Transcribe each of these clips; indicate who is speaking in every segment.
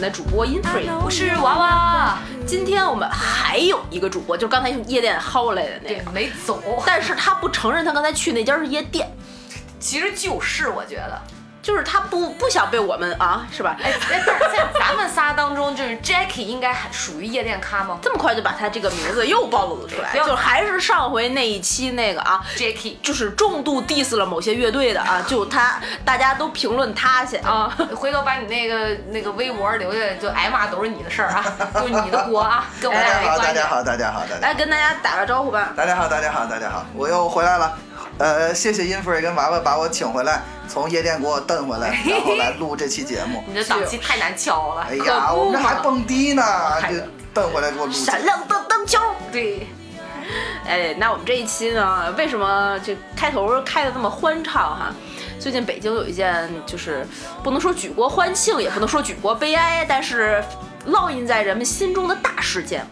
Speaker 1: 的主播 Infree，我是娃娃。今天我们还有一个主播，就是刚才夜店薅来的那
Speaker 2: 对
Speaker 1: 个，，
Speaker 2: 没走。
Speaker 1: 但是他不承认他刚才去那家是夜店，
Speaker 2: 其实就是我觉得，
Speaker 1: 就是他不不想被我们啊，是吧？
Speaker 2: 哎，哎但是像咱们仨当中，就是 Jackie 应该还属于夜店咖吗
Speaker 1: 这么快就把他这个名字又暴露了出来，
Speaker 2: 不要
Speaker 1: 就还是上回那一期那个啊，
Speaker 2: ？Jackie
Speaker 1: 就是重度 diss 了某些乐队的啊，就他大家都评论他去啊。
Speaker 2: 回头把你那个那个微博留下来，就挨骂都是你的事儿啊， 就是你的锅啊，跟我
Speaker 1: 哎
Speaker 2: 俩没关系。
Speaker 3: 大家好，大家好，大家好，
Speaker 1: 来跟大家打个招呼吧。
Speaker 3: 大家好，大家好，大家好，我又回来了。呃，谢谢 Infree 跟娃娃把我请回来，从夜店给我蹬回来，然后来录这期节目。
Speaker 2: 你的档期太难敲了
Speaker 3: 哎。呀，
Speaker 1: 可不嘛
Speaker 3: 我们这还蹦迪呢
Speaker 1: 哎，
Speaker 3: 就
Speaker 1: 呀
Speaker 3: 蹬回来给我录节
Speaker 1: 闪
Speaker 3: 目。
Speaker 1: 亮灯灯球，
Speaker 2: 对，
Speaker 1: 哎，那我们这一期呢，为什么这开头开的那么欢畅哈？最近北京有一件，就是不能说举国欢庆，也不能说举国悲哀，但是烙印在人们心中的大事件，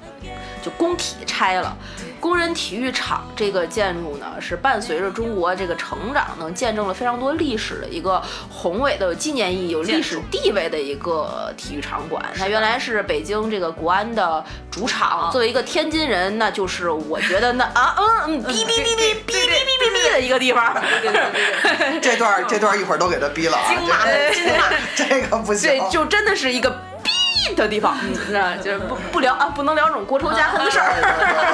Speaker 1: 就工体拆了。工人体育场这个建筑呢，是伴随着中国这个成长，能见证了非常多历史的一个宏伟的、有纪念意义、有历史地位的一个体育场馆。它原来是北京这个国安的主场。
Speaker 2: 啊
Speaker 1: 作为一个天津人，那就是我觉得那啊嗯嗯，哔哔哔哔哔哔哔哔哔的一个地方。
Speaker 2: 对对 对对，
Speaker 3: 这段这段一会儿都给他逼了啊，
Speaker 2: 惊骂
Speaker 3: 这
Speaker 2: 惊骂。
Speaker 3: 这个不行
Speaker 1: 对，。就真的是一个逼的地方。嗯，那就是不不聊啊，不能聊这种国仇家恨的事儿。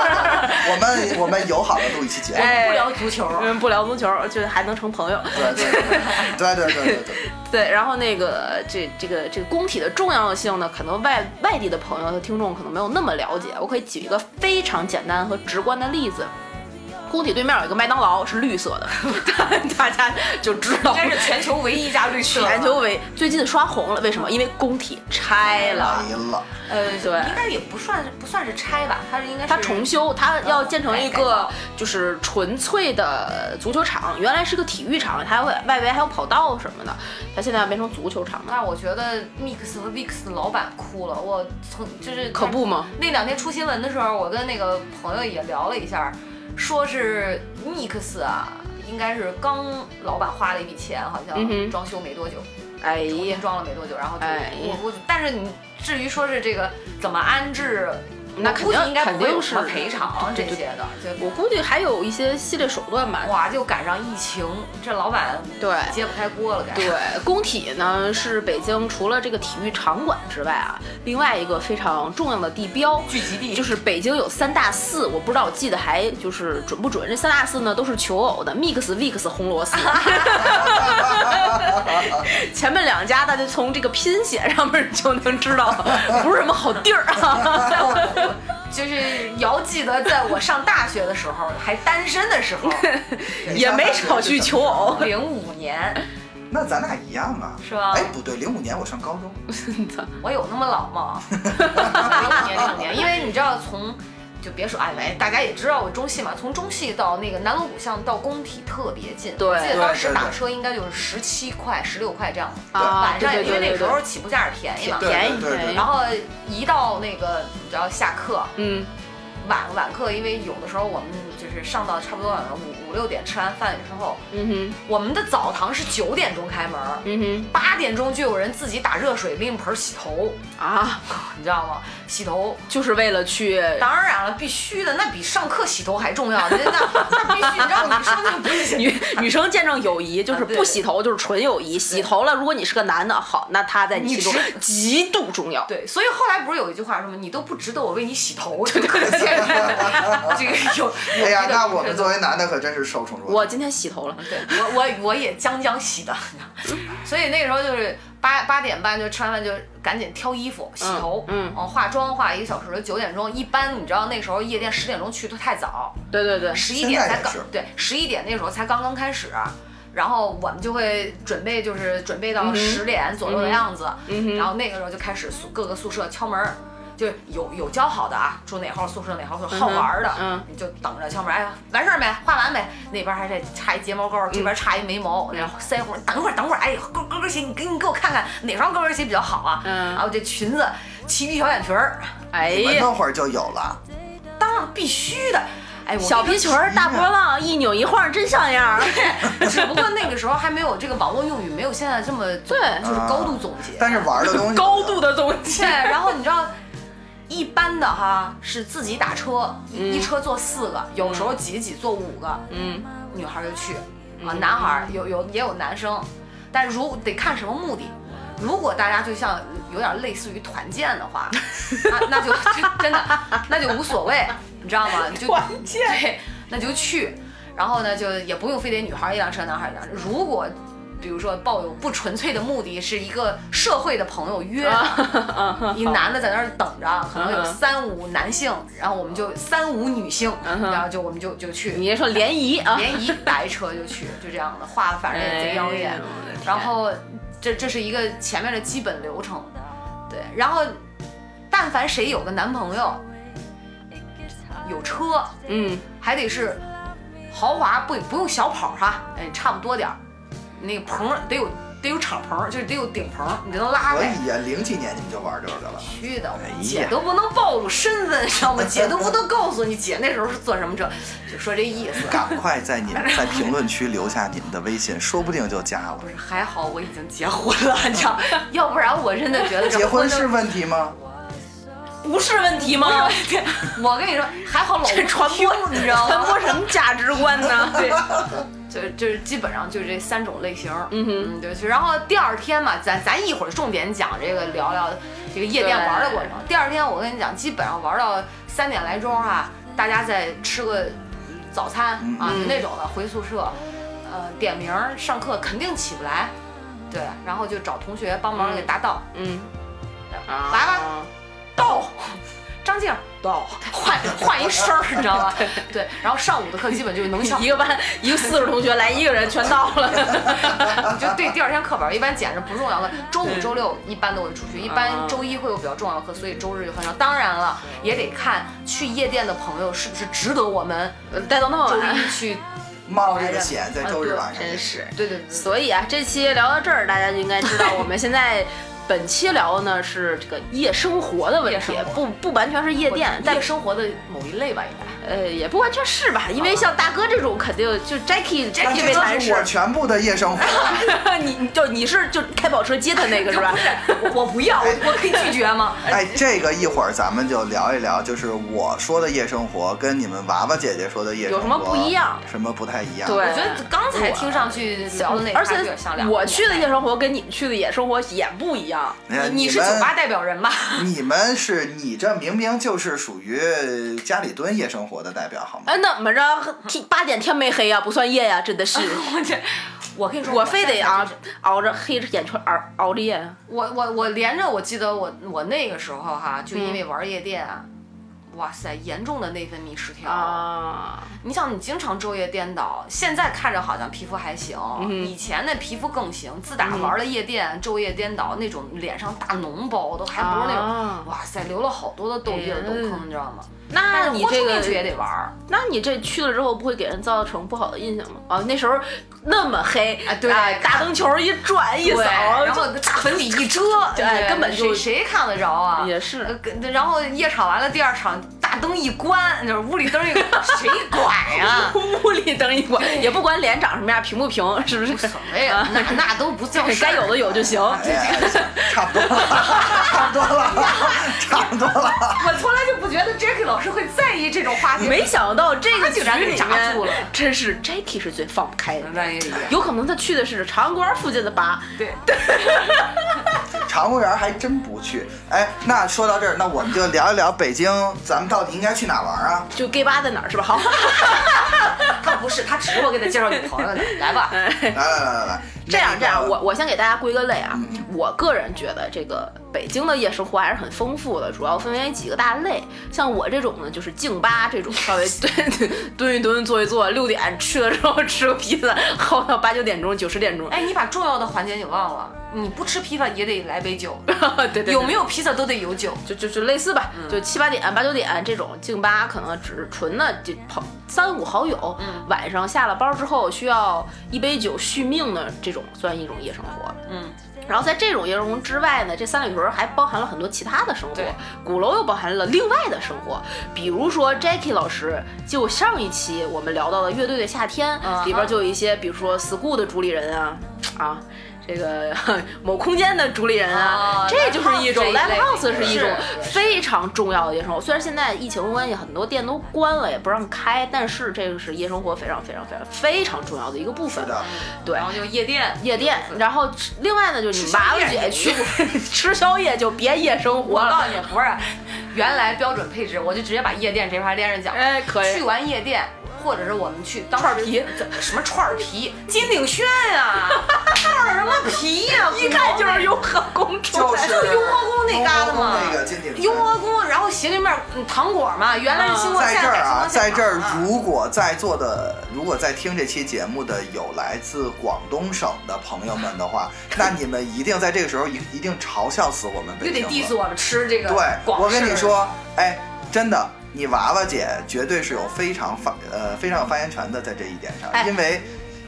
Speaker 3: 我们我们友好的录一期节目，
Speaker 1: 哎
Speaker 2: 嗯不聊足球。
Speaker 1: 嗯，不聊足球，就还能成朋友。
Speaker 3: 对对对对对对对对，
Speaker 1: 对，然后那个这这个这个工体的重要性呢，可能外外地的朋友和听众可能没有那么了解。我可以举一个非常简单和直观的例子。工体对面有一个麦当劳是绿色的， 大家就知道
Speaker 2: 应该是全球唯一一家绿色的，
Speaker 1: 全球为最近刷红了，为什么？因为工体拆了，
Speaker 3: 没了。
Speaker 2: 呃，
Speaker 1: 对
Speaker 2: 应该也不算是不算是拆吧，它是应该是
Speaker 1: 它重修，它要建成一
Speaker 2: 哎改改
Speaker 1: 个
Speaker 2: 造
Speaker 1: 就是纯粹的足球场，原来是个体育场，它还会外围还有跑道什么的，它现在要变成足球场了，
Speaker 2: 那我觉得 Mix 和 Vix 的老板哭了，我从就是
Speaker 1: 可不吗？
Speaker 2: 那两天出新闻的时候，我跟那个朋友也聊了一下，说是 Mix 啊，应该是刚老板花了一笔钱，好
Speaker 1: 嗯哼
Speaker 2: 像装修没多久，
Speaker 1: 哎
Speaker 2: 重
Speaker 1: 呀
Speaker 2: 新，装了没多久，然后就
Speaker 1: 哎
Speaker 2: 我我，但是你至于说是这个怎么安置，
Speaker 1: 那
Speaker 2: 我
Speaker 1: 肯
Speaker 2: 估计
Speaker 1: 定
Speaker 2: 应该
Speaker 1: 肯
Speaker 2: 不会有
Speaker 1: 定
Speaker 2: 什
Speaker 1: 是
Speaker 2: 么赔偿这
Speaker 1: 对对
Speaker 2: 些的，就
Speaker 1: 我估计还有一些系列手段吧。
Speaker 2: 哇，就赶上疫情，这老板
Speaker 1: 对
Speaker 2: 揭不开锅了，感觉。
Speaker 1: 对，工体呢是北京除了这个体育场馆之外啊，另外一个非常重要的地标。
Speaker 2: 聚集地
Speaker 1: 就是北京有三大寺，我不知道我记得还就是准不准。这三大寺呢都是求偶的，Mix、Vix、红螺寺。 前面两家大家从这个拼写上面就能知道，不是什么好地儿啊。
Speaker 2: 就是遥记得在我上大学的时候，还单身的时 候，
Speaker 1: 也没少去求偶。
Speaker 2: 零五年
Speaker 3: 那咱俩一样啊，
Speaker 2: 是吧
Speaker 3: 哎，不对，零五年我上高中，
Speaker 2: 我有那么老吗？零五年零五年，因为你知道从。就别说哎，没，大家也知道我中戏嘛，从中戏到那个南锣鼓巷到工体特别近，
Speaker 1: 对
Speaker 2: 我记得当
Speaker 3: 对
Speaker 2: 时
Speaker 3: 对
Speaker 2: 打
Speaker 3: 对
Speaker 2: 车应该就是十七块、十六块这样子，
Speaker 1: 啊
Speaker 2: 晚上
Speaker 1: 对
Speaker 2: 也因
Speaker 1: 对
Speaker 2: 为
Speaker 1: 对
Speaker 2: 那时候起步价是便宜嘛，
Speaker 3: 对
Speaker 1: 便宜
Speaker 3: 对对
Speaker 1: 便宜
Speaker 2: 然后一到那个你知道下课，
Speaker 1: 嗯，
Speaker 2: 晚晚课，因为有的时候我们就是上到差不多晚上五五六点吃完饭之后，
Speaker 1: 嗯哼，
Speaker 2: 我们的澡堂是九点钟开门，
Speaker 1: 嗯
Speaker 2: 八点钟就有人自己打热水拎盆洗头，
Speaker 1: 哼，啊，
Speaker 2: 你知道吗？洗头，
Speaker 1: 就是为了 去
Speaker 2: 当然了，必须的，那比上课洗头还重要，那那那必须，你知道女生那个不是洗。
Speaker 1: 女女生见证友谊，就是
Speaker 2: 啊对
Speaker 1: 不洗头就是纯友谊，洗头了，如果你是个男的，好，那他在你心中
Speaker 2: 你值
Speaker 1: 极度重要。
Speaker 2: 对，所以后来不是有一句话说吗？你都不值得我为你洗头，这个这个有。
Speaker 3: 哎呀，那我们作为男的可真是受宠若惊。
Speaker 1: 我今天洗头了，
Speaker 2: 对我我我也将将洗的，所以那个时候就是八八点半就吃完饭就赶紧挑衣服、洗头，
Speaker 1: 嗯嗯
Speaker 2: 哦化妆化一个小时，九点钟。一般你知道那时候夜店十点钟去都太早，
Speaker 1: 对对对，
Speaker 2: 十一点才
Speaker 3: 现
Speaker 2: 刚
Speaker 3: 在也是
Speaker 2: 对，十一点那时候才刚刚开始。然后我们就会准备，就是准
Speaker 1: 嗯
Speaker 2: 备到十点左右的样子，然后那个时候就开始宿各个宿舍敲门儿，就是有有教好的啊，住哪号宿舍哪号宿舍好玩儿的，
Speaker 1: 嗯
Speaker 2: 你就等着敲门，哎，完事儿没？画完没？那边还得插一睫毛膏，
Speaker 1: 嗯
Speaker 2: 这边插一眉毛，然后腮红，等会儿等会儿，哎，高高跟鞋，你给你给我看看哪双高跟鞋比较好啊？
Speaker 1: 嗯
Speaker 2: 然后这裙子，齐臂小短裙儿，
Speaker 1: 哎
Speaker 3: 我
Speaker 1: 呀，
Speaker 3: 那会儿就有了，
Speaker 2: 当然必须的。哎，我
Speaker 1: 小皮裙儿、大波浪，一扭一晃，真像样 儿。哎
Speaker 2: 只不过那个时候还没有这个网络用语，没有现在这么对就是高度总结。
Speaker 3: 啊但是玩的东西
Speaker 1: 高度的总
Speaker 2: 对，
Speaker 1: 结，
Speaker 2: 然后你知道，一般的哈是自己打车，一车坐四个，有时候挤一挤坐五个，
Speaker 1: 嗯，
Speaker 2: 女孩儿就去啊，男孩儿有有也有男生，但如得看什么目的。如果大家就像有点类似于团建的话，那那就真的那就无所谓，你知道吗？就
Speaker 1: 团建
Speaker 2: 对，那就去。然后呢，就也不用非得女孩儿一辆车，男孩儿一辆车。如果比如说抱有不纯粹的目的，是一个社会的朋友约 的，一男的在那儿等着，可能有
Speaker 1: 啊嗯嗯哼
Speaker 2: 三五男性，然后我们就三五女性，
Speaker 1: 嗯哼
Speaker 2: 然后就我们就就去。
Speaker 1: 你说联谊啊？
Speaker 2: 联谊打一车就去，就这样的，画反正也贼妖艳。
Speaker 1: 哎呦我的天
Speaker 2: 然后这这是一个前面的基本流程，对。然后，但凡谁有个男朋友，有车，
Speaker 1: 嗯，
Speaker 2: 还得是豪华，不不用小跑哈，哎，差不多点儿。那个棚儿得有得有敞篷，就是得有顶棚，你得能拉
Speaker 3: 可
Speaker 2: 开。
Speaker 3: 以呀，啊零几年你们就玩这个了，
Speaker 2: 去的，
Speaker 4: 哎呀
Speaker 2: 姐都不能暴露身份，你知道吗？姐都不能告诉你，姐那时候是坐什么车，就说这意思。
Speaker 3: 赶快在你们在评论区留下你们的微信，说不定就加 了
Speaker 2: 不。是，还好我已经结婚了， 你知道，要不然我真的 觉得这
Speaker 3: 结婚
Speaker 2: 都
Speaker 3: 是问题吗？
Speaker 1: 不是问题吗？
Speaker 2: 我跟你说，还好老
Speaker 1: 这
Speaker 2: 吴
Speaker 1: 传
Speaker 2: 听
Speaker 1: 播，
Speaker 2: 你知道
Speaker 1: 传
Speaker 2: 吗？
Speaker 1: 播什么价值观呢？对，
Speaker 2: 就就是基本上就是这三种类型，
Speaker 1: 嗯哼
Speaker 2: 嗯，对。然后第二天嘛，咱咱一会儿重点讲这个聊聊这个夜店玩的过程。第二天我跟你讲，基本上玩到三点来钟哈、大家再吃个早餐啊，就那种的，回宿舍，呃，点名儿上课肯定起不来，对，然后就找同学帮忙给打倒，
Speaker 1: 嗯，啊
Speaker 2: 来吧。到，张静到，换换一声儿，你知道 吗？对，然后上午的课基本就是能 上，
Speaker 1: 一个班一个四十同学来一个人全到了，
Speaker 2: 就对第二天课本儿一般捡着不重要的，周五、周六一般都会出去，一般
Speaker 3: 啊
Speaker 2: 周一会有比较重要的课，所以周日就很少。当然了，也得看去夜店的朋友是不是值得我们
Speaker 1: 待到那么
Speaker 2: 周
Speaker 1: 晚。
Speaker 2: 一去。
Speaker 3: 冒这个险在周日晚上，
Speaker 1: 真是。
Speaker 2: 对对对，
Speaker 1: 所以啊，这期聊到这儿，大家就应该知道我们现在。本期聊的呢是这个夜生活的问题
Speaker 2: 夜生，活
Speaker 1: 不不完全是夜店，但
Speaker 2: 夜生活的某一类吧，应该。
Speaker 1: 呃也不完全是吧，因为像大哥这种肯定就 Jackie
Speaker 3: 那
Speaker 1: Jackie
Speaker 3: 这
Speaker 1: 被
Speaker 3: 就
Speaker 1: 谈
Speaker 3: 是我全部的夜生活。
Speaker 1: 你 你就你是就开跑车接他那个是吧？
Speaker 2: 我我 不要， 我我可以拒绝吗？
Speaker 3: 哎，这个一会儿咱们就聊一聊，就是我说的夜生活跟你们娃娃姐姐说的夜生活
Speaker 1: 有什么不一样？
Speaker 3: 什么不太一样？
Speaker 1: 对
Speaker 2: 我觉得刚才听上去聊的那 个
Speaker 1: 而
Speaker 2: 还有点像
Speaker 1: 且
Speaker 2: 两个
Speaker 1: 我
Speaker 2: 年
Speaker 1: 去的
Speaker 2: 代
Speaker 1: 夜生活跟你们去的夜生活也不一样，
Speaker 3: 你看
Speaker 2: 你
Speaker 3: 呃你
Speaker 2: 你是酒
Speaker 3: 们
Speaker 2: 吧代表人吧？
Speaker 3: 你们是你这明明就是属于家里蹲夜生活的代表，好吗？
Speaker 1: 哎，怎么着？天八点天没黑呀、不算夜呀、真的是，
Speaker 2: 嗯 我这，我跟你说，
Speaker 1: 我非得
Speaker 2: 啊
Speaker 1: 啊，熬着黑着眼圈熬熬着夜啊。
Speaker 2: 我我我连着，我记得我我那个时候哈，就因为
Speaker 1: 嗯
Speaker 2: 玩夜店啊，哇塞，严重的内分泌失调。
Speaker 1: 啊，
Speaker 2: 你想，你经常昼夜颠倒，现在看着好像皮肤还行，
Speaker 1: 嗯
Speaker 2: 以前那皮肤更行。自打玩了夜店，昼夜颠倒，那种脸上大脓包都还不是那种，
Speaker 1: 啊
Speaker 2: 哇塞，留了好多的痘印儿、痘
Speaker 1: 哎呀
Speaker 2: 坑，你知道吗？但
Speaker 1: 那
Speaker 2: 是
Speaker 1: 你
Speaker 2: 豁出
Speaker 1: 这
Speaker 2: 命去也
Speaker 1: 个，
Speaker 2: 得玩儿。
Speaker 1: 那你这去了之后不会给人造成不好的印象吗？啊，那时候那么黑，啊
Speaker 2: 哎对
Speaker 1: 大灯球一转一扫，
Speaker 2: 对，然
Speaker 1: 就
Speaker 2: 后大粉底一遮，
Speaker 1: 对根本就
Speaker 2: 谁谁看得着啊？
Speaker 1: 也是
Speaker 2: 呃跟然后夜场完了，第二场大灯一关，就是屋里灯一关，谁管呀？
Speaker 1: 屋里灯一关，也不管脸长什么样，平不平，是不是？
Speaker 2: 哎呀，那那都不叫事 儿
Speaker 1: 该有的有就 行。
Speaker 3: 哎呀，差不多了，差不多 了，差不多了。
Speaker 2: 我从来就不觉得 Jacky 老师会在意这种话题。
Speaker 1: 没想到这个
Speaker 2: 他
Speaker 1: 局
Speaker 2: 竟然
Speaker 1: 里
Speaker 2: 给扎住了
Speaker 1: 面，真是 Jacky 是最放不开的。
Speaker 2: 那也也
Speaker 1: 有可能他去的是长安公园附近的吧？
Speaker 2: 对，
Speaker 3: 长公园还真不去。哎，那说到这儿，那我们就聊一聊北京，咱们到底应该去哪玩啊？
Speaker 1: 就 gay 吧在哪儿是吧？ 好，
Speaker 2: 他不是，他只是我给他介绍女朋友呢。来吧，
Speaker 3: 来来来来来，
Speaker 1: 这样
Speaker 3: 那个
Speaker 1: 这样，我我先给大家归个类啊。
Speaker 2: 嗯
Speaker 1: 我个人觉得这个北京的夜生活还是很丰富的，主要分为几个大类。像我这种呢，就是静吧这种，稍 微蹲蹲一蹲，坐一坐，六点去了之后吃个披萨，耗到八九点钟、九十点钟。
Speaker 2: 哎，你把重要的环节你忘了，你不吃披萨也得来杯酒，
Speaker 1: 对对对，
Speaker 2: 有没有披萨都得有酒。
Speaker 1: 就就就类似吧，
Speaker 2: 嗯
Speaker 1: 就七八点、八九点这种静吧，可能只是纯的就
Speaker 2: 嗯
Speaker 1: 跑三五好友，晚上下了班之后需要一杯酒续命的这种算一种夜生活。
Speaker 2: 嗯，
Speaker 1: 然后在这种夜生活之外呢，这三里屯还包含了很多其他的生活
Speaker 2: 对，
Speaker 1: 鼓楼又包含了另外的生活，比如说 Jackie 老师就上一期我们聊到的《乐队的夏天》
Speaker 2: 嗯
Speaker 1: 里边就有一些，比如说 School 的主理人啊，啊。这个 某空间的主理人啊，
Speaker 2: 哦
Speaker 1: 这就是一种
Speaker 2: live
Speaker 1: live
Speaker 2: house
Speaker 1: house
Speaker 2: 这一类
Speaker 1: 是一种
Speaker 2: 是
Speaker 1: 非常重要的夜生活。虽然现在疫情关系，很多店都关了，也不让开，但是这个是夜生活非常非常非常非常重要的一个部分。
Speaker 4: 是的，
Speaker 1: 对
Speaker 2: 然，后就夜店，
Speaker 1: 夜店，然后吃另外呢，就是你
Speaker 2: 吃
Speaker 1: 娃娃
Speaker 2: 宵夜
Speaker 1: 姐去不吃宵夜就别夜生活
Speaker 2: 我告
Speaker 1: 了
Speaker 2: 诉。你，不是原来标准配置，我就直接把夜店这块连着讲。
Speaker 1: 哎，可
Speaker 2: 去
Speaker 1: 以，
Speaker 2: 完夜店，或者是我们去当时
Speaker 1: 串皮
Speaker 2: 什么串儿皮、金鼎轩啊，串儿什么皮呀、
Speaker 1: 一看就是雍和宫出
Speaker 4: 就
Speaker 1: 来
Speaker 4: 是
Speaker 1: 的。
Speaker 2: 雍和宫那旮
Speaker 4: 嘎
Speaker 2: 瘩嘛
Speaker 4: 哦那个金鼎轩
Speaker 2: 雍和宫，然后斜对面嗯糖果嘛，原来是新货，
Speaker 4: 在
Speaker 2: 现
Speaker 4: 这
Speaker 2: 改
Speaker 4: 儿
Speaker 2: 新货
Speaker 4: 啊，在这儿
Speaker 2: 现改，了
Speaker 4: 如果在座的，如果在听这期节目的有来自广东省的朋友们 的话，那你们一定在这个时候一一定嘲笑死我们
Speaker 2: 又
Speaker 4: 北京
Speaker 2: 得
Speaker 4: 了。
Speaker 2: diss 我们吃这个
Speaker 4: 对，
Speaker 2: 广式
Speaker 4: 我跟你，说，哎，真的，你娃娃姐绝对是有非常发呃非常有发言权的在这一点上，
Speaker 1: 哎
Speaker 4: 因为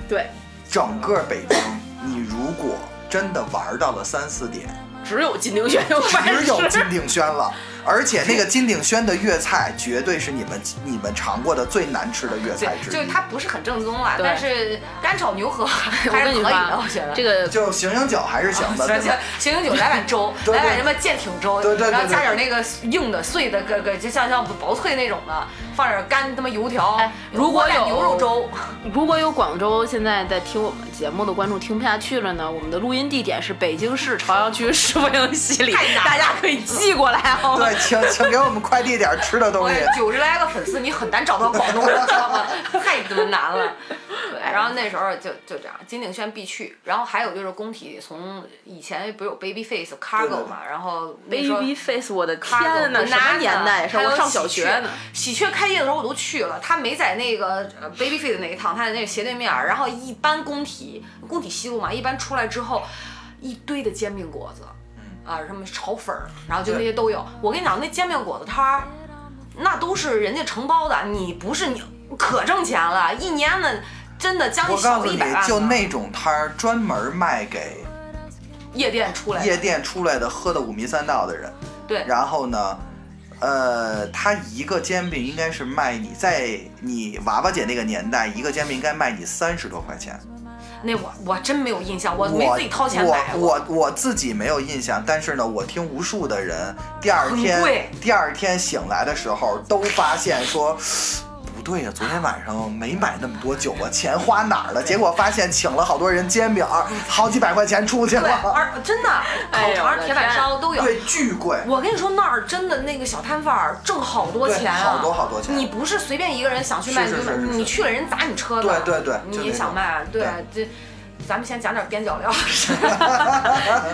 Speaker 1: 对，
Speaker 4: 整个北京，你如果真的玩到了三四点，
Speaker 1: 只有金陵轩有
Speaker 2: 哎
Speaker 1: 饭
Speaker 4: 只有
Speaker 1: 吃。
Speaker 4: 金鼎 轩了。而且那个金鼎轩的粤菜绝对是你们你们尝过的最难吃的粤菜
Speaker 2: 对，
Speaker 4: 之一。
Speaker 2: 就是它不是很正宗啦，
Speaker 1: 对
Speaker 2: 但是干炒牛 河
Speaker 1: 我
Speaker 2: 还是
Speaker 1: 跟
Speaker 2: 可以
Speaker 1: 你说
Speaker 2: 的，
Speaker 1: 啊
Speaker 2: 我觉得，。
Speaker 1: 这个
Speaker 4: 就醒醒脚还是行的，对
Speaker 2: 哦行
Speaker 4: 吧？
Speaker 2: 行行酒来碗粥，
Speaker 4: 对对
Speaker 2: 来碗什么舰艇粥，
Speaker 4: 对对对
Speaker 2: 然后
Speaker 4: 对
Speaker 2: 加点那个硬的、碎的，个个就像像薄脆那种的，放点干他妈油条。
Speaker 1: 哎如果
Speaker 2: 或者
Speaker 1: 有
Speaker 4: 哦
Speaker 2: 牛肉粥，
Speaker 1: 如果有广州现在在听我们节目的观众听不下去了呢，我们的录音地点是北京市朝阳区石佛营西里
Speaker 2: 太难，了
Speaker 1: 大家可以寄过来啊。
Speaker 4: 对，请请给我们快递点儿吃的东
Speaker 2: 我
Speaker 4: 西
Speaker 2: 也。九十来个粉丝，你很难找到广东人，知道吗？ 太他妈难了。对，然后那时候就就这样，金鼎轩必去。然后还有就是工体，从以前不是有 Babyface、Cargo 嘛，然后那时候
Speaker 1: Baby Face，我的
Speaker 2: Cargo
Speaker 1: 天哪，什么
Speaker 2: Banana，
Speaker 1: 年代？是
Speaker 2: 还有
Speaker 1: 我上小学呢。
Speaker 2: 喜鹊开业的时候我都去了，他没在那个 Babyface 那一趟，他在那个斜对面儿。然后一般工体，工体西路嘛，一般出来之后，一堆的煎饼果子，
Speaker 4: 嗯
Speaker 2: 啊，什么炒粉儿，然后就那些都有。我跟你讲，那煎饼果子摊儿，那都是人家承包的，你不是你可挣钱了，一年呢。真的将近
Speaker 4: 我告
Speaker 2: 小
Speaker 4: 诉
Speaker 2: 一
Speaker 4: 你
Speaker 2: 百万，呢，
Speaker 4: 就那种摊儿专门卖给
Speaker 2: 夜店出来的
Speaker 4: 夜店出来的喝的五迷三道的人。
Speaker 2: 对
Speaker 4: 然后呢，呃，他一个煎饼应该是卖你在你娃娃姐那个年代，一个煎饼应该卖你三十多块钱。
Speaker 2: 那我我真没有印象，我
Speaker 4: 我
Speaker 2: 哦没自己掏钱买
Speaker 4: 我
Speaker 2: 过。
Speaker 4: 我我自己没有印象，但是呢，我听无数的人第二
Speaker 2: 很
Speaker 4: 天
Speaker 2: 贵
Speaker 4: 第二天醒来的时候都发现说。不对呀、昨天晚上没买那么多酒啊，钱花哪儿了？结果发现请了好多人煎饼，好几百块钱出去
Speaker 2: 对，
Speaker 4: 了，
Speaker 2: 而真的
Speaker 1: 哎
Speaker 2: 烤
Speaker 1: 呦
Speaker 2: 肠
Speaker 1: 我、的
Speaker 2: 铁板
Speaker 1: 天
Speaker 2: 烧都有。
Speaker 4: 对，巨贵，
Speaker 2: 我跟你说，那儿真的那个小摊贩儿挣好多
Speaker 4: 对
Speaker 2: 钱啊，
Speaker 4: 好多好多钱
Speaker 2: 你不是随便一个人想去卖你
Speaker 4: 是
Speaker 2: 就是买，
Speaker 4: 是是是
Speaker 2: 你去了人砸你车子，
Speaker 4: 对对对就
Speaker 2: 你
Speaker 4: 那
Speaker 2: 也想
Speaker 4: 种
Speaker 2: 卖，对，这。咱们先讲点边角 料，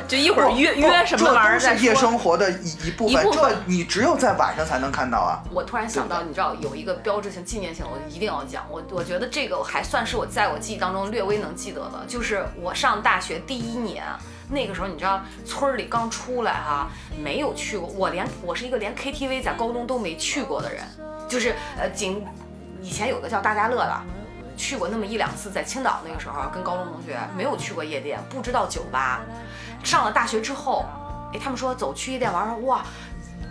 Speaker 1: 就一会儿约
Speaker 4: 不
Speaker 1: 约什么玩意儿
Speaker 4: 这
Speaker 1: 再
Speaker 4: 都是夜
Speaker 1: 说。
Speaker 4: 生活的一一部
Speaker 1: 一
Speaker 4: 分，
Speaker 1: 部分
Speaker 4: 这你只有在晚上才能看到啊。
Speaker 2: 我突然想到，你知道有一个标志性、纪念性，我一定要讲。我我觉得这个还算是我在我记忆当中略微能记得的，就是我上大学第一年，那个时候你知道村儿里刚出来哈、没有去过，我连我是一个连 KTV 在高中都没去过的人，就是呃仅以前有个叫大家乐的。去过那么一两次，在青岛那个时候跟高中同学没有去过夜店，不知道酒吧。上了大学之后，哎，他们说走去夜店玩儿，哇，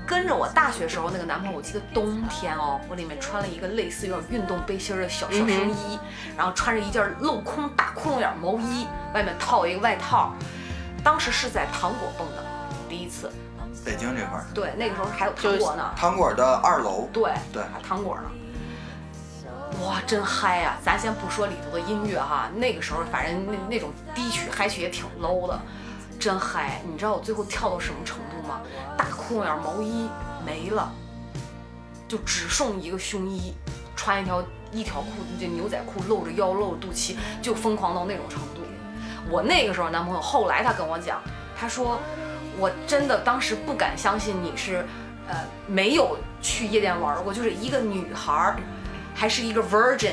Speaker 2: 跟着我大学时候那个男朋友，我记得冬天哦，我里面穿了一个类似于有点运动背心儿的小小
Speaker 1: 嗯哼
Speaker 2: 生衣，然后穿着一件镂空大窟窿眼儿毛衣，外面套一个外套。当时是在糖果蹦的，第一次，
Speaker 4: 北京这块儿，
Speaker 2: 对，那个时候还有糖果呢，
Speaker 4: 糖果的二楼，
Speaker 2: 对
Speaker 4: 对
Speaker 2: 还糖果呢。哇，真嗨呀、咱先不说里头的音乐哈，那个时候反正那那种低曲、嗨曲也挺 low 的，真嗨！你知道我最后跳到什么程度吗？大窟窿眼毛衣没了，就只剩一个胸衣，穿一条一条裤，这牛仔裤露着腰露着肚脐，就疯狂到那种程度。我那个时候男朋友后来他跟我讲，他说我真的当时不敢相信你是，呃，没有去夜店玩过，就是一个女孩儿，还是一个 virgin，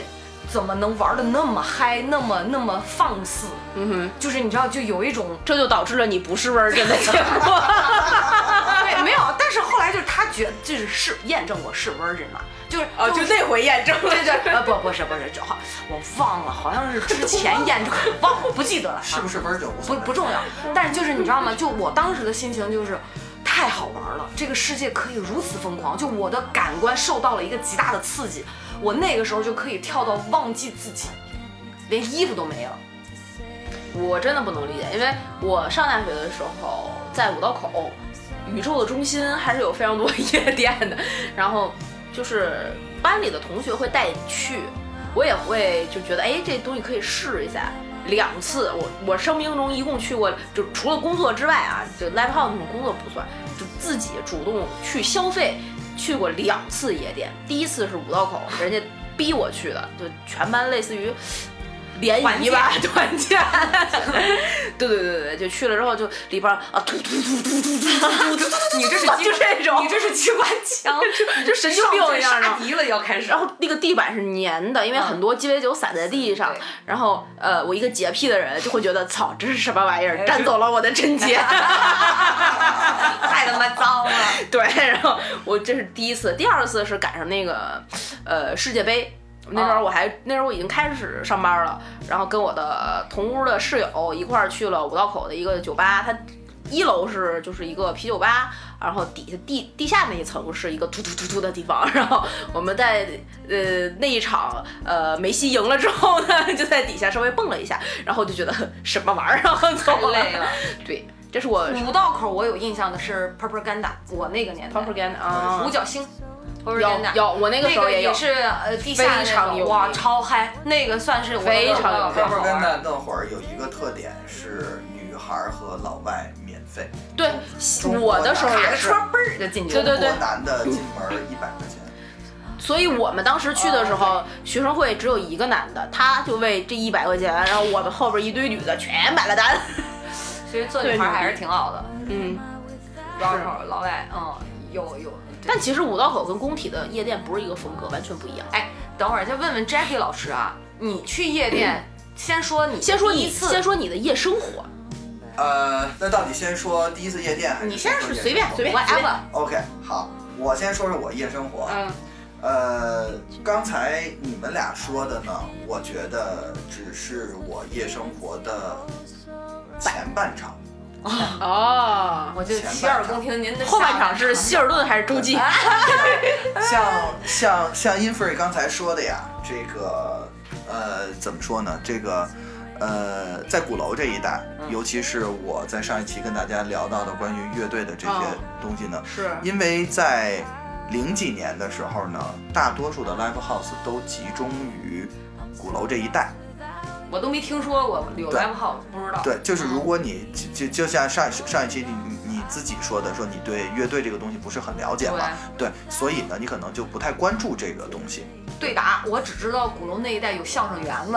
Speaker 2: 怎么能玩的那么嗨，那么那么放肆？
Speaker 1: 嗯哼，
Speaker 2: 就是你知道，就 有一种
Speaker 1: 这就导致了你不是味儿真的结果。
Speaker 2: 哎对，没有。但是后来就是他觉得就是是验证过是 virgin 嘛，就是
Speaker 1: 哦，就那回验证了。
Speaker 2: 对对，呃，不不是不是，这好我忘了，好像是之前验证，忘了不记得 了，
Speaker 4: 是不是玩酒无
Speaker 2: 不
Speaker 4: 所谓
Speaker 2: 不重要。但是就是你知道吗？就我当时的心情就是。太好玩了！这个世界可以如此疯狂，就我的感官受到了一个极大的刺激，我那个时候就可以跳到忘记自己，连衣服都没 了。
Speaker 1: 我真的不能理解，因为我上大学的时候在五道口，宇宙的中心还是有非常多夜店的，然后就是班里的同学会带你去，我也会就觉得哎这东西可以试一下。两次，我我生命中一共去过，就除了工作之外啊，就 live house 那种工作不算，就自己主动去消费，去过两次夜店。第一次是五道口，人家逼我去的，就全班类似于联谊吧，团建。对对对对，就去了之后就里边儿啊突突突突突突突突突，
Speaker 2: 你这是
Speaker 1: 就这种
Speaker 2: 你这是机关枪，
Speaker 1: 就神经病一样的
Speaker 2: 杀。敌了要开始
Speaker 1: 然。后那个地板是粘的，因为
Speaker 2: 嗯
Speaker 1: 很多鸡尾酒洒在地上
Speaker 2: 对。
Speaker 1: 然后呃，我一个洁癖的人就会觉得，操，这是什么玩意 儿，
Speaker 2: 哎
Speaker 1: 占
Speaker 2: 这
Speaker 1: 走了我的贞洁。
Speaker 2: 太他妈 脏了！
Speaker 1: 对，然后我这是第一次，第二次是赶上那个呃世界杯。那时
Speaker 2: 哦
Speaker 1: 候我还、那时候我已经开始上班了，然后跟我的同屋的室友一块儿去了五道口的一个酒吧，它一楼是就是一个啤酒吧，然后底下地地下那一层是一个突突突突的地方，然后我们在呃那一场呃梅西赢了之后呢， 就在底下稍微蹦了一下，然后就觉得 什么玩意儿，然后走啊
Speaker 2: 太累 了。
Speaker 1: 对，这是我
Speaker 2: 五道口我有印象的是 Propaganda，我那个年代
Speaker 1: propaganda 啊
Speaker 2: 五，角星
Speaker 1: 有
Speaker 2: Propaganda。
Speaker 1: 有，我那
Speaker 2: 那
Speaker 1: 时候
Speaker 2: 个
Speaker 1: 也有
Speaker 2: 也。是呃地下
Speaker 1: 非
Speaker 2: 那
Speaker 1: 常
Speaker 2: 种
Speaker 1: 有
Speaker 2: 哇
Speaker 1: 名
Speaker 2: 超嗨，那个算是我
Speaker 1: 非
Speaker 2: 的
Speaker 1: 常有名
Speaker 2: 非常好玩
Speaker 4: Propaganda 那会儿有一个特点是女孩儿和老外免费，
Speaker 1: 对，
Speaker 4: 中国
Speaker 1: 我的时候
Speaker 2: 打
Speaker 1: 也
Speaker 2: 个
Speaker 1: 是
Speaker 2: 戳，嘣儿就进去
Speaker 1: 对
Speaker 2: 了。
Speaker 1: 对对
Speaker 4: 中国男的进门一百块钱，
Speaker 1: 所以我们当时去的时
Speaker 4: 哦
Speaker 1: 候，学生会只有一个男的，他就为这一百块钱，然后我们后边一堆女的全买了单。
Speaker 2: 其实做女孩还是挺好的，
Speaker 1: 嗯，
Speaker 2: 五道口老外嗯有有。
Speaker 1: 但其实五道口跟工体的夜店不是一个风格，完全不一样。
Speaker 2: 哎，等会儿再问问 Jackie 老师啊，你去夜店，先说你
Speaker 1: 先说
Speaker 2: 第
Speaker 1: 你，
Speaker 2: 一次，
Speaker 1: 先说你的夜生活，
Speaker 4: 呃，那到底先说第一次夜店还是
Speaker 1: 你先
Speaker 4: 先
Speaker 1: 是
Speaker 4: 说夜
Speaker 1: 随便
Speaker 4: 生活
Speaker 1: 随便
Speaker 2: whatever，
Speaker 4: OK，好，我先说说我夜生活。
Speaker 1: 嗯，
Speaker 4: 呃，刚才你们俩说的呢，我觉得只是我夜生活的前半场，
Speaker 1: 哦，
Speaker 2: 我就洗耳恭听您的
Speaker 1: 后半场是希
Speaker 2: 秀。
Speaker 1: 尔顿还是洲际？啊
Speaker 4: 像像像 Infree 刚才说的呀，这个呃怎么说呢？这个呃，在鼓楼这一带，
Speaker 1: 嗯
Speaker 4: 尤其是我在上一期跟大家聊到的关于乐队的这些
Speaker 1: 哦
Speaker 4: 东西呢，
Speaker 1: 是
Speaker 4: 因为在零几年的时候呢，大多数的 live house 都集中于鼓楼这一带。
Speaker 2: 我都没听说过有
Speaker 4: 对
Speaker 2: live house，不知道。
Speaker 4: 对，就是如果你就就就像上上一期你你你自己说的，说你对乐队这个东西不是很了解嘛，对，所以呢，你可能就不太关注这个东西。
Speaker 2: 对答，我只知道鼓楼那一带有相声园 子，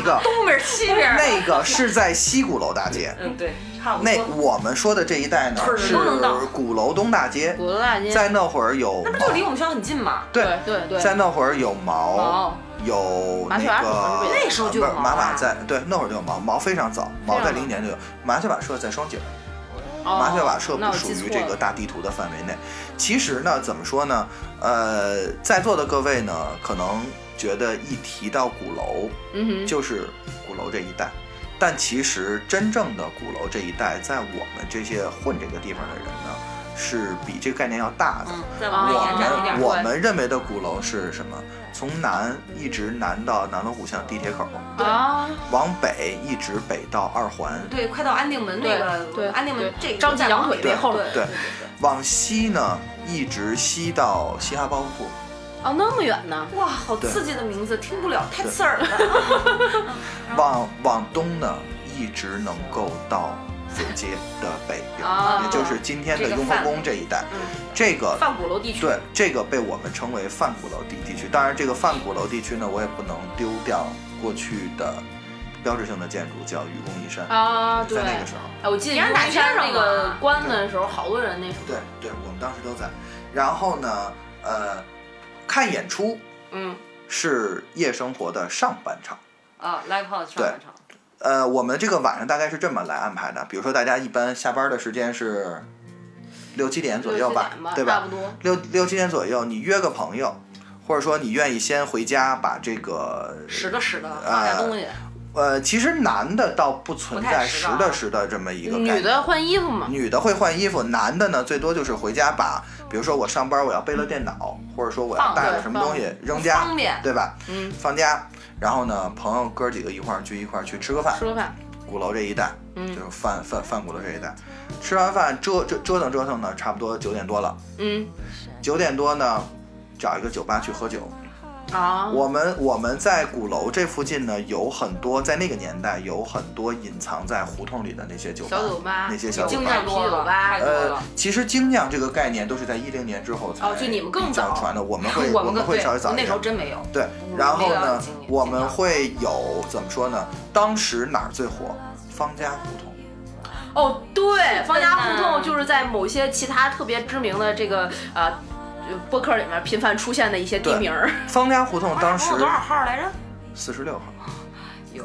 Speaker 4: 个
Speaker 2: 东边西边。
Speaker 4: 那个是在西鼓楼大街，
Speaker 2: 嗯，对，差不
Speaker 4: 那
Speaker 2: 多。
Speaker 4: 我们说的这一带呢
Speaker 2: 腿儿
Speaker 4: 是
Speaker 2: 都能到
Speaker 4: 鼓楼东大街，
Speaker 1: 鼓楼大街，
Speaker 4: 在那会儿有
Speaker 2: 那不就离我们学校很近吗？
Speaker 4: 对
Speaker 1: 对对对，
Speaker 4: 在那会儿有毛。
Speaker 2: 哦，
Speaker 4: 有
Speaker 1: 麻雀
Speaker 4: 那
Speaker 1: 瓦舍是
Speaker 4: 个
Speaker 1: 不是也
Speaker 2: 那时候就有
Speaker 4: 不是
Speaker 2: 毛
Speaker 4: 马
Speaker 2: 啊
Speaker 4: 马在对那会儿就有毛毛非常早，毛
Speaker 1: 非
Speaker 4: 在
Speaker 1: 常早
Speaker 4: 零年就有麻雀瓦舍在双井，
Speaker 1: 啊哦
Speaker 4: 麻雀瓦舍
Speaker 1: 那
Speaker 4: 不
Speaker 1: 我
Speaker 4: 属
Speaker 1: 记错
Speaker 4: 于这
Speaker 1: 了
Speaker 4: 个大地图的范围内。其实呢，怎么说呢？呃，在座的各位呢，可能觉得一提到鼓楼，
Speaker 1: 嗯哼，
Speaker 4: 就是鼓楼这一带。但其实真正的鼓楼这一带，在我们这些混这个地方的人呢，是比这个概念要大的。
Speaker 2: 嗯，再
Speaker 1: 啊
Speaker 2: 往
Speaker 4: 我
Speaker 2: 里延展一点
Speaker 4: 们
Speaker 1: 对
Speaker 2: 儿。
Speaker 4: 我们认为的鼓楼是什么？从南一直南到南锣鼓巷地铁口，
Speaker 1: 啊，
Speaker 4: 往北一直北到二环，
Speaker 2: 对，快到安定门那
Speaker 1: 对对
Speaker 2: 个，安定门这
Speaker 1: 张继阳腿
Speaker 4: 对
Speaker 1: 那后边
Speaker 2: 对
Speaker 4: 对，往西呢一直西到西哈包袱铺。
Speaker 1: 哦，那么远呢？
Speaker 2: 哇，好
Speaker 4: 对
Speaker 2: 刺激的名字，听不了，太刺耳了。
Speaker 4: 往往东呢，一直能够到九街的北边，
Speaker 1: 啊
Speaker 4: 也就是今天的雍和宫这一带。这个
Speaker 1: 泛鼓楼地区，
Speaker 4: 对这个被我们称为泛鼓楼地地区。当然，这个泛鼓楼地区呢，我也不能丢掉过去的标志性的建筑，叫愚公移山。
Speaker 1: 啊，对
Speaker 4: 在，那个时候，
Speaker 1: 哎，我记得
Speaker 2: 你让
Speaker 1: 南
Speaker 2: 打
Speaker 1: 山
Speaker 2: 架
Speaker 1: 那
Speaker 2: 上
Speaker 1: 个
Speaker 2: 嘛
Speaker 1: 关的时候，好多人那什么，
Speaker 4: 对对，我们当时都在。然后呢，呃，看演出
Speaker 1: 嗯，
Speaker 4: 是夜生活的上半场。
Speaker 2: 啊，live house 上半场，
Speaker 4: 呃，我们这个晚上大概是这么来安排的，比如说大家一般下班的时间是六七点左
Speaker 1: 六
Speaker 4: 右
Speaker 1: 七
Speaker 4: 吧
Speaker 1: 点吧，
Speaker 4: 对
Speaker 1: 差不多
Speaker 4: 六六七点左右，你约个朋友，或者说你愿意先回家把这个
Speaker 2: 拾掇拾掇，啊
Speaker 4: 啊
Speaker 2: 放下东西。
Speaker 4: 呃，其实男的倒不存
Speaker 2: 不太
Speaker 4: 在
Speaker 2: 实
Speaker 4: 拾
Speaker 2: 的啊
Speaker 4: 掇拾掇这么一个概念，
Speaker 1: 女的换衣服嘛，
Speaker 4: 女的会换衣服，男的呢最多就是回家把，比如说我上班我要背了电脑，或者说我要
Speaker 2: 放
Speaker 4: 带了
Speaker 1: 对
Speaker 4: 什么
Speaker 1: 放
Speaker 4: 东西扔家，
Speaker 2: 方便
Speaker 4: 对吧？
Speaker 1: 嗯，
Speaker 4: 放家，然后呢，朋友哥几个一块儿去一块儿去吃个饭，
Speaker 1: 吃个饭，
Speaker 4: 鼓楼这一带，
Speaker 1: 嗯
Speaker 4: 就是饭饭饭鼓楼这一带，吃完饭折折折腾折腾呢，差不多九点多了，
Speaker 1: 嗯
Speaker 4: 九点多呢。找一个酒吧去喝酒。
Speaker 1: 啊，
Speaker 4: 我们我们在鼓楼这附近呢，有很多在那个年代有很多隐藏在胡同里的那些酒吧，
Speaker 1: 小酒吧
Speaker 4: 那些小酒
Speaker 1: 精
Speaker 4: 吧，
Speaker 1: 酿
Speaker 2: 太多了
Speaker 1: 啤酒吧
Speaker 2: 太多
Speaker 4: 呃
Speaker 2: 了。，
Speaker 4: 其实精酿这个概念都是在一零年之后才
Speaker 1: 哦就你们更
Speaker 4: 比较
Speaker 1: 早
Speaker 4: 传的，我们会
Speaker 2: 我
Speaker 4: 我
Speaker 2: 们
Speaker 4: 们
Speaker 2: 更
Speaker 4: 会
Speaker 2: 对
Speaker 4: 呃稍微早，一
Speaker 2: 那
Speaker 4: 点
Speaker 2: 时候。真没有。
Speaker 4: 对，
Speaker 2: 我们
Speaker 4: 然后
Speaker 2: 那个
Speaker 4: 呢
Speaker 2: 经历，
Speaker 4: 我
Speaker 2: 经历
Speaker 4: 们
Speaker 2: 了
Speaker 4: 会有怎么说呢？当时哪儿最火？方家胡同。
Speaker 1: 哦，对，方家胡
Speaker 2: 的
Speaker 1: 同就是在某些其他特别知名的这个呃呃播客里面频繁出现的一些地
Speaker 4: 对
Speaker 1: 名儿。
Speaker 4: 方家胡同当时
Speaker 2: 我多少号来着？
Speaker 4: 四十六号。
Speaker 2: 有有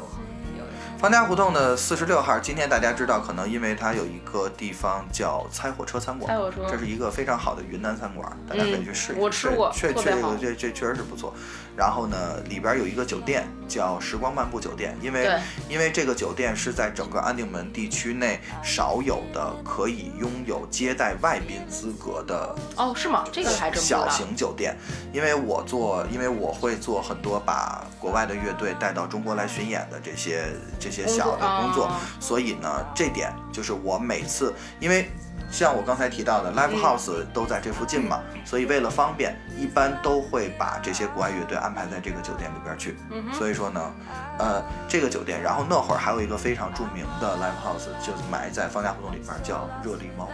Speaker 2: 有
Speaker 4: 方家胡同的四十六号，今天大家知道，可能因为它有一个地方叫猜火车餐馆，
Speaker 1: 猜火车嗯
Speaker 4: 这是一个非常好的云南餐馆，大家可以去试一试。
Speaker 1: 我吃过
Speaker 4: 确
Speaker 1: 特
Speaker 4: 确
Speaker 1: 别
Speaker 4: 这
Speaker 1: 好
Speaker 4: 个这这确实是不错。然后呢，里边有一个酒店叫时光漫步酒店，因为
Speaker 1: 对
Speaker 4: 因为这个酒店是在整个安定门地区内少有的可以拥有接待外宾资格的
Speaker 1: 哦，是吗？这个还真不知道
Speaker 4: 小。型酒店，因为我做，因为我会做很多把国外的乐队带到中国来巡演的这些这些小的工作，
Speaker 1: 哦
Speaker 4: 所以呢，这点就是我每次，因为像我刚才提到的
Speaker 1: 嗯
Speaker 4: live house 都在这附近嘛，所以为了方便，一般都会把这些国外乐队安排在这个酒店里边去。
Speaker 1: 嗯哼，
Speaker 4: 所以说呢，呃，这个酒店，然后那会儿还有一个非常著名的 live house，就埋在方家胡同里边，叫热力猫。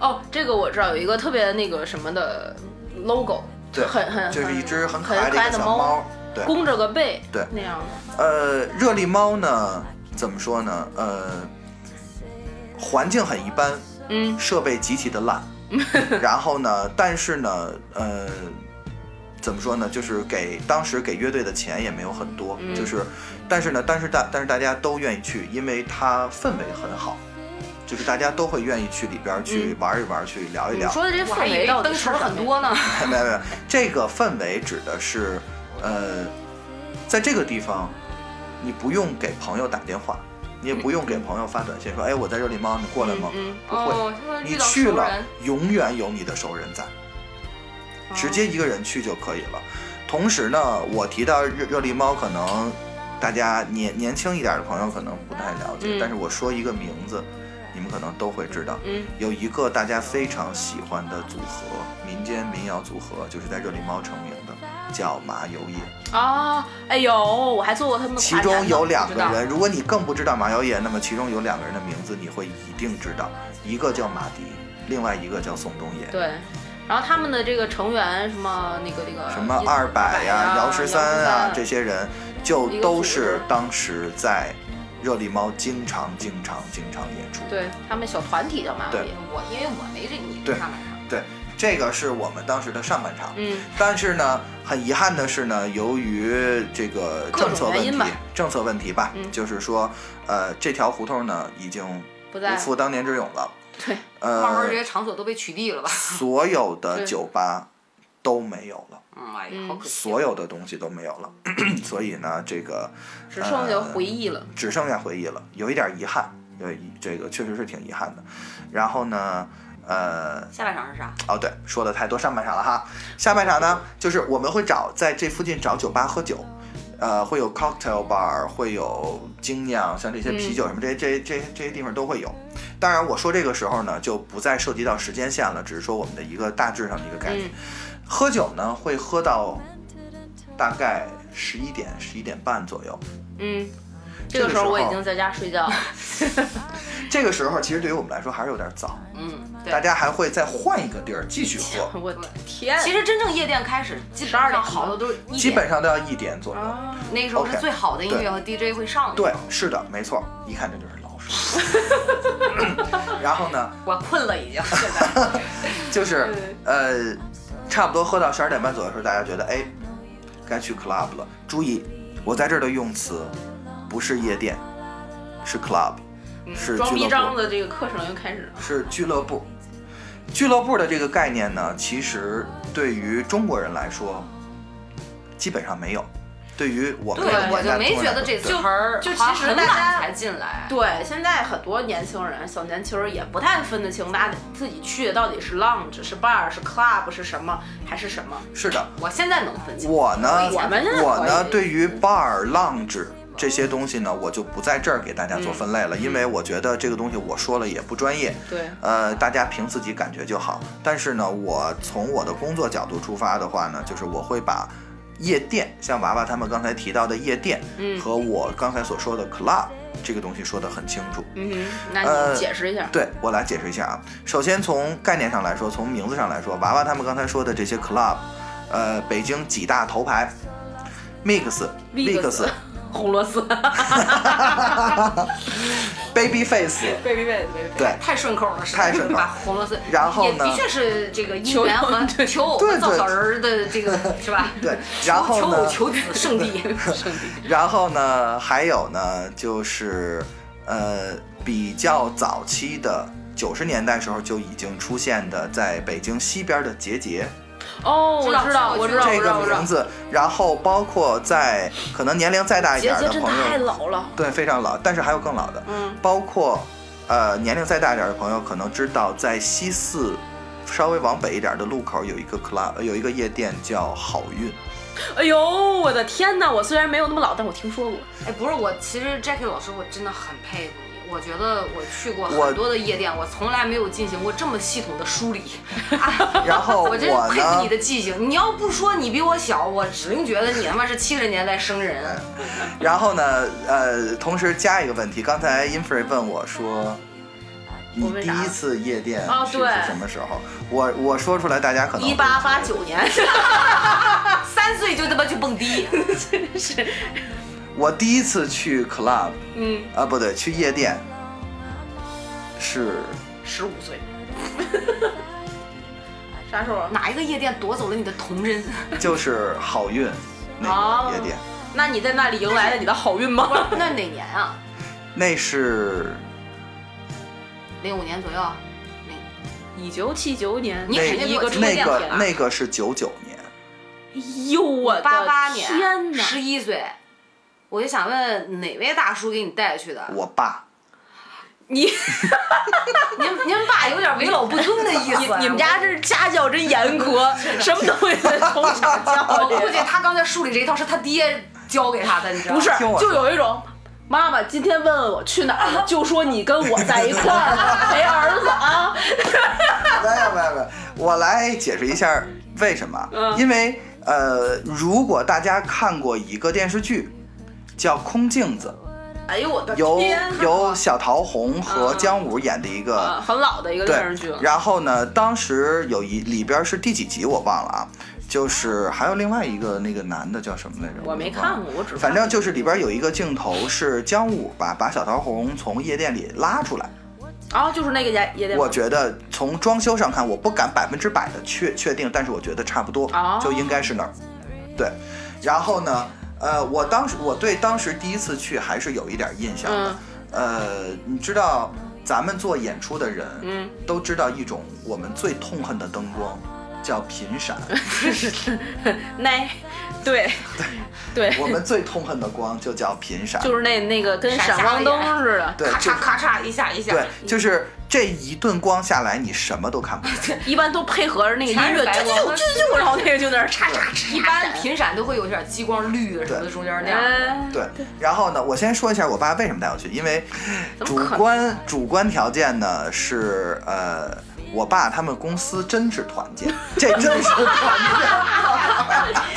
Speaker 1: 哦，这个我知道，有一个特别那个什么的 logo，
Speaker 4: 对
Speaker 1: 很很
Speaker 4: 就是一只很可
Speaker 1: 很
Speaker 4: 爱的一
Speaker 1: 可爱的
Speaker 4: 个小
Speaker 1: 猫
Speaker 4: 猫，对，
Speaker 1: 弓着个背，
Speaker 4: 对
Speaker 1: 那样的。
Speaker 4: 呃，热力猫呢，怎么说呢？呃，环境很一般，
Speaker 1: 嗯，
Speaker 4: 设备极其的 烂，然后呢，但是呢，呃，怎么说呢？就是给当时给乐队的钱也没有很多，
Speaker 1: 嗯
Speaker 4: 就是，但是呢，但是大但是大家都愿意去，因为它氛围很好，就是大家都会愿意去里边儿
Speaker 1: 嗯
Speaker 4: 去玩一玩，去聊一
Speaker 1: 你
Speaker 4: 聊。
Speaker 1: 说的这
Speaker 2: 我还
Speaker 1: 氛
Speaker 2: 以
Speaker 1: 围
Speaker 2: 为
Speaker 1: 到底
Speaker 2: 灯
Speaker 1: 是
Speaker 2: 球
Speaker 1: 什
Speaker 2: 很
Speaker 1: 么呀？
Speaker 2: 多呢。
Speaker 4: 没有没有，这个氛围指的是，呃，在这个地方，你不用给朋友打电话，你也不用给朋友发短信说，哎，我在热力猫，你过来吗？
Speaker 1: 嗯，
Speaker 4: 不会，
Speaker 2: 哦，就是
Speaker 4: 你
Speaker 2: 遇到
Speaker 4: 去
Speaker 2: 熟
Speaker 4: 了
Speaker 2: 人，
Speaker 4: 永远有你的熟人在，
Speaker 1: 嗯
Speaker 4: 直接一个人去就可以了。同时呢，我提到热热力猫，可能大家年年轻一点的朋友可能不太了解，
Speaker 1: 嗯
Speaker 4: 但是我说一个名字，你们可能都会知道。
Speaker 1: 嗯
Speaker 4: 有一个大家非常喜欢的组合，民间民谣组合，就是在热力猫成名的，叫麻油叶。
Speaker 1: 啊，哎呦，我还做过他们的
Speaker 4: 其
Speaker 1: 跨
Speaker 4: 中
Speaker 1: 年呢
Speaker 4: 有两个
Speaker 1: 不知道
Speaker 4: 人，如果你更不知道麻油叶，那么其中有两个人的名字你会一定知道，一个叫马迪，另外一个叫宋冬野。
Speaker 1: 对。然后他们的这个成员什么那个那个
Speaker 4: 什么
Speaker 1: 一
Speaker 4: 二百呀、
Speaker 1: 姚
Speaker 4: 十
Speaker 1: 三
Speaker 4: 三啊，这些人就
Speaker 1: 一个
Speaker 4: 都
Speaker 1: 组织
Speaker 4: 是当时在热力猫经常、经常、经常演出。
Speaker 1: 对他们小团体叫嘛，
Speaker 4: 对
Speaker 2: 我因为我没这你
Speaker 4: 对
Speaker 2: 上半场，
Speaker 4: 对，这个是我们当时的上半场。
Speaker 1: 嗯
Speaker 4: 但是呢，很遗憾的是呢，由于这个
Speaker 1: 各种
Speaker 4: 政策问
Speaker 1: 原因
Speaker 4: 题
Speaker 1: 吧，
Speaker 4: 政策问题吧，
Speaker 1: 嗯
Speaker 4: 就是说，呃，这条胡同呢已经
Speaker 1: 不在
Speaker 4: 不复当年之勇了。
Speaker 1: 对，
Speaker 2: 慢慢
Speaker 4: 呃
Speaker 2: 这，些场所都被取缔了吧？
Speaker 4: 所有的
Speaker 1: 对
Speaker 4: 酒吧都没有了，
Speaker 2: 嗯，哎呀，
Speaker 1: 嗯
Speaker 2: 好可惜。
Speaker 4: 所有的东西都没有了， 所以呢，这个呃
Speaker 1: 只剩下回忆了。
Speaker 4: 只剩下回忆了，有一点遗憾，有一这个确实是挺遗憾的。然后呢，呃，
Speaker 2: 下半场是啥？
Speaker 4: 哦，对，说的太多上半场了哈。下半场呢，就是我们会找在这附近找酒吧喝酒，呃，会有 cocktail bar，会有精酿，像这些啤酒什么这些这些这些这些地方都会有。当然，我说这个时候呢，就不再涉及到时间线了，只是说我们的一个大致上的一个概念。
Speaker 1: 嗯
Speaker 4: 喝酒呢，会喝到大概十一点、十一点半左右。
Speaker 1: 嗯，这
Speaker 4: 这
Speaker 1: 个
Speaker 4: 个
Speaker 1: 时候
Speaker 4: 时
Speaker 1: 我已
Speaker 4: 候
Speaker 1: 经在家睡觉了。
Speaker 4: 这个时候，其实对于我们来说还是有点早，
Speaker 2: 嗯，对
Speaker 4: 大。家还会再换一个地儿继续喝。
Speaker 1: 我的天，
Speaker 2: 其实真正夜店开始，基本
Speaker 1: 12点
Speaker 2: 上好多都是一点嗯
Speaker 4: 基本上都要一点左右，
Speaker 1: 啊，
Speaker 2: 那时候是
Speaker 4: OK，
Speaker 2: 最好的音乐和 DJ 会上的。
Speaker 4: 对，，是的，没错，一看这就是老鼠。 然后呢，
Speaker 2: 我困了 已经，现在
Speaker 4: 就是呃，差不多喝到十二点半左右的时候，大家觉得哎，该去 club 了。注意，我在这儿的用词不是夜店，是 club，
Speaker 1: 嗯
Speaker 4: 是
Speaker 1: 装
Speaker 4: 俱
Speaker 1: 逼
Speaker 4: 乐部
Speaker 1: 张的这个课程又开始了。
Speaker 4: 是俱乐部。俱乐部的这个概念呢，其实对于中国人来说，基本上没有。对于 我们
Speaker 2: 对
Speaker 4: 这个，
Speaker 2: 我就
Speaker 4: 年代
Speaker 2: 没
Speaker 4: 中国
Speaker 2: 觉
Speaker 4: 人
Speaker 2: 得
Speaker 4: 来
Speaker 2: 这
Speaker 4: 说
Speaker 2: 词儿
Speaker 1: 就就
Speaker 2: 好像
Speaker 1: 其实
Speaker 2: 很
Speaker 1: 大
Speaker 2: 晚
Speaker 1: 家
Speaker 2: 才进来，
Speaker 1: 对，现在很多年轻人、小年轻人也不太分得清，大家自己去的到底是 lounge、是 bar、是 club、是什么，还是什么？
Speaker 4: 对是的。
Speaker 1: 我现在能分清。
Speaker 4: 我呢，
Speaker 1: 我们是
Speaker 4: 我呢，
Speaker 1: 可以
Speaker 4: 对于 bar lounge 这些东西呢，我就不在这儿给大家做分类了，因为我觉得这个东西我说了也不专业。
Speaker 1: 嗯对，
Speaker 4: 呃，大家凭自己感觉就好。但是呢，我从我的工作角度出发的话呢，就是我会把夜店，像娃娃他们刚才提到的夜店，
Speaker 1: 嗯
Speaker 4: 和我刚才所说的 club 这个东西说得很清楚。
Speaker 1: 嗯哼，那
Speaker 4: 呃
Speaker 1: 你解释一下。
Speaker 4: 对我来解释一下啊。首先从概念上来说，从名字上来说，娃娃他们刚才说的这些 club，呃，北京几大头牌，Mix、Mix、
Speaker 1: 红螺丝
Speaker 4: Babyface，
Speaker 1: ，baby baby baby，
Speaker 4: 对，
Speaker 2: 太顺口了，是吧
Speaker 4: 太顺口
Speaker 2: 把红螺丝，
Speaker 4: 然后
Speaker 2: 也
Speaker 4: 呢
Speaker 2: 的确是这个姻
Speaker 1: 求
Speaker 2: 缘
Speaker 1: 友
Speaker 2: 和
Speaker 1: 对
Speaker 2: 求偶
Speaker 4: 对
Speaker 2: 和
Speaker 4: 对
Speaker 2: 造小人儿的这 个是吧？
Speaker 4: 对，然后
Speaker 2: 求
Speaker 4: 呢
Speaker 2: 偶？求子圣 地，
Speaker 1: 圣地。
Speaker 4: 然后呢，还有呢，就是呃，比较早期的九十年代时候就已经出现的，在北京西边的结节
Speaker 1: 哦，我知
Speaker 2: 知
Speaker 1: 道，
Speaker 2: 道
Speaker 1: 我知
Speaker 2: 知
Speaker 1: 道，
Speaker 2: 道
Speaker 1: 我
Speaker 4: 这
Speaker 1: 知道，
Speaker 4: 个
Speaker 1: 我知道
Speaker 4: 名。字，然后包括在可能年龄再大一
Speaker 1: 杰
Speaker 4: 点
Speaker 1: 杰
Speaker 4: 的
Speaker 1: 真
Speaker 4: 朋
Speaker 1: 太
Speaker 4: 友，
Speaker 1: 老了，
Speaker 4: 对，非常老，但是还有更老的，
Speaker 1: 嗯，
Speaker 4: 包括呃年龄再大一点的朋友可能知道，在西四稍微往北一点的路口有一个 club，有一呃个夜店叫好运。
Speaker 1: 哎呦，我的天哪！我虽然没有那么老，但我听说过。
Speaker 2: 哎，不是我，其实 Jackie 老师，我真的很佩服你。我觉得我去过
Speaker 4: 我
Speaker 2: 很多的夜店，我从来没有进行过这么系统的梳 理。啊
Speaker 4: 然后
Speaker 2: 我真是佩服
Speaker 4: 呢
Speaker 2: 你，的记性。你要不说你比我小，我指定觉得你他妈是七十年代生人。
Speaker 4: 然后呢，呃，同时加一个问题，刚才 Infree 问我说，你
Speaker 1: 我问
Speaker 4: 第
Speaker 1: 啥
Speaker 4: 一次夜店
Speaker 1: 哦
Speaker 4: 是
Speaker 1: 对
Speaker 4: 是什么时候？我我说出来，大家可能
Speaker 1: 一八八九年，
Speaker 2: 三岁就他妈去蹦迪，
Speaker 1: 是，
Speaker 4: 我第一次去 club
Speaker 1: 嗯，
Speaker 4: 啊，不对，去夜店是
Speaker 1: 十五岁。啥时候？啊
Speaker 2: 哪一个夜店夺走了你的童真？
Speaker 4: 就是好运那
Speaker 1: 哦
Speaker 4: 个夜店，
Speaker 1: 那你在那里迎来了你的好运吗？
Speaker 2: 那哪年啊？
Speaker 4: 那是
Speaker 2: 零五年左右。零
Speaker 1: 一九七九年，
Speaker 2: 你
Speaker 4: 肯定
Speaker 1: 一
Speaker 2: 比
Speaker 1: 个
Speaker 2: 我
Speaker 1: 出
Speaker 2: 清
Speaker 1: 现
Speaker 2: 那
Speaker 4: 那个
Speaker 1: 天啊
Speaker 4: 那个是九九年，
Speaker 1: 哟，我的
Speaker 2: 八八年，
Speaker 1: 天哪！
Speaker 2: 十一岁。我就想问哪位大叔给你带去的？
Speaker 4: 我爸
Speaker 1: 你
Speaker 2: 您您爸有点为老不尊的意思。
Speaker 4: 啊
Speaker 2: 啊
Speaker 1: 你们家这是家教真严 格，什么东西从小教
Speaker 2: 我估计
Speaker 1: 的？
Speaker 2: 他刚才梳理这一套是他爹教给他的，你知道
Speaker 1: 不
Speaker 2: 吗？
Speaker 1: 是
Speaker 4: 听，我说
Speaker 1: 就有一种。妈妈今天问问我去哪儿了，就说你跟我在一块儿了，陪儿子啊。
Speaker 4: 没有没有没有，我来解释一下为什么，
Speaker 1: 嗯
Speaker 4: 因为呃，如果大家看过一个电视剧叫《空镜子
Speaker 1: 哎呦我的》，
Speaker 4: 由
Speaker 1: 天哪！
Speaker 4: 由小桃红
Speaker 1: 嗯
Speaker 4: 和姜武演的一个、
Speaker 1: 啊，很老的一个
Speaker 4: 对
Speaker 1: 电视剧了。
Speaker 4: 然后呢，当时有一里边是第几集我忘了啊，就是还有另外一个那个男的叫什么来着？
Speaker 1: 我没
Speaker 4: 也忘了
Speaker 1: 看过，我只
Speaker 4: 反正就是里边有一个镜头是姜武吧，把小桃红从夜店里拉出来。
Speaker 1: 啊，就是那个夜夜店
Speaker 4: 我觉得从装修上看，我不敢百分之百的确确定，但是我觉得差不多
Speaker 1: 哦，
Speaker 4: 就应该是那儿。对，然后呢，呃，我当时我对当时第一次去还是有一点印象
Speaker 1: 嗯
Speaker 4: 的。呃，你知道咱们做演出的人，
Speaker 1: 嗯，
Speaker 4: 都知道一种我们最痛恨的灯光，叫频 闪。
Speaker 1: 那，对对，
Speaker 4: 我们最痛恨的光就叫频闪。
Speaker 1: 就是那那个跟
Speaker 2: 闪
Speaker 1: 闪
Speaker 2: 瞎
Speaker 1: 光
Speaker 2: 了
Speaker 1: 灯
Speaker 2: 眼
Speaker 1: 似的，
Speaker 4: 对，
Speaker 2: 咔
Speaker 4: 就
Speaker 2: 嚓咔嚓一下一下，
Speaker 4: 对，就是这一顿光下来，你什么都看不见。
Speaker 1: 一般都配合着那个音
Speaker 2: 全是
Speaker 1: 乐，
Speaker 2: 白
Speaker 1: 啾
Speaker 2: 光
Speaker 1: 啾啾啾，然后那个就在那儿叉叉叉。
Speaker 2: 一般频闪都会有点激光绿的什么的
Speaker 4: 对
Speaker 2: 中间那样。
Speaker 1: 哎，
Speaker 4: 对，然后呢，我先说一下我爸为什么带我去，因为
Speaker 1: 怎么
Speaker 4: 主
Speaker 1: 可能
Speaker 4: 观主观条件呢是呃，我爸他们公司真是团 建，这真是团建。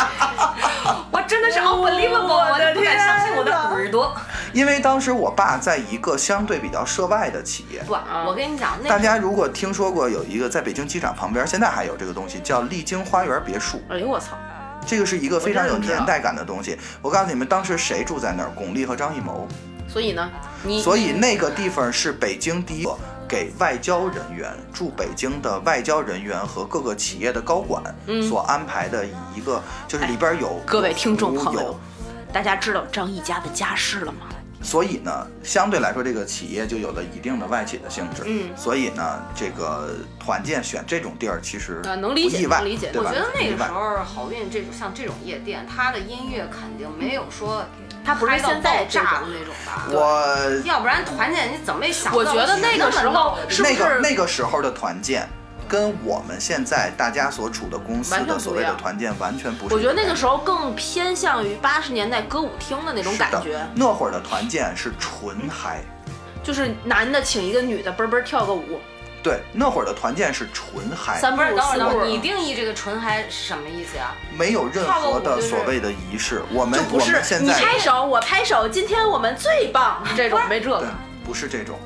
Speaker 2: 我真的是 unbelievable，我都不敢相信我的耳朵。
Speaker 4: 因为当时我爸在一个相对比较涉外的企业，
Speaker 2: 不，我跟你讲，那
Speaker 4: 大家如果听说过有一个在北京机场旁边，现在还有这个东西叫丽晶花园别墅，
Speaker 1: 哎呦我操！
Speaker 4: 这个是一个非常有
Speaker 1: 我真的不知道
Speaker 4: 年代感的东西。我告诉你们，当时谁住在那儿？巩俐和张艺谋，
Speaker 1: 所以呢，你
Speaker 4: 所以那个地方是北京第一个给外交人员驻北京的外交人员和各个企业的高管所安排的一个，就是里边有
Speaker 1: 嗯哎各位听众朋
Speaker 4: 有
Speaker 1: 友，大家知道张译家的家世了吗？
Speaker 3: 所以呢，相对来说，这个企业就有了一定的外企的性质。
Speaker 1: 嗯
Speaker 3: 所以呢，这个团建选这种地儿其实
Speaker 1: 啊能理解
Speaker 3: 不意外
Speaker 1: 能理解
Speaker 3: 对
Speaker 2: 我
Speaker 3: 吧？
Speaker 2: 觉得那
Speaker 3: 不意
Speaker 2: 个
Speaker 3: 外
Speaker 2: 时候好运这种像这种夜店，它的音乐肯定没有说
Speaker 1: 它不是
Speaker 2: 嗨到
Speaker 1: 现在
Speaker 2: 爆
Speaker 1: 这
Speaker 2: 炸的
Speaker 1: 种
Speaker 2: 那种吧？
Speaker 3: 我
Speaker 2: 要不然团建你怎么也想
Speaker 1: 我觉得那个时候是不
Speaker 3: 那
Speaker 1: 是
Speaker 3: 个那个时候的团建，跟我们现在大家所处的公司
Speaker 1: 完全
Speaker 3: 的
Speaker 1: 不
Speaker 3: 所
Speaker 1: 一
Speaker 3: 谓的
Speaker 1: 样
Speaker 3: 团建完全不是。
Speaker 1: 我觉得那个时候更偏向于八十年代歌舞厅的那种
Speaker 3: 是
Speaker 1: 感
Speaker 3: 的
Speaker 1: 觉，
Speaker 3: 那会儿的团建是纯嗨，
Speaker 1: 就是男的请一个女的嘣嘣跳个舞，
Speaker 3: 对，那会儿的团建是纯嗨，
Speaker 1: 三
Speaker 2: 不是
Speaker 1: 步
Speaker 2: 等会
Speaker 1: 四
Speaker 2: 儿等会
Speaker 1: 步
Speaker 2: 儿，你定义这个纯嗨是什么意思呀？
Speaker 3: 没有任
Speaker 2: 跳个
Speaker 3: 何
Speaker 2: 舞
Speaker 3: 的
Speaker 2: 就是
Speaker 3: 所谓的仪式。我们
Speaker 1: 就不
Speaker 3: 我
Speaker 1: 是
Speaker 3: 们现
Speaker 1: 你
Speaker 3: 在
Speaker 1: 拍手我拍手，今天我们最棒，这种没这
Speaker 3: 对
Speaker 1: 个，
Speaker 3: 不是这种，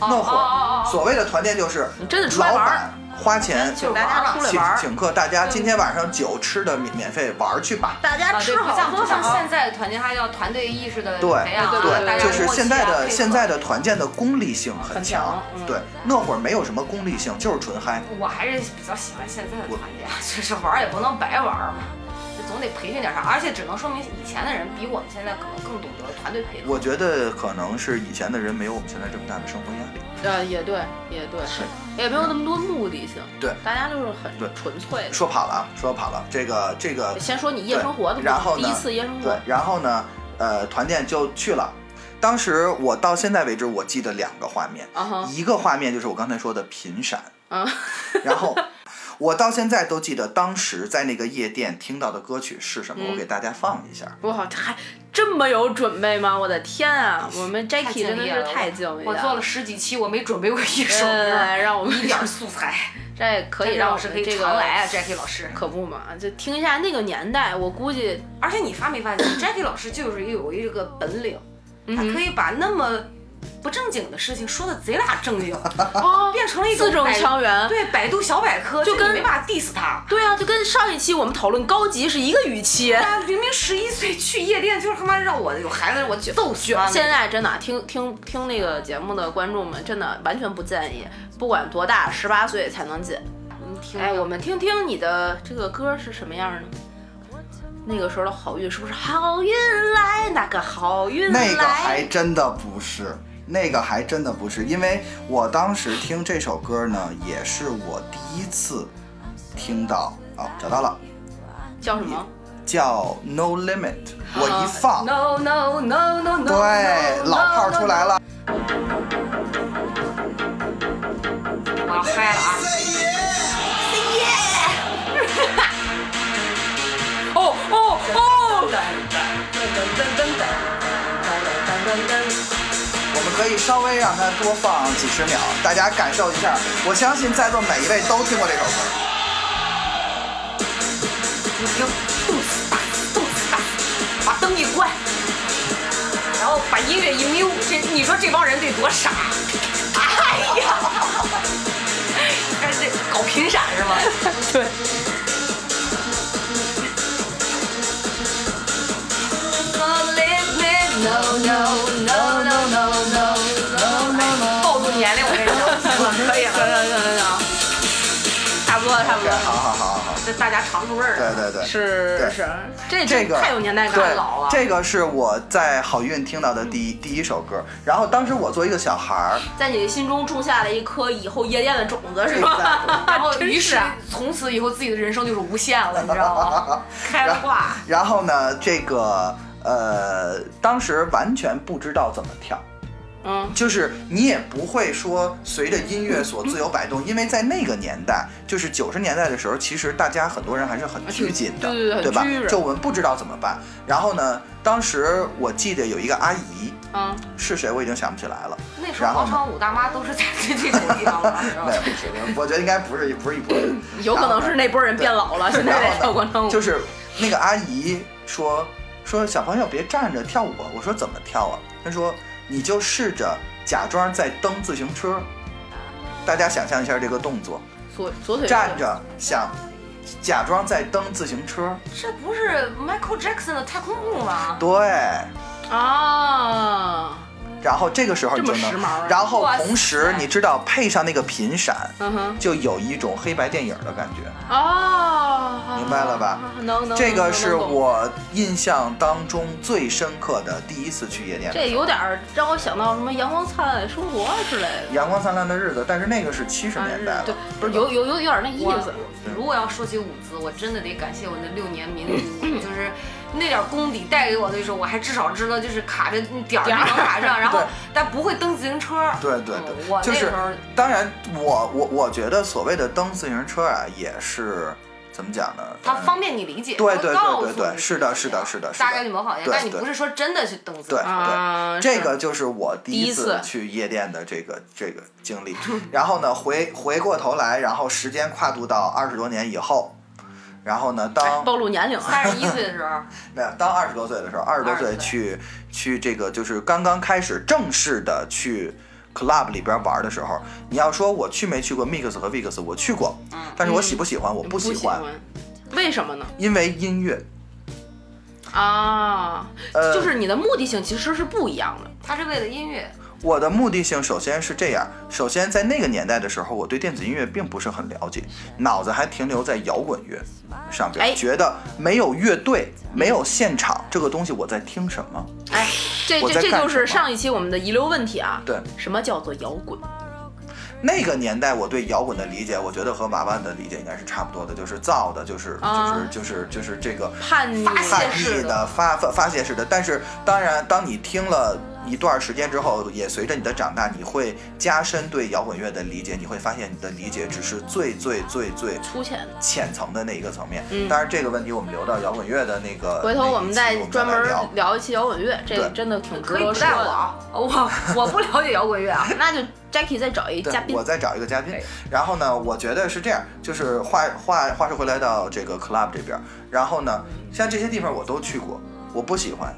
Speaker 2: 哦
Speaker 3: 那会
Speaker 2: 哦
Speaker 3: 儿
Speaker 2: 哦哦哦
Speaker 3: 所谓的团建就是
Speaker 1: 你真的出来
Speaker 3: 老
Speaker 1: 玩儿，
Speaker 3: 板花钱
Speaker 1: 请
Speaker 2: 就是
Speaker 1: 大家
Speaker 2: 玩儿
Speaker 1: 出来
Speaker 3: 请
Speaker 1: 玩儿，嗯
Speaker 3: 请客，大家今天晚上酒吃的免免费，玩儿去吧。
Speaker 1: 大家
Speaker 2: 啊，对，
Speaker 1: 吃
Speaker 2: 不
Speaker 1: 好
Speaker 2: 像
Speaker 1: 喝
Speaker 2: 不像
Speaker 1: 好
Speaker 2: 现。在团建，它要团队意识的
Speaker 3: 对
Speaker 2: 培养啊，
Speaker 1: 对对对
Speaker 2: 大家
Speaker 3: 就是
Speaker 2: 默契啊
Speaker 3: 现在
Speaker 2: 配
Speaker 3: 的
Speaker 2: 合
Speaker 3: 现在的团建的功利性很
Speaker 1: 很强
Speaker 3: 强，
Speaker 1: 嗯
Speaker 3: 对，那会儿没有什么功利性，就是纯嗨。
Speaker 2: 我还是比较喜欢现在的团建，啊就是玩儿也不能白玩儿嘛，就总得培训点啥，而且只能说明以前的人比我们现在可能更懂得团队配合。
Speaker 3: 我觉得可能是以前的人没有我们现在这么大的生活压力。
Speaker 1: 呃，也对，也对，
Speaker 3: 是
Speaker 1: 也没有那么多目的性，
Speaker 3: 对
Speaker 1: 大家就是
Speaker 3: 对
Speaker 1: 很纯粹的。
Speaker 3: 说跑了啊，说跑了，这个这个
Speaker 1: 先说你夜生活的
Speaker 3: 对
Speaker 1: 部分，
Speaker 3: 然后呢
Speaker 1: 第一次夜生
Speaker 3: 对
Speaker 1: 活，，
Speaker 3: 然后呢，呃，团建就去了。当时我到现在为止，我记得两个画面，
Speaker 1: 啊哈，
Speaker 3: 一个画面就是我刚才说的频闪，
Speaker 1: 嗯，
Speaker 3: 然后我到现在都记得当时在那个夜店听到的歌曲是什么，我给大家放一下。
Speaker 1: 哇，这还这么有准备吗？我的天啊，我们 j a c
Speaker 2: 太
Speaker 1: k i e
Speaker 2: 敬
Speaker 1: 真的
Speaker 2: 业
Speaker 1: 是
Speaker 2: 了，
Speaker 1: 太敬业
Speaker 2: 我做了十几期，我没准备过一首歌，
Speaker 1: 嗯让我们
Speaker 2: 一点儿素材。
Speaker 1: 这 可以让
Speaker 2: 让
Speaker 1: 我
Speaker 2: 老师可
Speaker 1: 们
Speaker 2: 以
Speaker 1: 这
Speaker 2: 常
Speaker 1: 个
Speaker 2: 来啊，Jackie 老师。
Speaker 1: 可不嘛，就听一下那个年代，我估计
Speaker 2: 而且你发没发现，Jackie 老师就是有一个本领，
Speaker 1: 嗯
Speaker 2: 他
Speaker 1: 哼
Speaker 2: 可以把那么不正经的事情说的贼拉正经，
Speaker 1: 哦
Speaker 2: 变成了一种
Speaker 1: 字正
Speaker 2: 百
Speaker 1: 腔圆。
Speaker 2: 对，百度小百科
Speaker 1: 就
Speaker 2: 你
Speaker 1: 跟
Speaker 2: 没办法 diss 他。
Speaker 1: 啊对啊，就跟上一期我们讨论高级是一个语气。
Speaker 2: 啊，明明十一岁去夜店，就是他妈让我有孩子，我揍死他！
Speaker 1: 现在真的啊听听听那个节目的观众们，真的完全不建议，不管多大，十八岁才能进。
Speaker 2: 你听
Speaker 1: 哎，
Speaker 2: 听
Speaker 1: 我们听听你的这个歌是什么样呢？那个时候的好运是不是好运来？那个好运来？
Speaker 3: 那个还
Speaker 4: 真的不是，那个还真的不是，因为我当时听这首歌呢，也是我第一次听到，哦，找到了，
Speaker 1: 叫什么？
Speaker 4: 叫 No Limit，我一
Speaker 1: 啊
Speaker 4: 放，
Speaker 2: no no no no no，
Speaker 4: 对，老炮儿出来了，
Speaker 2: 我要嗨了啊！哦哦哦！
Speaker 4: 我们可以稍微让它多放几十秒，大家感受一下。我相信在座每一位都听过这首歌，
Speaker 2: 你听，动次打次，动次打次，把灯一关，然后把音乐一溜，这你说这帮人得多傻？哎呀，哎这搞频闪是吗？
Speaker 1: 对，
Speaker 2: 暴露年龄，我跟你说，可以
Speaker 1: 行
Speaker 2: 了，
Speaker 1: 行行行行，差不多了差不多
Speaker 4: 对，
Speaker 1: 了。
Speaker 4: 好好好好，
Speaker 2: 这大家尝出味儿
Speaker 4: 对
Speaker 2: 了。
Speaker 4: 对对。
Speaker 1: 是
Speaker 4: 对
Speaker 1: 是，这
Speaker 4: 这个
Speaker 1: 太有年代感
Speaker 4: 对
Speaker 1: 了。，啊
Speaker 2: 啊
Speaker 4: 这个是我在好运听到的第一第一首歌。然后当时我作为一个小 孩儿，
Speaker 1: 在你的心中种下了一颗以后夜店的种子， 是吧？
Speaker 2: 然后，
Speaker 1: 真
Speaker 2: 于
Speaker 1: 是
Speaker 2: 是
Speaker 1: 啊
Speaker 2: 从此以后自己的人生就是无限了，你知道 吗？开了挂，
Speaker 4: 然后呢，这个呃，当时完全不知道怎么跳，
Speaker 1: 嗯，
Speaker 4: 就是你也不会说随着音乐所自由摆动，因为在那个年代，就是九十年代的时候，其实大家很多人还是很拘谨的，
Speaker 1: 对对对很
Speaker 4: 吧
Speaker 1: 拘着？
Speaker 4: 就我们不知道怎么办。然后呢，当时我记得有一个阿姨
Speaker 1: 嗯，
Speaker 4: 是谁，我已经想不起 来了。
Speaker 2: 那时候广场舞大妈都是在这这种地方了，你知道
Speaker 4: 没
Speaker 2: 吗
Speaker 4: 有，？不是，我觉得应该不是，不是一 拨人。
Speaker 1: 有可能是那波人变老了，现在在跳广场舞。
Speaker 4: 就是那个阿姨说说小朋友别站着跳舞啊，我说怎么跳啊？她说你就试着假装在蹬自行车。大家想象一下这个动作，
Speaker 1: 左左腿
Speaker 4: 站，着想假装在蹬自行车，
Speaker 2: 这不是 Michael Jackson 的太空步吗？
Speaker 4: 对，
Speaker 1: 啊，
Speaker 4: 然后这个时候你就
Speaker 1: 这么时
Speaker 4: 能
Speaker 1: 髦啊，
Speaker 4: 然后
Speaker 2: 哇
Speaker 4: 同时
Speaker 2: 塞
Speaker 4: 你知道配上那个频闪，
Speaker 1: 嗯哼，
Speaker 4: 就有一种黑白电影的感觉。
Speaker 1: 哦，
Speaker 4: 明白了吧？
Speaker 1: 能能，
Speaker 4: 这个
Speaker 1: 能
Speaker 4: 是。
Speaker 1: 能懂
Speaker 4: 我印象当中最深刻的第一次去夜店的时候。
Speaker 1: 这有点儿让我想到什么《阳光灿烂生活》之类的，
Speaker 4: 阳光灿烂的日子，但是那个是七十
Speaker 1: 啊
Speaker 4: 年代了，
Speaker 1: 对，不是有有有有点儿那意
Speaker 2: 我
Speaker 1: 思。
Speaker 4: 对
Speaker 2: 如果要说起舞姿，我真的得感谢我那六年民族， 就是那点儿功底带给我的时候，我还至少知道就是卡着点儿
Speaker 1: 点儿
Speaker 2: 能卡上，然后
Speaker 4: 对
Speaker 2: 但不会蹬自行车。
Speaker 4: 对对
Speaker 2: 嗯
Speaker 4: 对，
Speaker 2: 我
Speaker 4: 就
Speaker 2: 那
Speaker 4: 是
Speaker 2: 时候
Speaker 4: 当然我我我觉得所谓的蹬自行车啊，也是怎么讲呢？
Speaker 2: 它
Speaker 4: 嗯
Speaker 2: 方便你理解，
Speaker 4: 对
Speaker 2: 它
Speaker 4: 对对
Speaker 2: 告
Speaker 4: 对
Speaker 2: 诉
Speaker 4: 对
Speaker 2: 你
Speaker 4: 是的是的是的是的
Speaker 2: 大概率模仿一下，
Speaker 4: 对
Speaker 2: 但你
Speaker 4: 对
Speaker 2: 不是说真的去蹬自
Speaker 4: 对
Speaker 2: 行车。
Speaker 1: 啊，
Speaker 4: 这
Speaker 1: 是
Speaker 4: 个就是我第
Speaker 1: 第一
Speaker 4: 一次
Speaker 1: 次
Speaker 4: 去夜店的这个这个经历。然后呢，回回过头来，然后时间跨度到二十多年以后，然后呢，当
Speaker 1: 暴露年龄啊，
Speaker 2: 三十一岁的时候，
Speaker 4: 没有当二十多岁的时候，二十多岁
Speaker 2: 20岁
Speaker 4: 去去这个就是刚刚开始正式的去 club 里边玩的时候，你要说我去没去过 mix 和 vix，我去过，但是我喜不喜欢？我
Speaker 1: 不
Speaker 4: 喜
Speaker 1: 欢，为什么呢？
Speaker 4: 因为音乐。
Speaker 1: 啊，
Speaker 4: 呃
Speaker 1: 就是你的目的性其实是不一样的。
Speaker 2: 他是为了音 乐，
Speaker 4: 我的目的性首先是这样，首先在那个年代的时候，我对电子音乐并不是很了解，脑子还停留在摇滚乐上边，
Speaker 1: 哎
Speaker 4: 觉得没有乐队，没有现场这个东西，我在听什么？
Speaker 1: 哎，这
Speaker 4: 我
Speaker 1: 这
Speaker 4: 在
Speaker 1: 这
Speaker 4: 干
Speaker 1: 就是
Speaker 4: 什么
Speaker 1: 上一期我们的遗留问题啊。
Speaker 4: 对，
Speaker 1: 什么叫做摇滚？
Speaker 4: 那个年代我对摇滚的理解，我觉得和娃娃的理解应该是差不多的，就是造的，就是
Speaker 1: 啊
Speaker 4: 就是就是就是这个
Speaker 1: 叛逆，
Speaker 2: 发
Speaker 4: 叛
Speaker 2: 泄式
Speaker 4: 逆
Speaker 2: 的
Speaker 4: 的发发发泄式的。但是当然，当你听了一段时间之后，也随着你的长大，你会加深对摇滚乐的理解，你会发现你的理解只是最最最最
Speaker 1: 粗浅。
Speaker 4: 浅层的那一个层面。
Speaker 1: 嗯
Speaker 4: 当然，这个问题我们留到摇滚乐的那个
Speaker 1: 回头
Speaker 4: 呃那一
Speaker 1: 我们
Speaker 4: 期
Speaker 1: 再专门
Speaker 4: 聊。
Speaker 1: 聊一期摇滚乐，这个
Speaker 4: 对
Speaker 1: 真的挺值
Speaker 2: 可以
Speaker 1: 得
Speaker 2: 不
Speaker 1: 说
Speaker 2: 带我
Speaker 1: 的。
Speaker 2: 啊，我我不了解摇滚乐啊。
Speaker 1: 那就 Jackie 再找一
Speaker 4: 对
Speaker 1: 嘉，宾
Speaker 4: 我。再找一个嘉宾
Speaker 1: 对。
Speaker 4: 然后呢，我觉得是这样，就是话话话说回来到这个 club 这边儿，然后呢，像这些地方我都去过，我不喜欢。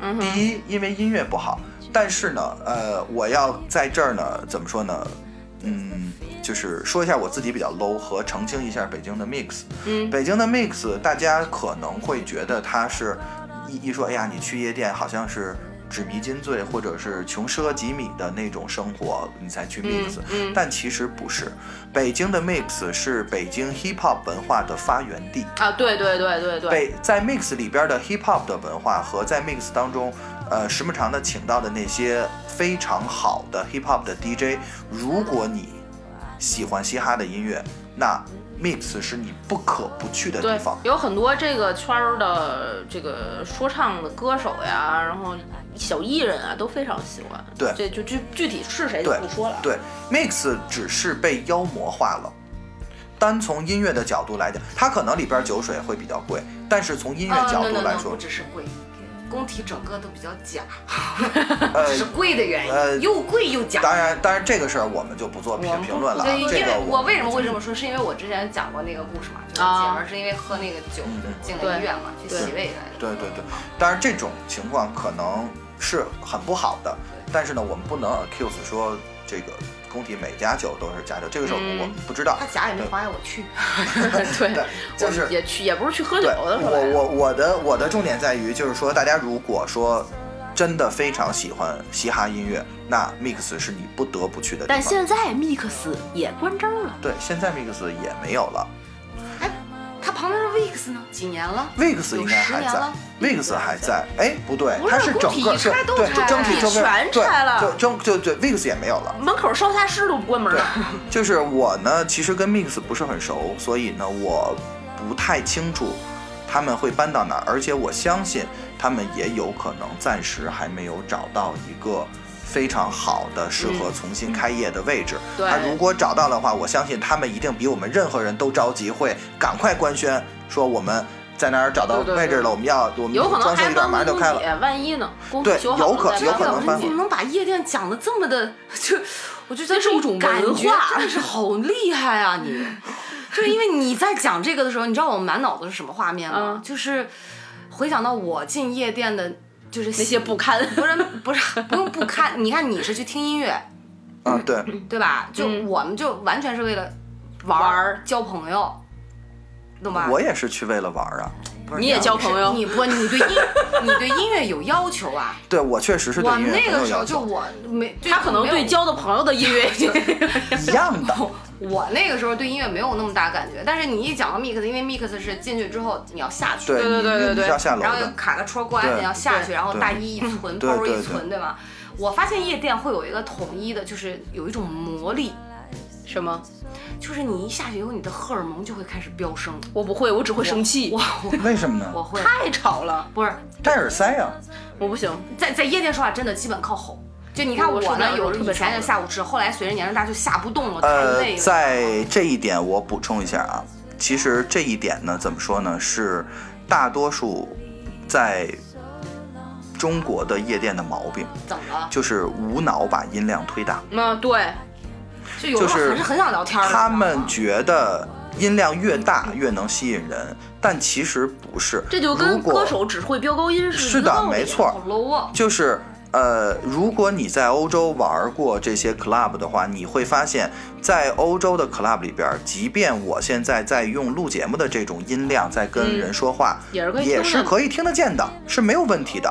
Speaker 1: 嗯
Speaker 4: 第
Speaker 1: 哼，
Speaker 4: 一，因为音乐不好，但是呢，呃，我要在这儿呢，怎么说呢？嗯，就是说一下我自己比较 low 和澄清一下北京的 mix。
Speaker 1: 嗯
Speaker 4: 北京的 mix，大家可能会觉得它是一一说，哎呀，你去夜店好像是纸迷金醉或者是穷奢极靡的那种生活，你才去 mix、
Speaker 1: 嗯嗯
Speaker 4: 但其实不是，北京的 mix 是北京 hip hop 文化的发源地。
Speaker 1: 啊，对对对对对，
Speaker 4: 北在 mix 里边的 hip hop 的文化和在 mix 当中，呃，时不常的请到的那些非常好的 hip hop 的 DJ，如果你喜欢嘻哈的音乐，那 mix 是你不可不去的地
Speaker 1: 对
Speaker 4: 方，。
Speaker 1: 有很多这个圈儿的这个说唱的歌手呀，然后小艺人啊，都非常喜欢。
Speaker 4: 对
Speaker 1: 这就具具体是谁就
Speaker 4: 对
Speaker 1: 不说 了。，
Speaker 4: 对 mix 只是被妖魔化了。单从音乐的角度来讲，它可能里边酒水会比较贵，但是从 音乐角
Speaker 2: 嗯
Speaker 4: 度
Speaker 2: ，no，no，no，
Speaker 4: 来说
Speaker 2: 不，只是贵，工体整个都比较假，
Speaker 4: 呃
Speaker 2: 只，是贵的原
Speaker 4: 呃
Speaker 2: 因，又贵又假。
Speaker 4: 当然，当然这个事儿我们就不做评
Speaker 1: 我们不
Speaker 4: 评论了啊
Speaker 2: 对，。因
Speaker 4: 这
Speaker 2: 为
Speaker 4: 个
Speaker 2: 我为什么会这么说，是因为我之前讲过那个故事嘛，就是姐们儿是因为喝那个酒
Speaker 4: 嗯嗯
Speaker 2: 进了医院嘛，去
Speaker 1: 啊对
Speaker 2: 洗胃来的。
Speaker 4: 对对对，当然这种情况可能是很不好的，但是呢，我们不能 accuse 说这个工体每家酒都是假酒，这个是我们
Speaker 1: 嗯
Speaker 4: 我们不知道
Speaker 2: 他。假也没妨碍我去，
Speaker 1: 对，
Speaker 4: 就
Speaker 1: 我
Speaker 4: 是
Speaker 1: 们也去，也不是去喝酒
Speaker 4: 对，
Speaker 1: 的。说白
Speaker 4: 我
Speaker 1: 了
Speaker 4: 我我的我的重点在于就是说，大家如果说真的非常喜欢嘻哈音乐，那 mix 是你不得不去的地
Speaker 1: 但
Speaker 4: 方。
Speaker 1: 现在 Mix 也关张了。
Speaker 4: 对，现在 mix 也没有了
Speaker 2: 他旁边的 Vix 呢？几年了？
Speaker 4: ，mix
Speaker 2: 有
Speaker 4: 应该
Speaker 2: 十
Speaker 4: 还
Speaker 2: 年
Speaker 4: 在
Speaker 2: 了
Speaker 4: ，mix 还在。哎，不对，
Speaker 1: 不是
Speaker 4: 它是整
Speaker 1: 工体
Speaker 4: 个
Speaker 1: 一
Speaker 4: 是
Speaker 1: 拆都
Speaker 4: 对
Speaker 1: 拆
Speaker 4: 整体
Speaker 1: 了
Speaker 4: 整个
Speaker 1: 全
Speaker 4: 对
Speaker 1: 拆了
Speaker 4: 就整就对 mix 也没有了。
Speaker 1: 门口烧虾师都不关门啊
Speaker 4: 对
Speaker 1: 了。，
Speaker 4: 就是我呢，其实跟 Mix 不是很熟，所以呢，我不太清楚他们会搬到哪儿，而且我相信他们也有可能暂时还没有找到一个。非常好的，适合重新开业的位置。
Speaker 1: 对
Speaker 4: 那如果找到的话，我相信他们一定比我们任何人都着急，会赶快官宣说我们在哪儿找到
Speaker 1: 对对
Speaker 4: 位置了，
Speaker 1: 对
Speaker 4: 我们要我们
Speaker 1: 有可能
Speaker 4: 装修
Speaker 1: 还
Speaker 4: 一段，
Speaker 1: 帮
Speaker 4: 马上就开
Speaker 1: 工
Speaker 4: 了。
Speaker 1: 体，万一呢？工体
Speaker 4: 对
Speaker 1: 修好
Speaker 4: 有可
Speaker 1: 了再
Speaker 4: 有
Speaker 1: 搬
Speaker 4: 可
Speaker 1: 到工
Speaker 4: 能搬
Speaker 1: 体
Speaker 4: 吧
Speaker 2: 你们能把夜店讲的这么的，就 我就
Speaker 1: 这
Speaker 2: 觉得
Speaker 1: 是一
Speaker 2: 这
Speaker 1: 种
Speaker 2: 感
Speaker 1: 文
Speaker 2: 觉
Speaker 1: 化
Speaker 2: 真的是好厉害 啊！你，就因为你在讲这个的时候，你知道我满脑子是什么画面吗？
Speaker 1: 嗯
Speaker 2: 就是回想到我进夜店的，就是
Speaker 1: 那些不堪。
Speaker 2: 不是不是不用不堪，你看你是去听音乐
Speaker 4: 嗯，对，
Speaker 2: 对吧？就
Speaker 1: 嗯
Speaker 2: 我们就完全是为了玩
Speaker 1: 玩
Speaker 2: 儿交朋友，懂吧？
Speaker 4: 我也是去为了玩儿啊。不是
Speaker 1: 你也
Speaker 4: 要
Speaker 1: 交
Speaker 4: 是
Speaker 1: 朋友
Speaker 2: 你不，你对音， 你对音乐有要求啊？
Speaker 4: 对我确实是
Speaker 2: 我
Speaker 4: 对音
Speaker 2: 们
Speaker 4: 乐
Speaker 2: 那
Speaker 4: 很
Speaker 2: 个
Speaker 4: 有
Speaker 2: 时候
Speaker 4: 要
Speaker 2: 就
Speaker 4: 求，
Speaker 2: 我没，对
Speaker 1: 他可能
Speaker 2: 没有
Speaker 1: 对交的朋友的音乐
Speaker 4: 一样的。
Speaker 2: 我那个时候对音乐没有那么大感觉，但是你一讲到 mix，因为 mix 是进去之后你要下去，
Speaker 4: 对
Speaker 1: 对对对
Speaker 4: 你
Speaker 1: 对
Speaker 4: 你
Speaker 1: 对
Speaker 4: 是要下楼
Speaker 2: 然后又
Speaker 4: 的，
Speaker 2: 卡个戳过安检
Speaker 4: 对
Speaker 2: 要下去，然后
Speaker 4: 对
Speaker 2: 大衣一存，
Speaker 4: 对
Speaker 2: 包
Speaker 4: 对
Speaker 2: 一
Speaker 4: 对
Speaker 2: 存，对吧？我发现夜店会有一个统一的，就是有一种魔力，
Speaker 1: 什么？
Speaker 2: 就是你一下去以后，你的荷尔蒙就会开始 飙升。
Speaker 1: 我不会，我只会生气。
Speaker 2: 我
Speaker 4: 为什么呢？
Speaker 2: 我会
Speaker 1: 太吵了，
Speaker 2: 不是
Speaker 4: 戴耳塞啊，
Speaker 1: 我不行。
Speaker 2: 在在夜店说话真的基本靠吼。就你看
Speaker 1: 我受
Speaker 2: 我
Speaker 1: 不了这
Speaker 2: 呢，
Speaker 1: 种
Speaker 2: 有
Speaker 1: 特
Speaker 2: 以
Speaker 1: 别吵
Speaker 2: 前
Speaker 1: 的
Speaker 2: 就下午吃，后来随着年龄大就下不动了，太
Speaker 4: 呃
Speaker 2: 累，了。
Speaker 4: 在这一点我补充一下啊，其实这一点呢，怎么说呢，是大多数在中国的夜店的毛病，
Speaker 2: 怎么了？
Speaker 4: 就是无脑把音量推大。
Speaker 1: 那对，
Speaker 2: 就有时候
Speaker 4: 就是
Speaker 2: 还是很想聊天的。
Speaker 4: 他
Speaker 2: 你知道
Speaker 4: 们
Speaker 2: 吗
Speaker 4: 觉得音量越大越能吸引人，但其实不是。
Speaker 1: 这就
Speaker 4: 如
Speaker 1: 跟
Speaker 4: 果
Speaker 1: 歌手只会飙高音
Speaker 4: 是
Speaker 1: 一个
Speaker 4: 的
Speaker 1: 道，理。
Speaker 4: 没错，
Speaker 2: 好 low 啊！
Speaker 4: 就是呃，如果你在欧洲玩过这些 club 的话，你会发现，在欧洲的 club 里边儿，即便我现在在用录节目的这种音量在跟
Speaker 1: 嗯
Speaker 4: 人说话，
Speaker 1: 也是可以
Speaker 4: 也
Speaker 1: 听
Speaker 4: 是
Speaker 1: 见
Speaker 4: 可以听得见的，是没有问题的。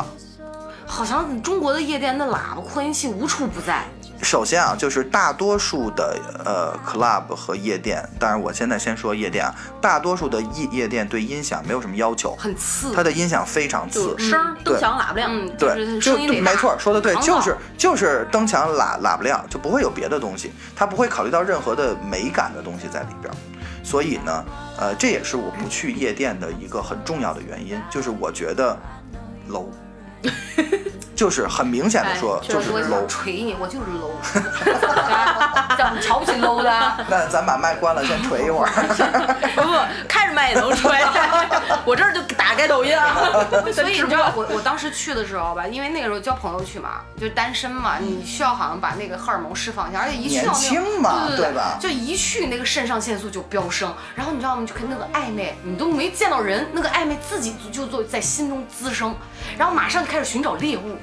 Speaker 2: 好像中国的夜店的喇叭扩音器无处不在。
Speaker 4: 首先啊，就是大多数的呃 club 和夜店，当然我现在先说夜店啊，大多数的夜夜店对音响没有什么要求，
Speaker 2: 很刺，
Speaker 4: 它的音响非常次
Speaker 1: 就。声儿
Speaker 4: 嗯对
Speaker 1: 灯响喇叭亮。
Speaker 2: 嗯，就
Speaker 4: 对，
Speaker 2: 是声音
Speaker 4: 对
Speaker 2: 得大
Speaker 4: 没错，说的对，
Speaker 2: 扛
Speaker 4: 就
Speaker 2: 到
Speaker 4: 是就是灯墙喇喇叭亮，就不会有别的东西，它不会考虑到任何的美感的东西在里边儿。所以呢，呃，这也是我不去夜店的一个很重要的原因，就是我觉得 low，就是很明显的说
Speaker 2: 哎
Speaker 4: 就是
Speaker 2: 我就
Speaker 4: low
Speaker 2: 想。捶你，我就是 low，怎么瞧不起 low 的？啊
Speaker 4: 那咱把麦关了，先捶一 会儿。
Speaker 1: 不不，看着麦也能吹。 我这儿就打开抖音 啊，
Speaker 2: 所以你知道我我当时去的时候吧，因为那个时候交朋友去嘛，就单身嘛，你需要好像把那个荷尔蒙释放一下，而且一去到
Speaker 4: 年
Speaker 2: 那种
Speaker 4: 轻嘛，
Speaker 2: 对对
Speaker 4: 吧？
Speaker 2: 就一去那个肾上腺素就飙升，然后你知道吗？就跟那个暧昧，你都没见到人，那个暧昧自己就就在心中滋生，然后马上就开始寻找猎物。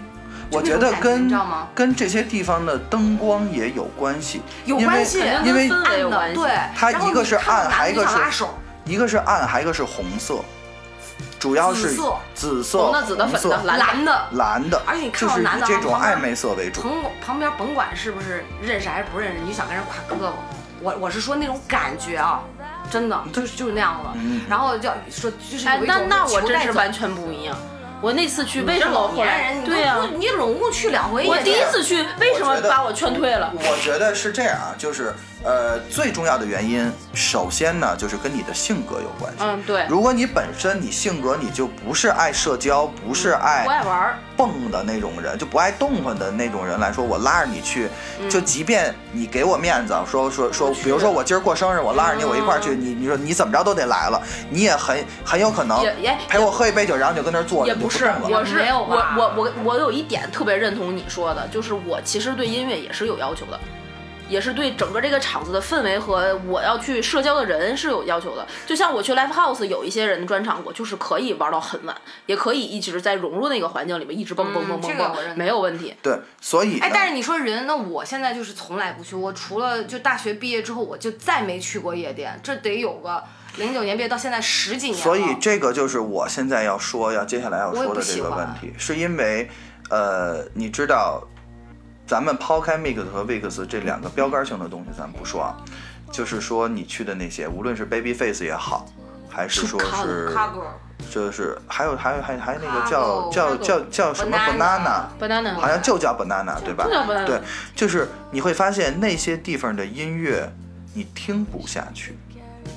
Speaker 2: 就
Speaker 4: 我
Speaker 2: 那
Speaker 4: 觉
Speaker 2: 种
Speaker 4: 得
Speaker 2: 感你
Speaker 4: 跟
Speaker 2: 知道吗？
Speaker 4: 跟这些地方的灯光也有关系，
Speaker 2: 有
Speaker 4: 因为
Speaker 2: 关系肯定
Speaker 4: 因为
Speaker 1: 跟氛围有
Speaker 2: 暗
Speaker 1: 关系
Speaker 2: 的，对。
Speaker 4: 它
Speaker 2: 然后
Speaker 4: 一个
Speaker 2: 你
Speaker 4: 是
Speaker 2: 看到
Speaker 4: 暗
Speaker 2: 男的
Speaker 4: 还一
Speaker 2: 你
Speaker 4: 个
Speaker 2: 想
Speaker 4: 是
Speaker 2: 拉手，
Speaker 4: 一个是暗，还有一个是红色，主要是
Speaker 2: 紫色
Speaker 4: 紫色
Speaker 1: 红的紫的
Speaker 4: 红
Speaker 1: 粉
Speaker 4: 色
Speaker 1: 的蓝
Speaker 2: 男的，
Speaker 4: 蓝的，
Speaker 2: 而且你
Speaker 4: 就
Speaker 2: 看到
Speaker 4: 是以
Speaker 2: 男的
Speaker 4: 这种
Speaker 2: 往旁边
Speaker 4: 暧昧色为主。
Speaker 2: 朋友旁边甭管是不是认识还是不认识，你就想跟人挎胳膊。我我是说那种感觉啊，真的就是就是那样子。
Speaker 4: 嗯
Speaker 2: 然后就说就是
Speaker 1: 哎
Speaker 2: 有，一
Speaker 1: 那
Speaker 2: 种
Speaker 1: 那我
Speaker 2: 求
Speaker 1: 真
Speaker 2: 带
Speaker 1: 是
Speaker 2: 走嗯
Speaker 1: 完全不一样。我那次去为
Speaker 2: 你
Speaker 1: 什
Speaker 2: 这
Speaker 1: 么
Speaker 2: 老
Speaker 1: 后
Speaker 2: 年
Speaker 1: 来
Speaker 2: 人，你
Speaker 1: 对
Speaker 2: 呀、
Speaker 1: 呀、
Speaker 2: 你拢共去两回，
Speaker 1: 我第一次去为什么
Speaker 4: 我觉得
Speaker 1: 把我劝退了？
Speaker 4: 我觉得是这样啊，就是呃，最重要的原因，首先呢，就是跟你的性格有关系。
Speaker 1: 嗯，对，
Speaker 4: 如果你本身你性格你就不是爱社交，不是爱
Speaker 1: 不爱玩儿，
Speaker 4: 蹦的那种人，就不爱动弹的那种人来说，我拉着你去，
Speaker 1: 嗯
Speaker 4: 就即便你给我面子，说说说，比如说我今儿过生日，我拉着你我一块儿
Speaker 1: 嗯
Speaker 4: 去，你你说你怎么着都得来了，你也很很有可能
Speaker 1: 也也
Speaker 4: 陪我喝一杯酒，然后你就跟那儿坐着
Speaker 1: 也
Speaker 4: 你
Speaker 1: 不，
Speaker 4: 就是动了。
Speaker 1: 我是
Speaker 2: 没有
Speaker 1: 我
Speaker 2: 吧
Speaker 1: 我我我有一点特别认同你说的，就是我其实对音乐也是有要求的，也是对整个这个场子的氛围和我要去社交的人是有要求的。就像我去 live house 有一些人的专场，我就是可以玩到很晚，也可以一直在融入那个环境里面，一直蹦蹦蹦
Speaker 2: 嗯这
Speaker 1: 蹦
Speaker 2: 个
Speaker 1: 蹦
Speaker 2: 我认，同
Speaker 1: 没有问题。
Speaker 4: 对，所以呢
Speaker 2: 哎，但是你说人，那我现在就是从来不去。我除了就大学毕业之后，我就再没去过夜店，这得有个零九年毕业到现在十几年了。
Speaker 4: 所以这个就是我现在要说要接下来要
Speaker 2: 我也
Speaker 4: 说
Speaker 2: 不
Speaker 4: 的这
Speaker 2: 喜
Speaker 4: 个
Speaker 2: 欢
Speaker 4: 问题，是因为，呃，你知道，咱们抛开 Mix 和 Vix 这两个标杆性的东西，咱们不说啊，就是说你去的那些，无论是 Babyface 也好，还是说是
Speaker 2: cover
Speaker 4: 就是还有还有还有还有那个
Speaker 2: Cargo，
Speaker 4: 叫叫叫叫什么
Speaker 2: Banana
Speaker 4: banana，
Speaker 1: banana
Speaker 4: 好像就叫 banana 对吧
Speaker 1: 就叫 banana？
Speaker 4: 对，就是你会发现那些地方的音乐你听不下去。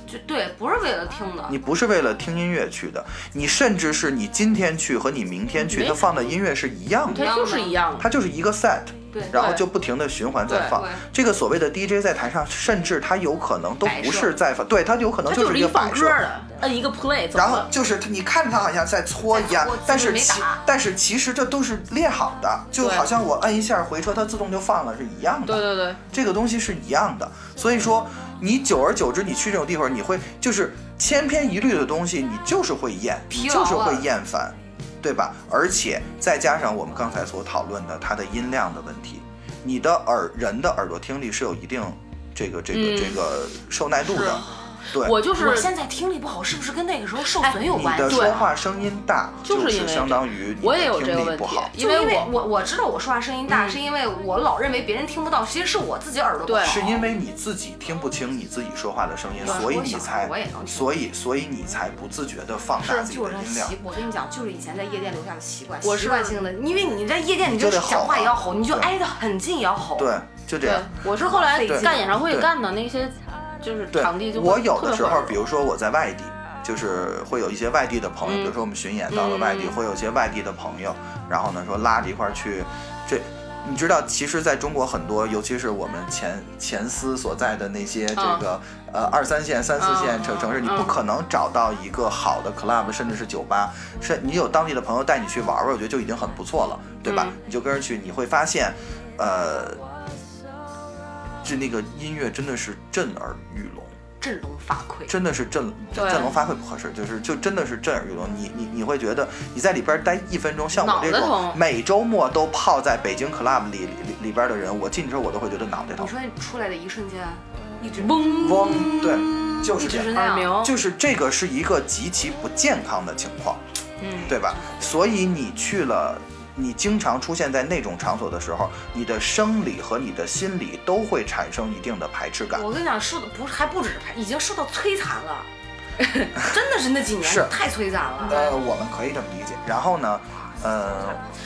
Speaker 2: 就对，不是为了听的。
Speaker 4: 你不是为了听音乐去的，你甚至是你今天去和你明天去，
Speaker 1: 没
Speaker 4: 它放的音乐是一样的，
Speaker 1: 它就是一样的，
Speaker 4: 它就是一个 set，
Speaker 2: 对
Speaker 4: 然后就不停的循环在放
Speaker 2: 对对。
Speaker 4: 这个所谓的 DJ 在台上，甚至他有可能都不是在放，对他有可能
Speaker 1: 它
Speaker 4: 就
Speaker 1: 就是是
Speaker 4: 一
Speaker 1: 一
Speaker 4: 个
Speaker 1: 放
Speaker 4: 摆
Speaker 1: 歌
Speaker 4: 设。
Speaker 1: 的，摁一个 play，走
Speaker 4: 然后
Speaker 1: 了
Speaker 4: 就是你看他好像在搓一样
Speaker 2: 在搓，
Speaker 4: 但是
Speaker 2: 没
Speaker 4: 其
Speaker 2: 打
Speaker 4: 但是其实这都是列好的，就
Speaker 1: 对
Speaker 4: 好像我摁一下回车，它自动就放了是一样的。
Speaker 1: 对对对，
Speaker 4: 这个东西是一样的。所以说，你久而久之，你去这种地方，你会就是千篇一律的东西，你就是会厌，你
Speaker 2: 疲劳
Speaker 1: 啊
Speaker 4: 就
Speaker 2: 了
Speaker 4: 是会厌烦，对吧？而且再加上我们刚才所讨论的它的音量的问题，你的耳人的耳朵听力是有一定这个这个、
Speaker 1: 嗯
Speaker 4: 这个受耐度的。对
Speaker 1: 我就是
Speaker 2: 我现在听力不好，是不是跟那个时候受损有
Speaker 4: 你
Speaker 2: 关
Speaker 4: 的
Speaker 2: 系？
Speaker 1: 对
Speaker 4: 说话声音大，
Speaker 1: 就是
Speaker 4: 是
Speaker 1: 因为
Speaker 4: 相
Speaker 1: 这
Speaker 4: 当于你
Speaker 1: 我
Speaker 4: 的
Speaker 1: 也有
Speaker 4: 听
Speaker 1: 这个
Speaker 4: 力
Speaker 1: 问
Speaker 4: 不
Speaker 1: 题
Speaker 4: 好，
Speaker 2: 就
Speaker 1: 为
Speaker 2: 因为
Speaker 1: 我
Speaker 2: 我我知道我说话声音大，
Speaker 1: 嗯
Speaker 2: 是因为我老认为别人听不到，其实是我自己耳朵不
Speaker 1: 对
Speaker 2: 好
Speaker 4: 是因为你自己听不清你自己说话的声音，
Speaker 2: 对
Speaker 4: 所以
Speaker 2: 我
Speaker 4: 你
Speaker 2: 小时候
Speaker 4: 才
Speaker 2: 我也能听
Speaker 4: 所以所以你才不自觉的放大
Speaker 2: 是
Speaker 4: 自己
Speaker 2: 就是
Speaker 4: 的
Speaker 2: 他
Speaker 4: 音量
Speaker 2: 习。，我跟你讲，就是以前在夜店留下的习惯，
Speaker 1: 我
Speaker 2: 习
Speaker 1: 是
Speaker 2: 惯性的，因为你在夜店，你
Speaker 4: 就
Speaker 2: 就
Speaker 4: 得
Speaker 2: 是
Speaker 4: 吼
Speaker 2: 讲话也要吼，啊你就
Speaker 4: 对
Speaker 2: 挨得很近也要吼。
Speaker 4: 对，就这
Speaker 1: 对
Speaker 4: 样。，
Speaker 1: 我是后来
Speaker 2: 费劲
Speaker 1: 干演唱会
Speaker 4: 对
Speaker 1: 干的那些，就是
Speaker 4: 对
Speaker 1: 场地就，会
Speaker 4: 我有
Speaker 1: 特
Speaker 4: 的
Speaker 1: 别
Speaker 4: 时
Speaker 1: 会
Speaker 4: 候，比如说我在外地，就是会有一些外地的朋友，
Speaker 1: 嗯
Speaker 4: 比如说我们巡演到了外地，
Speaker 1: 嗯
Speaker 4: 会有一些外地的朋友，然后呢说拉着一块儿去，这。你知道，其实在中国很多，尤其是我们前前司所在的那些这个、呃二三线、三四线
Speaker 1: 嗯
Speaker 4: 城
Speaker 1: 嗯
Speaker 4: 城市，你不
Speaker 1: 嗯
Speaker 4: 可能找到一个好的 club，甚至是酒吧，是你有当地的朋友带你去玩玩，我觉得就已经很不错了，对吧？
Speaker 1: 嗯
Speaker 4: 你就跟着去，你会发现，呃，就那个音乐真的是震耳欲聋。
Speaker 2: 振聋发聩。
Speaker 4: 真的是振
Speaker 1: 对
Speaker 4: 振聋发聩不合适，就是就真的是震耳欲聋。你你你会觉得你在里边待一分钟，像我
Speaker 1: 脑袋
Speaker 4: 这种
Speaker 1: 疼
Speaker 4: 每周末都泡在北京 club 里里里里边的人，我进去之后我都会觉得脑袋
Speaker 2: 你
Speaker 4: 疼。
Speaker 2: 说你出来的一瞬间，一直
Speaker 1: 嗡
Speaker 4: 嗡，对，就是
Speaker 2: 一
Speaker 4: 这
Speaker 2: 直是
Speaker 4: 样，
Speaker 2: 那
Speaker 1: 耳
Speaker 2: 样。
Speaker 1: 鸣，
Speaker 4: 就是这个是一个极其不健康的情况，
Speaker 1: 嗯，
Speaker 4: 对吧？所以你去了。你经常出现在那种场所的时候，你的生理和你的心理都会产生一定的排斥感。
Speaker 2: 我跟你讲，受的不是还不止，已经受到摧残 了，真的是嗯那几年
Speaker 4: 是
Speaker 2: 太摧残了。
Speaker 4: 呃，我们可以这么理解。然后呢，呃，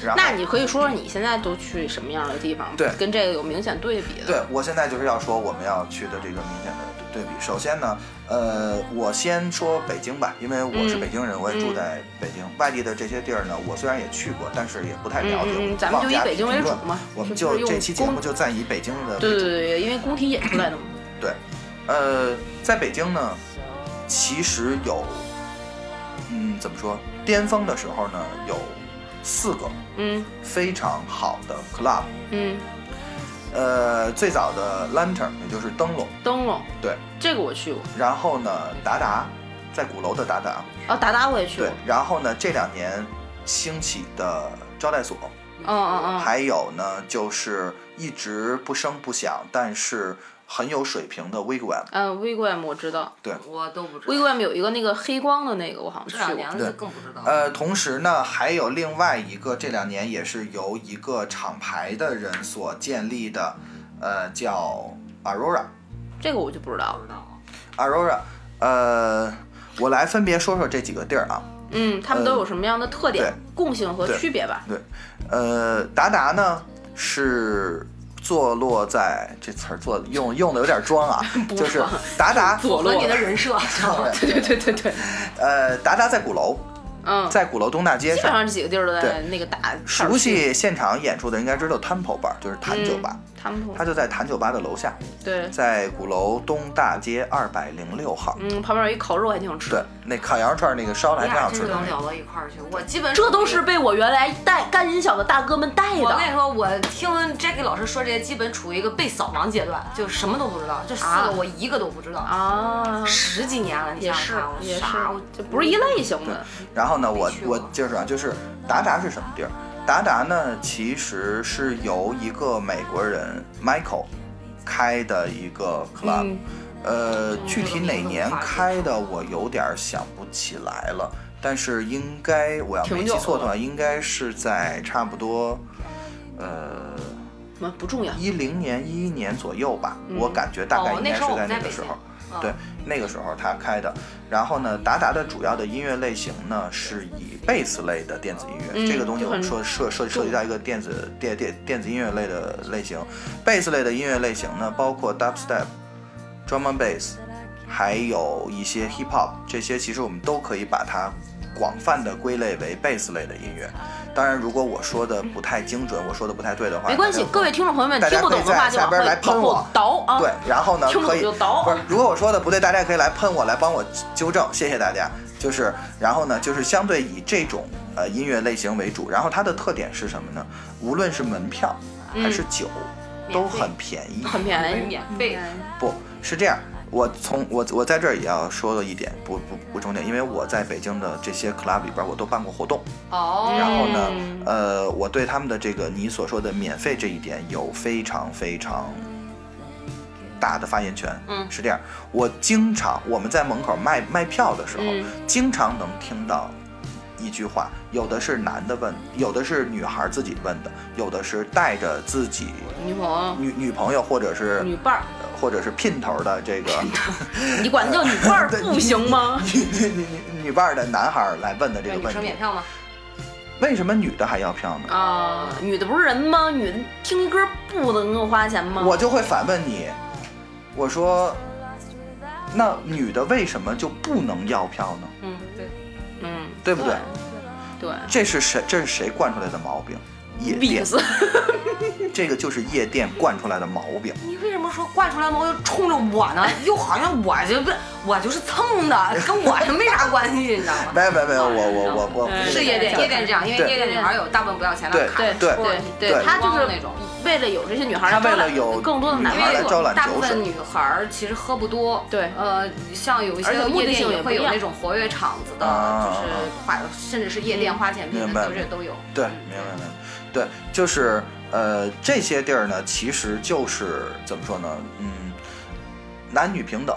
Speaker 4: 然后
Speaker 1: 那你可以说说你现在都去什么样的地方？
Speaker 4: 对
Speaker 1: 跟这个有明显对比的。
Speaker 4: 对，我现在就是要说我们要去的这个明显的对比。首先呢，呃，我先说北京吧，因为我是北京人，
Speaker 1: 嗯
Speaker 4: 我也住在北京。外地的这些地儿呢，我虽然也去过，但是也不太
Speaker 1: 嗯
Speaker 4: 了解。
Speaker 1: 嗯
Speaker 4: 我
Speaker 1: 嗯，咱们
Speaker 4: 妄
Speaker 1: 就以
Speaker 4: 加
Speaker 1: 北京为
Speaker 4: 评
Speaker 1: 主
Speaker 4: 论
Speaker 1: 嘛。
Speaker 4: 我们
Speaker 1: 是不
Speaker 4: 就是这
Speaker 1: 用
Speaker 4: 期节目
Speaker 1: 工
Speaker 4: 就暂以北京的为主。
Speaker 1: 对对对对，因为工体引出来的嘛。
Speaker 4: 对，呃，在北京呢，其实有，嗯，怎么说？巅峰的时候呢，有四个
Speaker 1: 嗯
Speaker 4: 非常好的 club。
Speaker 1: 嗯，
Speaker 4: 呃，最早的 Lantern，也就是灯笼，
Speaker 1: 灯笼
Speaker 4: 对。
Speaker 1: 这个我去过，
Speaker 4: 然后呢，达达，在鼓楼的达达，
Speaker 1: 哦，达达我也去过
Speaker 4: 对。。然后呢，这两年兴起的招待所，
Speaker 1: 嗯嗯嗯，
Speaker 4: 还有呢，就是一直不声不响，但是很有水平的 Wigwam。
Speaker 1: 嗯，Wigwam 我知道
Speaker 2: 我都不知道，
Speaker 1: ，Wigwam 有一个那个黑光的那个，我好像
Speaker 2: 这
Speaker 1: 去
Speaker 2: 两
Speaker 1: 过
Speaker 2: 年。了
Speaker 4: 对
Speaker 2: 就更不知道了。
Speaker 4: 呃，同时呢，还有另外一个，这两年也是由一个厂牌的人所建立的，呃，叫 Aurora。
Speaker 1: 这个我就不知道
Speaker 2: 不
Speaker 1: 了。
Speaker 2: 知道。
Speaker 4: Aurora，呃，我来分别说说这几个地儿啊。
Speaker 1: 嗯，他们都有什么样的特点、共性和
Speaker 4: 对
Speaker 1: 区别吧？
Speaker 4: 对，呃，达达呢是坐落在这词儿做用用的有点 装啊，就是达达
Speaker 1: 左
Speaker 2: 和
Speaker 1: 落
Speaker 2: 你的人设，
Speaker 1: 对对对对，
Speaker 4: 呃，达达在鼓楼，
Speaker 1: 嗯，
Speaker 4: 在鼓楼东大街
Speaker 1: 基本
Speaker 4: 上，
Speaker 1: 上这几个地儿都在那个打
Speaker 4: 熟悉现场演出的应该知道 Temple Bar，就是谭酒吧，，
Speaker 1: 他们
Speaker 4: 它就在谭酒吧的楼下，
Speaker 1: 嗯对，
Speaker 4: 在鼓楼东大街二百零六号。
Speaker 1: 嗯，旁边有一烤肉还挺好吃
Speaker 4: 对。，那烤羊肉串儿那个烧的还
Speaker 2: 你
Speaker 4: 挺好
Speaker 2: 俩
Speaker 4: 吃
Speaker 1: 哎
Speaker 2: 真
Speaker 4: 的
Speaker 2: 能
Speaker 4: 那个。
Speaker 2: 聊到一块儿去，我基本
Speaker 1: 这都是被我原来带干音响的大哥们带
Speaker 2: 我跟你
Speaker 1: 的。
Speaker 2: 说，我听 Jackie 老师说这些，基本处于一个被扫盲阶段，就什么都不知道。这四
Speaker 1: 啊
Speaker 2: 个我一个都不知道，
Speaker 1: 啊，
Speaker 2: 十几年了，你
Speaker 1: 也
Speaker 2: 想
Speaker 1: 是
Speaker 2: 想看，我
Speaker 1: 也是
Speaker 2: 啥我，
Speaker 1: 这不是一类型的。
Speaker 4: 然后呢，我
Speaker 2: 去
Speaker 4: 我
Speaker 2: 过
Speaker 4: 接着说啊，就是达达是什么地儿？达达呢，其实是由一个美国人 Michael 开的一个 club，、
Speaker 1: 嗯
Speaker 4: 呃，
Speaker 2: 嗯
Speaker 4: 具体哪年开的我有点想不起来了，但是应该我要没
Speaker 1: 挺
Speaker 4: 记
Speaker 1: 久
Speaker 4: 错的话，
Speaker 1: 了
Speaker 4: 应该是在差不多，呃，
Speaker 1: 什么不重要。
Speaker 4: 一零年、一一年左右吧，
Speaker 1: 嗯
Speaker 4: 我感觉大概
Speaker 2: 哦
Speaker 4: 应
Speaker 2: 那
Speaker 4: 该
Speaker 2: 时
Speaker 4: 是
Speaker 2: 候我
Speaker 4: 在
Speaker 2: 们
Speaker 4: 那
Speaker 2: 在
Speaker 4: 个
Speaker 2: 北
Speaker 4: 时
Speaker 2: 京
Speaker 4: 候，
Speaker 2: 嗯
Speaker 4: 对，那个时候他开的。然后呢，达达的主要的音乐类型呢是以贝斯类的电子音乐，
Speaker 1: 嗯
Speaker 4: 这个东西
Speaker 1: 就
Speaker 4: 我
Speaker 1: 很
Speaker 4: 们说涉涉涉及到一个电子电电电子音乐类的类型，贝斯类的音乐类型呢包括 dubstep、drum and bass，还有一些 hip hop，这些其实我们都可以把它广泛的归类为贝斯类的音乐。当然，如果我说的不太精准，我说的不太对的话，
Speaker 1: 没关系
Speaker 4: 大，家
Speaker 1: 各位听众朋友们
Speaker 4: 大家
Speaker 1: 听不懂的话
Speaker 4: 可以
Speaker 1: 就
Speaker 4: 在下
Speaker 1: 往
Speaker 4: 边来
Speaker 1: 回
Speaker 4: 喷
Speaker 1: 往
Speaker 4: 我
Speaker 1: 后倒啊。
Speaker 4: 对，，然后呢，
Speaker 1: 听不
Speaker 4: 可
Speaker 1: 懂
Speaker 4: 以
Speaker 1: 就倒
Speaker 4: 不是，如果我说的不对，大家可以来喷我，来帮我纠正，谢谢大家。就是，然后呢，就是相对以这种呃音乐类型为主，然后它的特点是什么呢？无论是门票还是酒，都很便宜。
Speaker 1: 嗯很便宜，
Speaker 2: 免费
Speaker 4: 不是这样，我从我我在这儿也要说了一点，不不不重点，因为我在北京的这些 club 里边，我都办过活动。
Speaker 2: 哦。
Speaker 4: 然后呢
Speaker 1: 嗯，
Speaker 4: 呃，我对他们的这个你所说的免费这一点有非常非常大的发言权。
Speaker 1: 嗯
Speaker 4: 是这样。我经常我们在门口卖卖票的时候，
Speaker 1: 嗯
Speaker 4: 经常能听到一句话，有的是男的问，有的是女孩自己问的，有的是带着自己
Speaker 1: 女朋友、
Speaker 4: 女女朋友或者是
Speaker 1: 哦女伴儿，
Speaker 4: 或者是姘头的这个
Speaker 1: 你管她叫女伴儿
Speaker 4: 对
Speaker 1: 不行吗？
Speaker 4: 女女女女女伴儿的男孩儿来问的这
Speaker 2: 对
Speaker 4: 个
Speaker 2: 女
Speaker 4: 问
Speaker 2: 生
Speaker 4: 题
Speaker 2: 免，票吗？
Speaker 4: 为什么女的还要票呢？
Speaker 1: 啊，女的不是人吗？女的听歌不能够花钱吗？
Speaker 4: 我就会反问你，我说，那女的为什么就不能要票呢？
Speaker 1: 嗯
Speaker 2: 对，
Speaker 1: 嗯，
Speaker 4: 对不对？
Speaker 1: 对，
Speaker 4: 这是谁？这是谁惯出来的毛病？夜
Speaker 1: 比
Speaker 4: 店，
Speaker 1: 斯，
Speaker 4: 这个就是夜店惯出来的毛病。
Speaker 2: 你为什么说惯出来毛就冲着我呢？又好像我就不，我就是蹭的，跟我就没啥关系，你知道 吗？
Speaker 4: 没有没有没有，我我我我
Speaker 1: 嗯
Speaker 4: 我
Speaker 2: 是夜店，夜店是这样，因为
Speaker 4: 对
Speaker 2: 夜店女孩有大部分不要钱的卡，
Speaker 1: 啊对
Speaker 4: 对
Speaker 2: 或者
Speaker 1: 对对，
Speaker 4: 对
Speaker 1: 她就是
Speaker 2: 那种。
Speaker 1: 为了有这些女孩儿，
Speaker 4: 她
Speaker 1: 招
Speaker 4: 为了
Speaker 1: 揽
Speaker 4: 有
Speaker 1: 更多的男
Speaker 4: 女
Speaker 2: 因
Speaker 1: 孩
Speaker 4: 孩儿来
Speaker 1: 儿做，
Speaker 2: 为
Speaker 4: 招揽
Speaker 2: 大部
Speaker 4: 酒
Speaker 2: 分
Speaker 4: 水
Speaker 2: 女孩儿其实喝不多，
Speaker 1: 对
Speaker 2: 呃，像有一些
Speaker 1: 而且目
Speaker 2: 夜
Speaker 1: 的
Speaker 2: 店
Speaker 1: 性
Speaker 2: 也
Speaker 1: 也不
Speaker 2: 会
Speaker 1: 一
Speaker 2: 有
Speaker 1: 样
Speaker 2: 那种活跃场子的，
Speaker 4: 啊
Speaker 2: 就是花，甚至是夜
Speaker 1: 嗯
Speaker 2: 店花钱币
Speaker 4: 明
Speaker 2: 的，
Speaker 4: 白
Speaker 2: 都这都有。
Speaker 4: 对，明白明白。对，就是呃，这些地儿呢，其实就是怎么说呢？嗯，男女平等，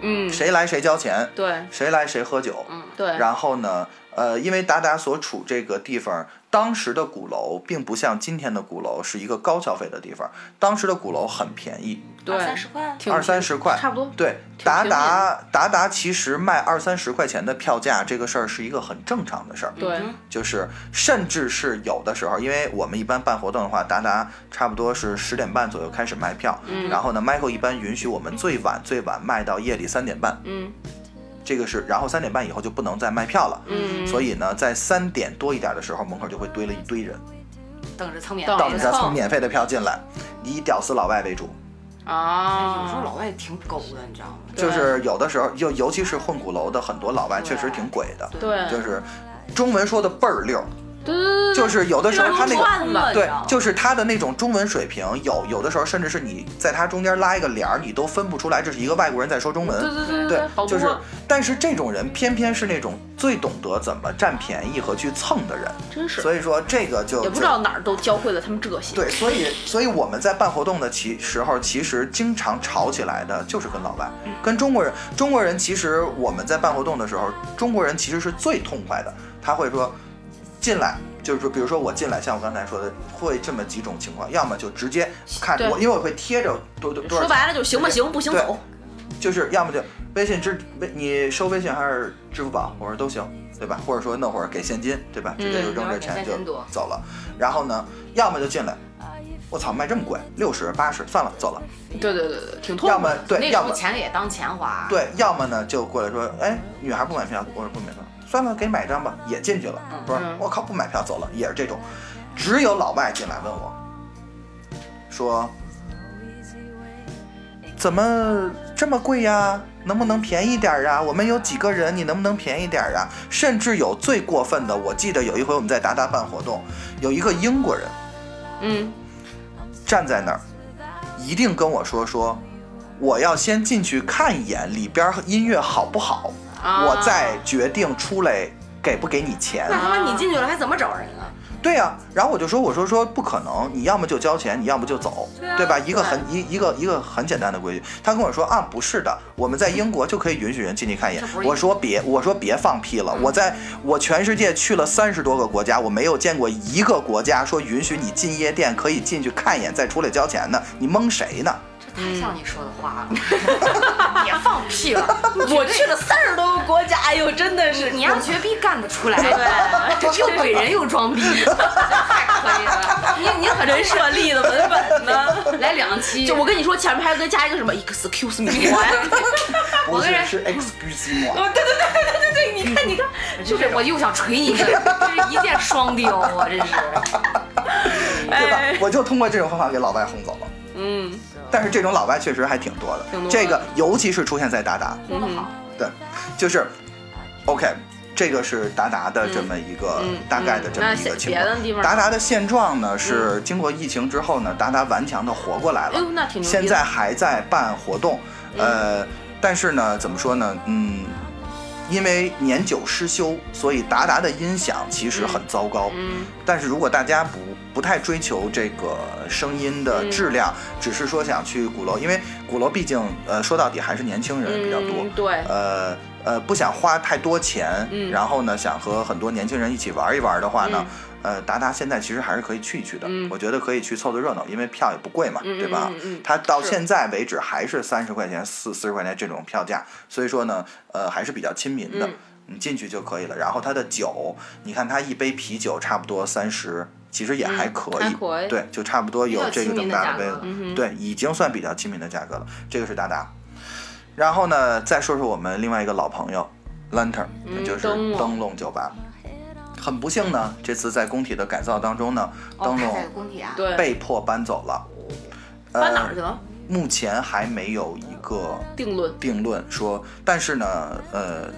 Speaker 1: 嗯，
Speaker 4: 谁来谁交钱，
Speaker 1: 对嗯
Speaker 4: 谁来谁喝酒。
Speaker 1: 对，
Speaker 4: 然后呢，呃，因为达达所处这个地方，当时的鼓楼并不像今天的鼓楼是一个高消费的地方，当时的鼓楼很便宜，
Speaker 1: 对，
Speaker 2: 三十块，
Speaker 1: 挺
Speaker 4: 二三十块
Speaker 1: 差不多，
Speaker 4: 对，
Speaker 1: 挺
Speaker 4: 达
Speaker 1: 平民
Speaker 4: 达达达其实卖二三十块钱的票价这个事儿是一个很正常的事儿，
Speaker 1: 对，
Speaker 2: 嗯
Speaker 4: 就是甚至是有的时候，因为我们一般办活动的话，达达差不多是十点半左右开始卖票，
Speaker 1: 嗯
Speaker 4: 然后呢，Michael 一般允许我们最晚最晚卖到夜里三点半，
Speaker 1: 嗯
Speaker 4: 这个是，然后三点半以后就不能再卖票了。
Speaker 1: 嗯，
Speaker 4: 所以呢，在三点多一点的时候，门口就会堆了一堆人，
Speaker 1: 哦
Speaker 2: 等着蹭免
Speaker 1: 等
Speaker 2: 费
Speaker 1: 着
Speaker 4: 到你这儿蹭免费的票进来，以屌丝老外为主。
Speaker 1: 啊，
Speaker 2: 有时候老外挺狗的，你知道吗？
Speaker 4: 就是有的时候，就尤其是混鼓楼的很多老外确实挺鬼的，
Speaker 1: 对
Speaker 4: 就是中文说的倍儿溜，
Speaker 1: 对对对，
Speaker 4: 就是有的时候他那
Speaker 1: 这
Speaker 4: 个
Speaker 1: 个。乱了，
Speaker 4: 对，就是他的那种中文水平，有有的时候甚至是你在他中间拉一个帘儿，你都分不出来这是一个外国人在说中
Speaker 1: 对
Speaker 4: 文。
Speaker 1: 对对
Speaker 4: 对
Speaker 1: 对，好，
Speaker 4: 就是
Speaker 1: 多，，
Speaker 4: 但是这种人偏偏是那种最懂得怎么占便宜和去蹭的人，
Speaker 1: 真是
Speaker 4: 所以说这个就
Speaker 1: 也不知
Speaker 4: 就
Speaker 1: 道哪儿都教会了他们这些，
Speaker 4: 对，所以所以我们在办活动的其时候，其实经常吵起来的就是跟老外，跟中国人。中国人其实我们在办活动的时候，中国人其实是最痛快的，他会说进来。就是说，比如说我进来，像我刚才说的，会这么几种情况，要么就直接看
Speaker 1: 对
Speaker 4: 我，因为我会贴着多多多少
Speaker 1: 说
Speaker 4: 钱，
Speaker 1: 白了就行吧行，不行
Speaker 4: 对
Speaker 1: 走，
Speaker 4: 就是要么就微信支微你收微信还是支付宝，我说都行，对吧？或者说那会儿给现金，对吧？
Speaker 2: 嗯
Speaker 4: 直接就扔这钱就走了。然后呢，要么就进来，我操，卖这么贵，六十八十，算了，走了。
Speaker 1: 对对对对，挺痛
Speaker 4: 要
Speaker 1: 苦
Speaker 4: 么
Speaker 1: 的，
Speaker 4: 对，
Speaker 2: 那时
Speaker 4: 哎要
Speaker 2: 候
Speaker 4: 么
Speaker 2: 钱也当钱花，，
Speaker 4: 对，要么呢就过来说，哎，女孩不买票，我说不买票，算了，给买一张吧，也进去了，不是，我靠，不买票走了，也是这种。只有老外进来问我，说怎么这么贵呀？能不能便宜点儿啊？我们有几个人，你能不能便宜点儿啊？甚至有最过分的，我记得有一回我们在达达办活动，有一个英国人
Speaker 1: 嗯，
Speaker 4: 站在那儿，一定跟我说说，我要先进去看一眼里边儿音乐好不好，
Speaker 1: 啊
Speaker 4: 我再决定出来给不给你钱。
Speaker 2: 那他
Speaker 1: 啊
Speaker 2: 妈你进去了还怎么找人啊？
Speaker 4: 对呀、然后我就说，我说说不可能，你要么就交钱，你要么就走，
Speaker 2: 对啊
Speaker 4: 吧？一个很一一个一个很简单的规矩。他跟我说啊，不是的，我们在英国就可以允许人进去看一眼
Speaker 2: 这不。是嗯
Speaker 4: 我说别，我说别放屁了，我在我全世界去了三十多个国家，我没有见过一个国家说允许你进夜店可以进去看一眼再出来交钱的，你蒙谁呢？
Speaker 2: 这太
Speaker 1: 嗯
Speaker 2: 像你说的话了， 别放 屁了，
Speaker 1: 我去了三十多个国家，哎呦，真的是
Speaker 2: 你要绝逼干得出来，对，又怼人 又装逼，太可以了，你你可真
Speaker 1: 人
Speaker 2: 是
Speaker 1: 设立的稳稳的。
Speaker 2: 来两期，
Speaker 1: 就我跟你说，前面还跟加一个什么 “excuse me”，我
Speaker 4: 不是
Speaker 2: 跟人
Speaker 4: 是 excuse me，
Speaker 1: 对，你看，你看，
Speaker 2: 就是我又想捶你一顿，这是一箭双雕啊，真是。
Speaker 4: 对吧
Speaker 1: 哎？
Speaker 4: 我就通过这种方法给老外轰走了。
Speaker 1: 嗯，
Speaker 4: 但是这种老外确实还挺多的，
Speaker 1: 挺多的嗯
Speaker 4: 这个尤其是出现在达达。
Speaker 2: 说得好，
Speaker 4: 对，就是，OK，这个是达达的这么一个、
Speaker 1: 嗯
Speaker 4: 呃大概的这么一
Speaker 1: 嗯
Speaker 4: 个
Speaker 1: 那
Speaker 4: 情
Speaker 1: 别
Speaker 4: 况。
Speaker 1: 的地方嗯
Speaker 4: 达达的现状呢是经过疫情之后呢，达达顽强的活过来
Speaker 1: 哎
Speaker 4: 了
Speaker 1: 呦，，那挺牛逼的。嗯
Speaker 4: 现在还在办活动，呃，但是呢，怎么说呢，嗯。因为年久失修，所以达达的音响其实很糟糕。
Speaker 1: 嗯
Speaker 4: 但是如果大家不不太追求这个声音的质量，
Speaker 1: 嗯
Speaker 4: 只是说想去鼓楼，因为鼓楼毕竟呃说到底还是年轻人比较多，
Speaker 1: 嗯，对，
Speaker 4: 呃呃，不想花太多钱，
Speaker 1: 嗯
Speaker 4: 然后呢，想和很多年轻人一起玩一玩的话呢，呃，达达现在其实还是可以去一去的，
Speaker 1: 嗯
Speaker 4: 我觉得可以去凑凑热闹，因为票也不贵嘛，
Speaker 1: 嗯
Speaker 4: 对吧？
Speaker 1: 嗯嗯嗯
Speaker 4: 它到
Speaker 1: 是
Speaker 4: 现在为止还是三十块钱、四四十块钱这种票价，所以说呢，呃，还是比较亲民的，
Speaker 1: 嗯
Speaker 4: 你进去就可以了。然后它的酒，你看它一杯啤酒差不多三十，其实也还可以，
Speaker 1: 嗯还可以
Speaker 4: 对，就差不多有
Speaker 2: 比较
Speaker 4: 这个
Speaker 2: 亲
Speaker 4: 这
Speaker 2: 民
Speaker 4: 么
Speaker 2: 的
Speaker 4: 大
Speaker 2: 价
Speaker 4: 的杯
Speaker 2: 格
Speaker 4: 子
Speaker 2: 了，
Speaker 1: 嗯哼，
Speaker 4: 对，已经算比较亲民的价格了。这个是达达。然后呢，再说说我们另外一个老朋友 Lantern，、
Speaker 1: 嗯
Speaker 4: 就是
Speaker 1: 灯笼
Speaker 4: 灯笼酒吧。很不幸呢，这次在工体的改造当中呢，
Speaker 2: 哦，
Speaker 4: 灯
Speaker 2: 他
Speaker 4: 笼
Speaker 2: 在工体啊，
Speaker 1: 对，
Speaker 4: 被呃迫搬走了。
Speaker 1: 搬哪儿去了？
Speaker 4: 目前还没有一个
Speaker 1: 定论，
Speaker 4: 定论说，但是呢，呃，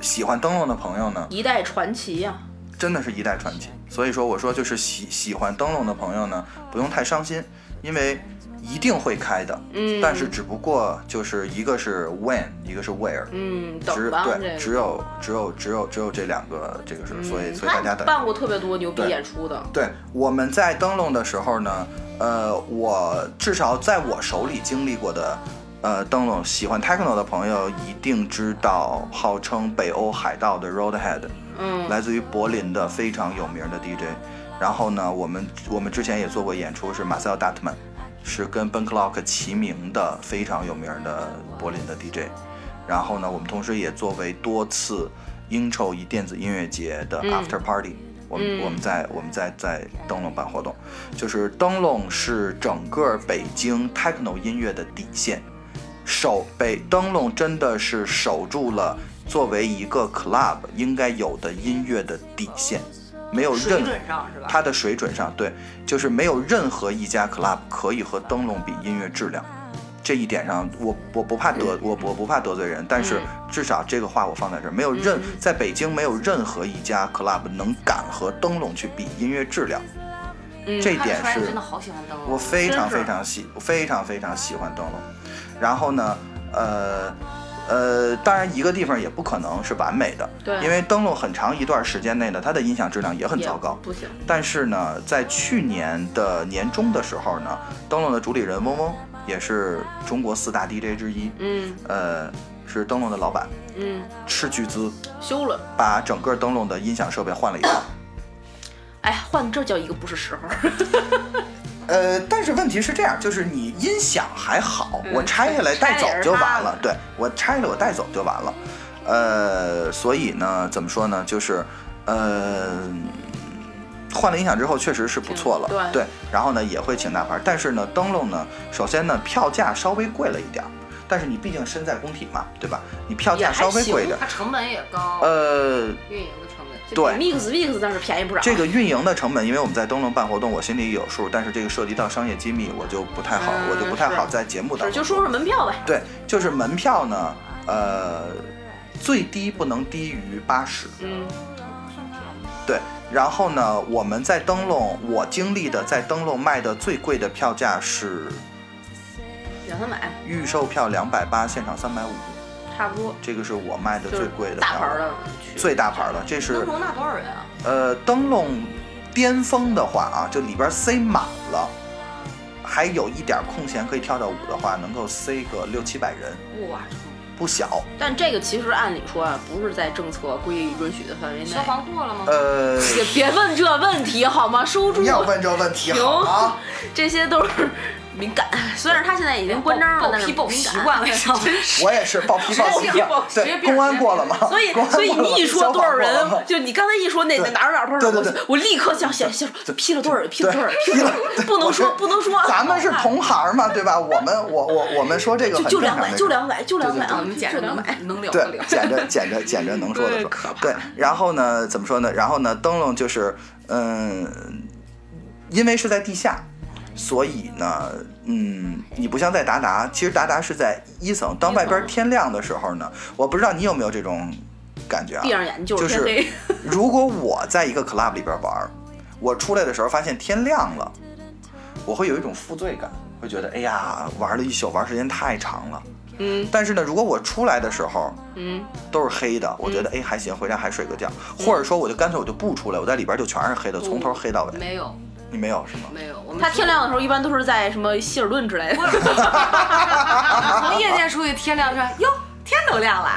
Speaker 4: 喜欢灯笼的朋友呢，
Speaker 1: 一代传奇呀、
Speaker 4: 真的是一代传奇。所以说，我说就是喜喜欢灯笼的朋友呢，不用太伤心，因为一定会开的。
Speaker 1: 嗯，
Speaker 4: 但是只不过就是一个是 when，一个是 where，
Speaker 1: 嗯，等
Speaker 4: 只
Speaker 1: 吧，这
Speaker 4: 对，
Speaker 1: 个
Speaker 4: 只有只有只有只有这两个，这个是，所以所以
Speaker 1: 他
Speaker 4: 大家等。
Speaker 1: 办过特别多牛逼
Speaker 4: 对
Speaker 1: 演出的，
Speaker 4: 对，我们在灯笼的时候呢，呃，我至少在我手里经历过的，呃，灯笼喜欢 techno 的朋友一定知道，号称北欧海盗的 Roadhead，
Speaker 1: 嗯
Speaker 4: 来自于柏林的非常有名的 DJ。然后呢，我们我们之前也做过演出，是马塞尔·达特曼，是跟 Ben Clock 齐名的非常有名的柏林的 DJ。然后呢，我们同时也作为多次 Intro 一电子音乐节的
Speaker 1: 嗯
Speaker 4: After Party，、我们
Speaker 1: 嗯
Speaker 4: 我们在我们在在灯笼办活动，就是灯笼是整个北京 Techno 音乐的底线，守北灯笼真的是守住了作为一个 club 应该有的音乐的底线，没有
Speaker 2: 水
Speaker 4: 任何
Speaker 2: 准上是吧？
Speaker 4: 它的水准上，对，就是没有任何一家 club 可以和灯笼比音乐质量。这一点上，我我不怕得我我不怕得罪人，但
Speaker 1: 嗯
Speaker 4: 是至少这个话我放在这儿，没有任在北京没有任何一家 club 能敢和灯笼去比音乐质量，
Speaker 1: 嗯，
Speaker 4: 这一
Speaker 2: 看得
Speaker 4: 点
Speaker 2: 出来
Speaker 4: 是
Speaker 2: 你真的好喜欢啊灯
Speaker 4: 我
Speaker 2: 笼，
Speaker 4: 非常
Speaker 1: 真是
Speaker 4: 非常喜，非常非常喜欢灯笼。然后呢，呃呃，当然一个地方也不可能是完美的，
Speaker 1: 对
Speaker 4: 因为灯笼很长一段时间内呢，它的音响质量也很
Speaker 1: 也
Speaker 4: 糟糕。
Speaker 1: 不行，
Speaker 4: 但是呢，在去年的年中的时候呢，灯笼的主理人翁翁也是中国四大 DJ 之一，
Speaker 1: 嗯
Speaker 4: 呃，是灯笼的老板，
Speaker 1: 嗯，
Speaker 4: 斥巨资
Speaker 1: 修了，
Speaker 4: 把整个灯笼的音响设备换了一套。
Speaker 1: 哎，换这叫一个不是时候，
Speaker 4: 呃，但是问题是这样，就是你音响还好，
Speaker 1: 嗯
Speaker 4: 我拆下来带走就
Speaker 1: 拆了也
Speaker 4: 完
Speaker 1: 是他
Speaker 4: 了
Speaker 1: 的。
Speaker 4: 对我拆了我带走就完了。呃，所以呢，怎么说呢，就是呃，换了音响之后确实是不错了，
Speaker 1: 挺对
Speaker 4: 对。然后呢，也会请大牌，但是呢，灯笼呢，首先呢，票价稍微贵了一点儿，但是你毕竟身在工体嘛，对吧？你票
Speaker 1: 也
Speaker 4: 价
Speaker 1: 还
Speaker 4: 稍微贵一点儿，
Speaker 2: 它成本也高，
Speaker 4: 呃，
Speaker 2: 运营的成本。
Speaker 1: 就
Speaker 4: 对
Speaker 1: 比 mix mix 但是便宜不少，
Speaker 4: 这个运营的成本，因为我们在灯笼办活动，我心里有数，但是这个涉及到商业机密，我就不太好，
Speaker 1: 嗯
Speaker 4: 我就不太好
Speaker 1: 是
Speaker 4: 在节目当
Speaker 1: 是
Speaker 4: 中
Speaker 1: 就说说门票呗，
Speaker 4: 对，就是门票呢，呃，最低不能低于八十。
Speaker 1: 嗯
Speaker 4: 对，然后呢，我们在灯笼，我经历的在灯笼卖的最贵的票价是
Speaker 1: 两三百
Speaker 4: 预售票两百八，现场三百五，
Speaker 1: 差不多，
Speaker 4: 这个是我卖的
Speaker 1: 就
Speaker 4: 最
Speaker 1: 是
Speaker 4: 贵的
Speaker 1: 大牌
Speaker 4: 票
Speaker 1: 儿
Speaker 4: 了，
Speaker 1: 的去，
Speaker 4: 最大牌儿的，这是
Speaker 2: 能容纳多少人啊？
Speaker 4: 呃，灯笼巅峰的话啊，就里边塞满了，还有一点空闲可以跳跳舞的话，能够塞个六七百人，
Speaker 2: 哇，
Speaker 4: 不小。
Speaker 1: 但这个其实按理说啊，不是在政策规允许的范围内
Speaker 2: 消，防过了吗？
Speaker 4: 呃，
Speaker 1: 也别问这问题好吗？收住
Speaker 3: 不，要问这问题好吗？
Speaker 1: 这些都是敏感，虽然他现在已经关张了，
Speaker 2: 暴
Speaker 1: 但是
Speaker 2: 批暴
Speaker 1: 敏
Speaker 2: 习
Speaker 1: 感
Speaker 2: 惯了， 真是。
Speaker 4: 我也是报批报批
Speaker 2: 直接报，直接
Speaker 4: 对，
Speaker 2: 变
Speaker 4: 公安过了吗？
Speaker 1: 所以
Speaker 4: 公，安
Speaker 1: 所以
Speaker 4: 过了吗
Speaker 1: 你一说多少
Speaker 4: 消防过了
Speaker 1: 人
Speaker 4: 吗，
Speaker 1: 就你刚才一说那那哪儿哪儿多少人，
Speaker 4: 对对
Speaker 1: 我
Speaker 4: 对
Speaker 1: 我立刻想想想说批了多少人，批了多少人，批了
Speaker 4: 批
Speaker 1: 多 少
Speaker 4: 了
Speaker 1: 人，不能说不能说啊，
Speaker 4: 咱们是同行嘛，对吧？我们我我我们说这个
Speaker 1: 就就
Speaker 4: 很正
Speaker 1: 两
Speaker 4: 常的
Speaker 1: 百，
Speaker 4: 事
Speaker 1: 就两百，就两百
Speaker 4: 对对对
Speaker 1: 啊
Speaker 2: 我们，简
Speaker 1: 就
Speaker 2: 直
Speaker 1: 两
Speaker 2: 能
Speaker 1: 百。
Speaker 2: 能聊得
Speaker 4: 对
Speaker 2: 了，。
Speaker 4: 捡着捡着捡着能说的
Speaker 1: 对
Speaker 4: 说
Speaker 1: 可，怕
Speaker 4: 对，然后呢，怎么说呢？然后呢，灯笼就是，嗯，因为是在地下，所以呢，嗯，你不像在达达，其实达达是在一层，当外边天亮的时候呢，我不知道你有没有这种感觉啊
Speaker 1: 闭？上眼就是
Speaker 4: 就
Speaker 1: 天
Speaker 4: 是
Speaker 1: 黑，
Speaker 4: 如果我在一个 club 里边玩儿，我出来的时候发现天亮了，我会有一种负罪感，会觉得哎呀，玩了一宿，玩时间太长了。
Speaker 1: 嗯
Speaker 4: 但是呢，如果我出来的时候，
Speaker 1: 嗯，
Speaker 4: 都是黑的，我觉得哎
Speaker 2: 嗯
Speaker 4: 还行，回家还睡个觉，或者说我就干脆我就不出来，我在里边就全是黑的，从头黑到尾。
Speaker 2: 没有，
Speaker 4: 你没有是吗？
Speaker 2: 没有，我们
Speaker 1: 他天亮的时候一般都是在什么希尔顿之类的。
Speaker 2: 从夜店出去，天亮说哟，天都亮 了，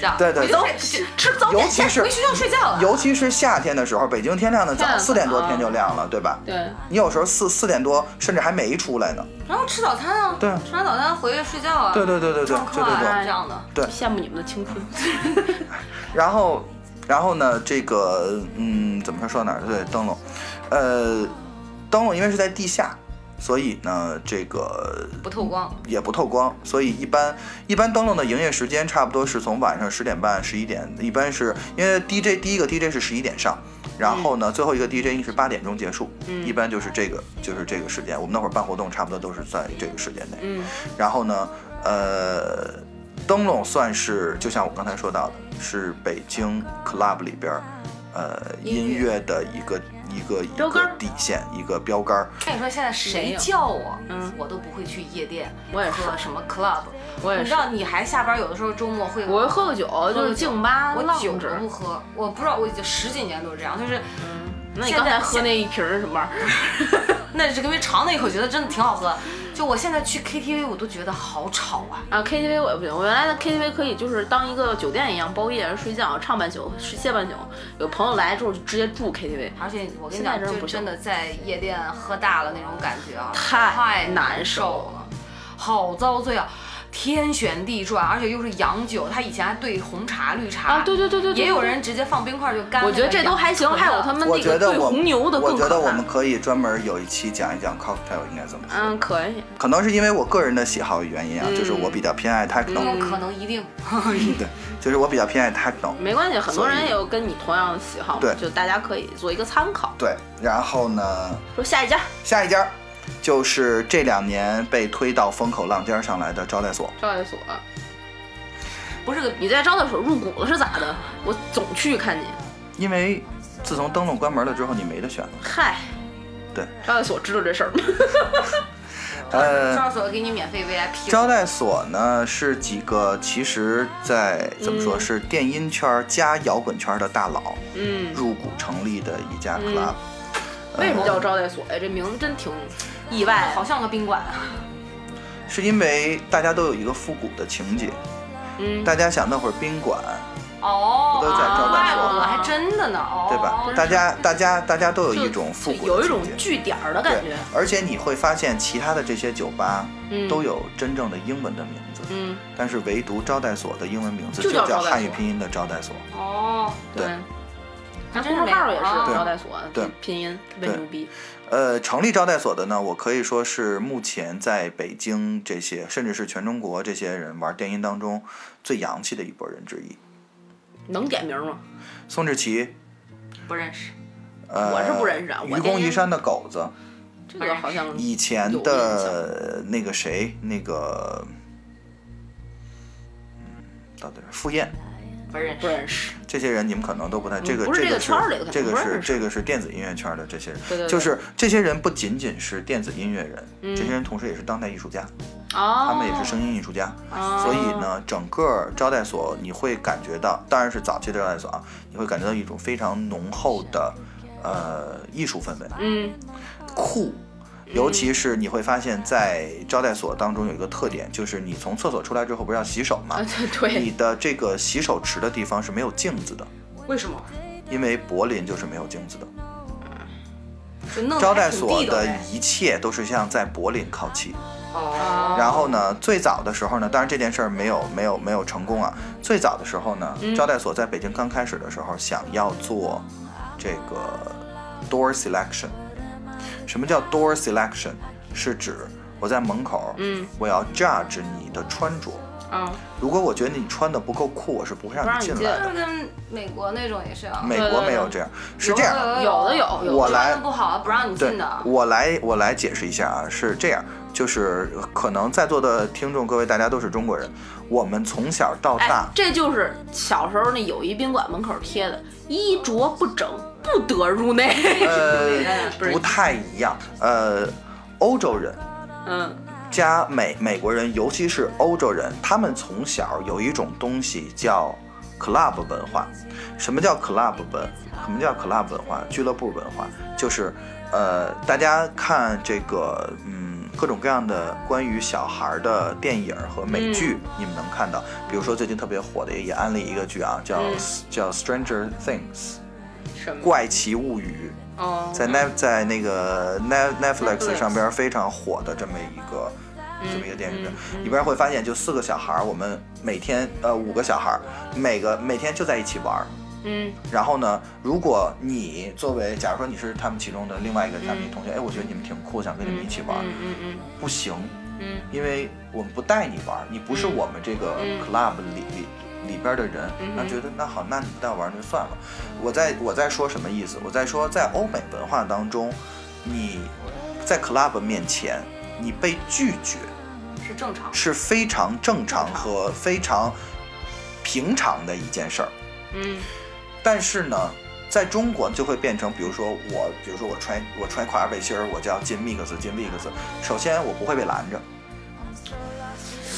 Speaker 2: 这样
Speaker 4: 对对
Speaker 2: 回去睡
Speaker 4: 对
Speaker 2: 去
Speaker 1: 吃早
Speaker 4: 尤
Speaker 1: 点
Speaker 4: 其
Speaker 1: 钱。
Speaker 4: 是
Speaker 2: 哦回学校睡觉了。
Speaker 4: 尤其是夏天的时候，北京天亮的
Speaker 1: 天
Speaker 4: 早，
Speaker 1: 亮得
Speaker 4: 四点多
Speaker 1: 早
Speaker 4: 天就亮了，对吧？
Speaker 1: 对，
Speaker 4: 你有时候四四点多甚至还没出来呢。
Speaker 2: 然后吃早餐啊，
Speaker 4: 对
Speaker 2: 吃完早餐回去睡觉啊，
Speaker 4: 对对对对对
Speaker 2: 上课
Speaker 4: 对对
Speaker 2: 啊
Speaker 4: 对。
Speaker 2: 这样的。
Speaker 4: 对
Speaker 1: 羡慕你们的青春。
Speaker 4: 然后，然后呢，这个嗯，怎么说说到哪儿？对，灯笼，呃，灯笼因为是在地下，所以呢，这个
Speaker 2: 不透光，
Speaker 4: 也不透光，所以一般一般灯笼的营业时间差不多是从晚上十点半、十一点，一般是因为 DJ 第一个 DJ 是十一点上，然后呢、最后一个 DJ 是八点钟结束，
Speaker 1: 嗯
Speaker 4: 一般就是这个就是这个时间。我们那会儿办活动差不多都是在这个时间内。
Speaker 1: 嗯
Speaker 4: 然后呢，呃，灯笼算是就像我刚才说到的，是北京 club 里边儿呃音
Speaker 2: 音乐
Speaker 4: 乐的一个一个一
Speaker 1: 标杆
Speaker 4: 个
Speaker 1: 儿
Speaker 4: 底线，一个标杆儿。
Speaker 2: 跟你说现在
Speaker 1: 谁
Speaker 2: 谁
Speaker 1: 呀
Speaker 2: 叫我，
Speaker 1: 嗯
Speaker 2: 我都不会去夜店，
Speaker 1: 我也是
Speaker 2: 喝什么 club，
Speaker 1: 我也
Speaker 2: 你知
Speaker 1: 是。
Speaker 2: 道你还下班有的时候周末会
Speaker 1: 我喝个酒就是
Speaker 2: 酒
Speaker 1: 静吧，
Speaker 2: 我酒
Speaker 1: 浪着
Speaker 2: 我不喝，我不知道，我已经十几年都是这样，就是
Speaker 1: 那你
Speaker 2: 现
Speaker 1: 刚才
Speaker 2: 在
Speaker 1: 喝那一瓶儿是什么玩意儿？
Speaker 2: 那是因为尝了一口，觉得真的挺好喝。就我现在去 KTV，我都觉得好吵啊，
Speaker 1: 啊，KTV 我也不行，我原来的 KTV 可以就是当一个酒店一样包夜睡觉，唱半宿，歇半宿。有朋友来之后就直接住 KTV，
Speaker 2: 而且我跟
Speaker 1: 现在
Speaker 2: 你讲，
Speaker 1: 真
Speaker 2: 就
Speaker 1: 不行
Speaker 2: 真的在夜店喝大了那种感觉啊，
Speaker 1: 太难
Speaker 2: 难
Speaker 1: 受
Speaker 2: 了，好遭罪啊，天旋地转，而且又是洋酒，他以前还兑红茶、绿茶
Speaker 1: 啊，对对对对，对
Speaker 2: 也有。人直接放冰块就干。
Speaker 1: 我觉得这都还行，还有他们
Speaker 4: 我
Speaker 1: 那
Speaker 4: 觉
Speaker 1: 个
Speaker 4: 得
Speaker 1: 对
Speaker 4: 我
Speaker 1: 红牛的
Speaker 4: 我
Speaker 1: 更
Speaker 4: 觉得
Speaker 1: 可
Speaker 4: 我
Speaker 1: 怕
Speaker 4: 们。可以专门有一期讲一讲 cocktail 应该怎么喝。
Speaker 1: 嗯，可以。
Speaker 4: 可能是因为我个人的喜好原因啊，
Speaker 1: 嗯
Speaker 4: 就是我比较偏爱 techno，、
Speaker 2: 有可能一 定
Speaker 4: 对，就是我比较偏爱 techno。
Speaker 1: 没关系，很多
Speaker 4: 所以
Speaker 1: 人也有跟你同样的喜好，
Speaker 4: 对
Speaker 1: 就大家可以做一个参考。
Speaker 4: 对，然后呢，
Speaker 1: 说下一家
Speaker 4: 下一家就是这两年被推到风口浪尖儿上来的招待所。
Speaker 1: 招待所，
Speaker 2: 不是个
Speaker 1: 你在招待所入股了是咋的？我总去看你，
Speaker 4: 因为自从灯笼关门了之后，你没得选了。
Speaker 1: 嗨。
Speaker 4: 对，
Speaker 1: 招待所知道这事儿吗？
Speaker 4: 呃，
Speaker 2: 招所给你免费 VIP，
Speaker 4: 招待所呢是几个，其实在怎么说
Speaker 1: 嗯
Speaker 4: 是电音圈儿加摇滚圈儿的大佬
Speaker 1: 嗯，
Speaker 4: 入股成立的一家
Speaker 1: 嗯
Speaker 4: club。
Speaker 1: 为什么叫招待所呀？这名字真挺意外。
Speaker 2: 好像个宾馆啊。
Speaker 4: 是因为大家都有一个复古的情节，
Speaker 1: 嗯，
Speaker 4: 大家想那会儿宾馆，
Speaker 2: 哦，
Speaker 4: 不都在招待所
Speaker 2: 怪不得还真的呢，哦，
Speaker 4: 对吧？
Speaker 2: 真是
Speaker 4: 大家大家大家都有
Speaker 1: 就
Speaker 4: 一种复
Speaker 1: 就
Speaker 4: 古
Speaker 1: 有
Speaker 4: 的
Speaker 1: 一种
Speaker 4: 情节。
Speaker 1: 据点儿的感觉
Speaker 4: 对。，而且你会发现其他的这些酒吧
Speaker 1: 嗯，
Speaker 4: 都。有真正的英文的名字，
Speaker 1: 嗯，
Speaker 4: 但是唯独招待所的英文名字
Speaker 1: 就
Speaker 4: 就
Speaker 1: 叫
Speaker 4: 叫
Speaker 1: 招待
Speaker 4: 汉语
Speaker 1: 所
Speaker 4: 拼音的招待所。
Speaker 2: 哦，
Speaker 1: 对
Speaker 4: 对。
Speaker 1: 那公
Speaker 2: 还真是
Speaker 1: 众
Speaker 2: 没有
Speaker 1: 号也是
Speaker 2: 啊
Speaker 1: 招待所，
Speaker 4: 对
Speaker 1: 拼拼音特别
Speaker 4: 对
Speaker 1: 牛逼。
Speaker 4: 呃，成立招待所的呢，我可以说是目前在北京这些，甚至是全中国这些人玩电音当中最洋气的一波人之一。
Speaker 1: 能点名吗？
Speaker 4: 宋志奇，
Speaker 2: 不认识，
Speaker 4: 呃，
Speaker 1: 我是不认识啊我
Speaker 4: 愚
Speaker 1: 电
Speaker 4: 公
Speaker 1: 音
Speaker 4: 移山的狗子，
Speaker 1: 这个好像
Speaker 4: 以前的那个谁，那个，嗯，到底是赴宴，
Speaker 2: 不认
Speaker 1: 不
Speaker 2: 识，
Speaker 1: 认识。
Speaker 4: 这些人你们可能都不太这个
Speaker 1: 嗯不是
Speaker 4: 这
Speaker 1: 这个
Speaker 4: 是
Speaker 1: 圈儿里的
Speaker 4: 这
Speaker 1: 可能
Speaker 4: 个
Speaker 1: 不
Speaker 4: 是
Speaker 1: 认识
Speaker 4: 这个是电子音乐圈的这些人，
Speaker 1: 对对嗯对
Speaker 4: 就是这些人不仅仅是电子音乐人，这些人同时也是当代艺术家，
Speaker 1: 哦，
Speaker 4: 他们也是声音艺术家，
Speaker 1: 哦
Speaker 4: 所以呢，整个招待所你会感觉到，当然是早期的招待所啊，你会感觉到一种非常浓厚的呃艺术氛围，
Speaker 1: 嗯
Speaker 4: 酷。尤其是你会发现，在招待所当中有一个特点，就是你从厕所出来之后不是要洗手吗
Speaker 1: 啊？对对
Speaker 4: 你，的这个洗手池的地方是没有镜子的，
Speaker 2: 为什么？
Speaker 4: 因为柏林就是没有镜子的。
Speaker 1: 哦
Speaker 2: 就弄得
Speaker 4: 招
Speaker 2: 还
Speaker 4: 待
Speaker 2: 挺
Speaker 4: 所
Speaker 2: 地道
Speaker 4: 的
Speaker 2: 呗
Speaker 4: 一切都是向在柏林靠齐。
Speaker 2: 哦，
Speaker 4: 然后呢，最早的时候呢，当然这件事儿没有没有没有成功啊。最早的时候呢，
Speaker 1: 嗯
Speaker 4: 招待所在北京刚开始的时候，想要做这个 door selection。什么叫 door selection？是指我在门口，
Speaker 1: 嗯，
Speaker 4: 我要 judge 你的穿着。
Speaker 2: 哦
Speaker 1: 嗯，
Speaker 4: 如果我觉得你穿的不够酷，我是不会
Speaker 1: 不
Speaker 4: 让
Speaker 1: 让
Speaker 4: 你
Speaker 1: 你
Speaker 4: 进
Speaker 1: 进
Speaker 4: 来
Speaker 2: 就
Speaker 4: 的。
Speaker 2: 是跟美国那种也是啊，
Speaker 4: 美
Speaker 1: 对
Speaker 4: 国
Speaker 1: 对
Speaker 4: 没有
Speaker 1: 对
Speaker 4: 这样，是这样，
Speaker 1: 嗯有的有有
Speaker 4: 我来
Speaker 2: 穿的不好啊不让你
Speaker 4: 对
Speaker 2: 进的，，
Speaker 4: 我来我来解释一下啊，是这样，就是可能在座的听众各位大家都是中国人，我们从小到
Speaker 1: 哎
Speaker 4: 大，，
Speaker 1: 这就是小时候那友谊宾馆门口贴的“衣着不整，不得入内
Speaker 4: 呃，
Speaker 1: 不是
Speaker 4: 不太一样，呃，欧洲人”。
Speaker 1: 嗯，
Speaker 4: 加美美国人，尤其是欧洲人，他们从小有一种东西叫 club 文化。什么叫 club 文？什么叫 club 文化？俱乐部文化就是呃，大家看这个，嗯，各种各样的关于小孩儿的电影儿和美剧，你们能看到，比如说最近特别火的也安利一个剧啊，叫、
Speaker 1: 嗯
Speaker 4: 叫《Stranger Things》
Speaker 1: 什么？
Speaker 4: 怪奇物语，
Speaker 1: 哦，
Speaker 4: 在 Net 在那个 Net
Speaker 1: Netflix
Speaker 4: Netflix 上边非常火的这么一个。这么一个电视剧
Speaker 1: 嗯，
Speaker 4: 里边会发现就四个小孩儿，我们每天呃五个小孩儿，每个每天就在一起玩儿，
Speaker 1: 嗯
Speaker 4: 然后呢，如果你作为，假如说你是他们其中的另外一个他们
Speaker 1: 嗯
Speaker 4: 同学，哎，我觉得你们挺酷，想跟你们一起玩，
Speaker 1: 嗯嗯嗯
Speaker 4: 不行，
Speaker 1: 嗯
Speaker 4: 因为我们不带你玩，你不是我们这个
Speaker 1: 嗯
Speaker 4: club 里里里边的人，
Speaker 1: 嗯哼
Speaker 4: 那觉得那好，那你不带我玩就算了。我在我在说什么意思？我在说在欧美文化当中，你在 club 面前，你被拒绝
Speaker 1: 嗯，是正常。
Speaker 4: 是非常正常和非常平常的一件事儿。
Speaker 1: 嗯
Speaker 4: 但是呢，在中国就会变成，比如说我，比如说我穿我穿垮背心儿，我就要进 mix 进 mix，首先我不会被拦着。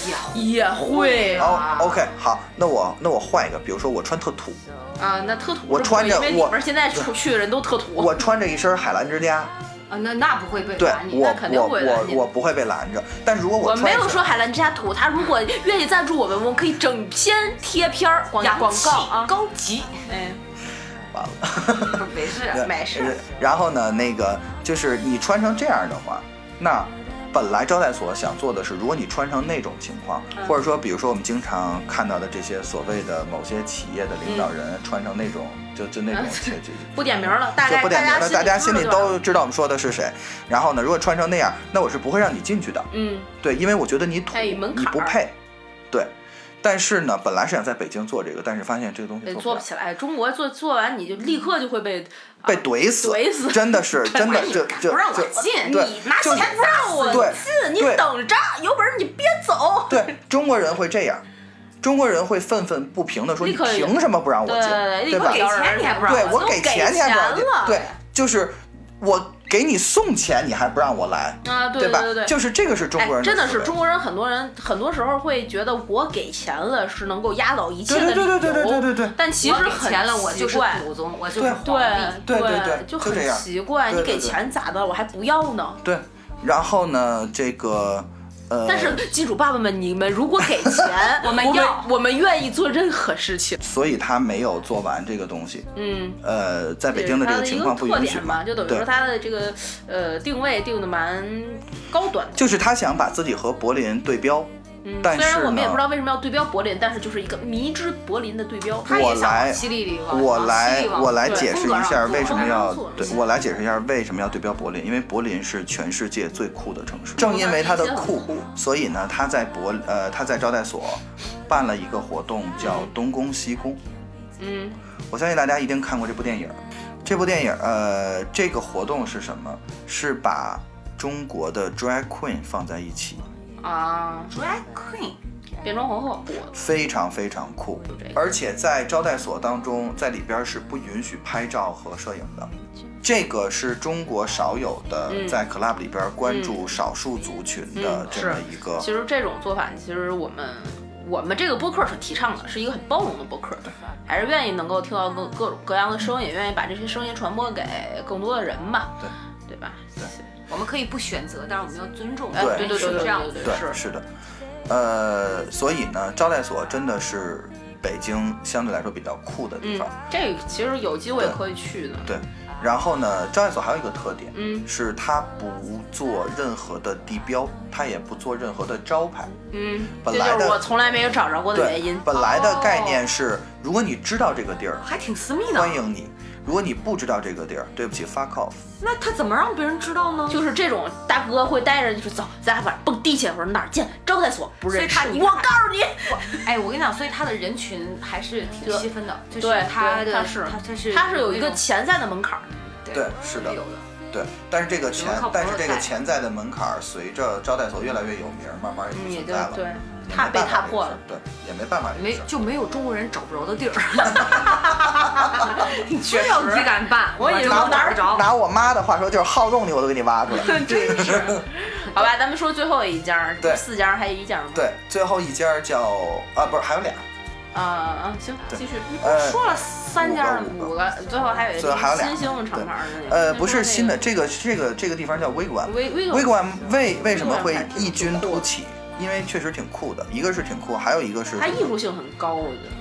Speaker 2: 也会
Speaker 1: 也会啊
Speaker 4: 哦、o k 好，那我那我换一个，比如说我穿特土，
Speaker 1: 啊，那特土
Speaker 4: 哦我
Speaker 1: 是不
Speaker 4: 穿
Speaker 1: 会
Speaker 4: 着
Speaker 1: 因为里
Speaker 4: 我
Speaker 1: 边现在出去的人都特土。
Speaker 4: 我穿着一身海澜之家，
Speaker 2: 啊，那那不会被
Speaker 4: 对
Speaker 2: 打你，
Speaker 4: 我
Speaker 1: 那肯定
Speaker 4: 我
Speaker 1: 会拦你
Speaker 4: 我我不会被拦着。但如果
Speaker 1: 我
Speaker 4: 穿
Speaker 1: 没
Speaker 4: 一
Speaker 1: 有
Speaker 4: 身
Speaker 1: 说海澜之家土，他如果愿意赞助我们，我们可以整篇贴片儿广
Speaker 2: 洋
Speaker 1: 广
Speaker 2: 气
Speaker 1: 告啊。
Speaker 2: 高级，
Speaker 1: 哎，
Speaker 4: 完了，
Speaker 2: 没事。
Speaker 4: 对
Speaker 1: 没事
Speaker 4: 呃然后呢，那个就是你穿成这样的话，那本来招待所想做的是，如果你穿成那种情况，
Speaker 1: 嗯
Speaker 4: 或者说比如说我们经常看到的这些所谓的某些企业的领
Speaker 1: 嗯
Speaker 4: 导人穿成那种，就就那种 切切。
Speaker 1: 不点名了，嗯大
Speaker 4: 就
Speaker 1: 概
Speaker 4: 不点名了，大
Speaker 1: 家
Speaker 4: 家
Speaker 1: 心
Speaker 4: 心
Speaker 1: 里
Speaker 4: 里
Speaker 1: 知道就完了
Speaker 4: 都知道我们说的是谁。然后呢，如果穿成那样，那我是不会让你进去的。
Speaker 1: 嗯
Speaker 4: 对，因为我觉得你土，
Speaker 1: 哎门槛
Speaker 4: 你
Speaker 1: 儿
Speaker 4: 不配。对，但是呢，本来是想在北京做这个，但是发现这个东西
Speaker 1: 得
Speaker 4: 做
Speaker 1: 哎做不
Speaker 4: 不了，
Speaker 1: 起来。中国做做完你就立刻就会被啊
Speaker 4: 被怼死，
Speaker 1: 怼死
Speaker 4: 真的是真的， 就就
Speaker 1: 不让我
Speaker 4: 就
Speaker 1: 进，
Speaker 4: 对
Speaker 1: 你拿
Speaker 4: 就
Speaker 1: 钱不让我
Speaker 4: 对
Speaker 1: 进，你
Speaker 4: 对
Speaker 1: 等着，有本事你别走。
Speaker 4: 对中国人会这样，中国人会愤愤不平的说：“
Speaker 1: 立
Speaker 4: 你
Speaker 1: 刻
Speaker 4: 凭什么不让我进？”
Speaker 1: 对，立
Speaker 4: 对
Speaker 1: 刻
Speaker 4: 吧
Speaker 1: 给？
Speaker 2: 给
Speaker 1: 钱
Speaker 2: 钱
Speaker 1: 你
Speaker 2: 你
Speaker 1: 还
Speaker 2: 还
Speaker 1: 不
Speaker 2: 不
Speaker 1: 让
Speaker 2: 让
Speaker 4: 对
Speaker 2: 我
Speaker 4: 我
Speaker 1: 都给
Speaker 4: 给钱你还不让我进
Speaker 1: 钱了，
Speaker 4: 对，就是我给你送钱你还不让我来，
Speaker 1: 啊，对
Speaker 4: 吧？
Speaker 1: 对对，
Speaker 4: 就是这个是中
Speaker 1: 哎，
Speaker 4: 国人
Speaker 1: 真的
Speaker 4: 思
Speaker 1: 是
Speaker 4: 维
Speaker 1: 中国人，很多人很多时候会觉得我给钱了是能够压倒一切的理由，
Speaker 4: 对对对对对对对对
Speaker 1: 但其实
Speaker 2: 我给
Speaker 1: 很
Speaker 2: 钱了，我就是
Speaker 1: 奇怪
Speaker 2: 祖宗，我就是
Speaker 4: 对
Speaker 2: 皇帝。
Speaker 1: 对
Speaker 4: 对对对
Speaker 1: 就
Speaker 4: 就这
Speaker 1: 很
Speaker 4: 样
Speaker 1: 奇怪，你
Speaker 4: 对对
Speaker 1: 给
Speaker 4: 对
Speaker 1: 钱咋的，我还不要呢？
Speaker 4: 对，然后呢，这个呃，
Speaker 1: 但是金主爸爸们，你们如果给 钱，我
Speaker 2: 们要
Speaker 1: 我们愿意做任何事情。
Speaker 4: 所以他没有做完这个东西。
Speaker 1: 嗯，
Speaker 4: 呃，在北
Speaker 1: 也
Speaker 4: 京
Speaker 1: 是
Speaker 4: 的这
Speaker 1: 它
Speaker 4: 个
Speaker 1: 的一
Speaker 4: 情
Speaker 1: 个
Speaker 4: 况不
Speaker 1: 特
Speaker 4: 允许
Speaker 1: 点吧，就等于说
Speaker 4: 对，
Speaker 1: 它的这个呃定位定的蛮高端的。
Speaker 4: 就是他想把自己和柏林对标，
Speaker 1: 嗯，
Speaker 4: 但
Speaker 1: 虽然
Speaker 4: 是啊
Speaker 1: 我们也
Speaker 4: 呢
Speaker 1: 不知道为什么要对标柏林，但是就是一个迷之柏林的对标。
Speaker 2: 他也
Speaker 4: 我
Speaker 2: 想往
Speaker 4: 来
Speaker 2: 犀利里往
Speaker 4: 我
Speaker 2: 往犀
Speaker 4: 来
Speaker 2: 利往
Speaker 4: 我来
Speaker 1: 对
Speaker 4: 解释
Speaker 2: 风格
Speaker 4: 一下
Speaker 2: 上
Speaker 4: 为什么要
Speaker 1: 做
Speaker 4: 对
Speaker 1: 嗯
Speaker 4: 我来解释一下为什么要对标柏林，因为柏林是全世界最酷的城市，正因为它的酷
Speaker 1: 我们理解，
Speaker 4: 所以呢，他在柏呃他在招待所办了一个活动叫东宫西宫，
Speaker 1: 嗯
Speaker 4: 我相信大家一定看过这部电影。这部电影呃这个活动是什么？是把中国的 drag queen 放在一起，
Speaker 1: 啊，
Speaker 2: drag queen，
Speaker 1: 变装皇后，我
Speaker 4: 非常非常酷
Speaker 1: 这个，
Speaker 4: 而且在招待所当中，在里边是不允许拍照和摄影的。这个是中国少有的
Speaker 1: 嗯
Speaker 4: 在 club 里边关注少数族群的
Speaker 1: 嗯
Speaker 4: 这么一个，
Speaker 1: 其实这种做法，其实我们我们这个播客是提倡的，是一个很包容的播客，还是愿意能够听到各各种各样的声音，也愿意把这些声音传播给更多的人嘛，对对吧？
Speaker 2: 我们可以不选择，但是我们要尊重。
Speaker 1: 哎对对
Speaker 4: 对
Speaker 1: 对
Speaker 2: 是
Speaker 1: 对
Speaker 2: 这样
Speaker 1: 对
Speaker 2: 子。
Speaker 1: 对
Speaker 4: 对，
Speaker 1: 是
Speaker 4: 是的，呃，所以呢，招待所真的是北京相对来说比较酷的地
Speaker 1: 嗯
Speaker 4: 方。，
Speaker 1: 这个其实有机会可以去的，
Speaker 4: 对，然后呢，招待所还有一个特点，
Speaker 1: 啊嗯
Speaker 4: 是它不做任何的地标，它也不做任何的招牌。
Speaker 1: 嗯，这
Speaker 4: 本来的
Speaker 1: 就是我从来没有找着过的原
Speaker 4: 对
Speaker 1: 因，。哦
Speaker 4: 本来的概念是，如果你知道这个地儿，
Speaker 2: 还挺私密的
Speaker 4: 欢。迎你；如果你不知道这个地儿，对不起，fuck off。
Speaker 2: 那他怎么让别人知道呢？
Speaker 1: 就是这种大哥会带着你说走，咱俩晚上蹦迪去。我说哪儿见？招待所不认识。
Speaker 2: 所以他你看
Speaker 1: 我告诉你，
Speaker 2: 哎，我跟你讲，所以他的人群还是挺细分的，就是
Speaker 1: 对
Speaker 2: 他
Speaker 1: 对
Speaker 2: 的
Speaker 1: 他是
Speaker 2: 他他是
Speaker 1: 它是有一个
Speaker 2: 那种
Speaker 1: 潜在的门槛儿的。
Speaker 2: 对
Speaker 4: 对是的
Speaker 2: 有的。
Speaker 4: 对，但是这个
Speaker 2: 只
Speaker 4: 潜
Speaker 2: 能靠，朋
Speaker 4: 但
Speaker 2: 友
Speaker 4: 是这个
Speaker 2: 带
Speaker 4: 潜在的门槛儿，随着招待所越来越有名儿，慢慢也
Speaker 1: 嗯也
Speaker 4: 不存
Speaker 1: 就
Speaker 4: 在了，
Speaker 1: 对
Speaker 4: 也没
Speaker 1: 踏被
Speaker 4: 办法
Speaker 1: 踏
Speaker 4: 这个
Speaker 1: 破
Speaker 4: 事儿
Speaker 1: 了
Speaker 4: 对，也没办法这个
Speaker 2: 没
Speaker 4: 事儿。
Speaker 2: 就没有中国人找不着的地儿， 只有你敢办，
Speaker 1: 我以为
Speaker 2: 就
Speaker 1: 我
Speaker 2: 能
Speaker 1: 哪
Speaker 2: 找
Speaker 1: 儿
Speaker 2: 得着。
Speaker 4: 拿我妈的话说，就是好动你我都给你挖出 来。
Speaker 1: 真是，好吧，咱们说最后一家儿，
Speaker 4: 对
Speaker 1: 四家儿还有一家儿吗？
Speaker 4: 对，最后一家叫啊，不是还有俩，
Speaker 1: 啊啊，行，
Speaker 4: 对
Speaker 1: 继续。你不
Speaker 4: 呃
Speaker 1: 是说了三家了吗，
Speaker 4: 五个
Speaker 1: 五个，最后还有一
Speaker 4: 最后还有
Speaker 1: 个
Speaker 4: 俩
Speaker 1: 新兴厂牌的那个。嗯
Speaker 4: 呃，
Speaker 1: 那
Speaker 4: 不
Speaker 1: 说
Speaker 4: 是
Speaker 1: 那
Speaker 4: 新的，
Speaker 1: 个。
Speaker 4: 这个这个这个地方叫 Wigwam。
Speaker 1: 微微
Speaker 4: Wigwam 为为什么会
Speaker 1: Wigwam 还挺
Speaker 4: 异军突起？因为确实挺酷的，一个是挺酷，还有一个是
Speaker 1: 它艺术性很高，我觉得。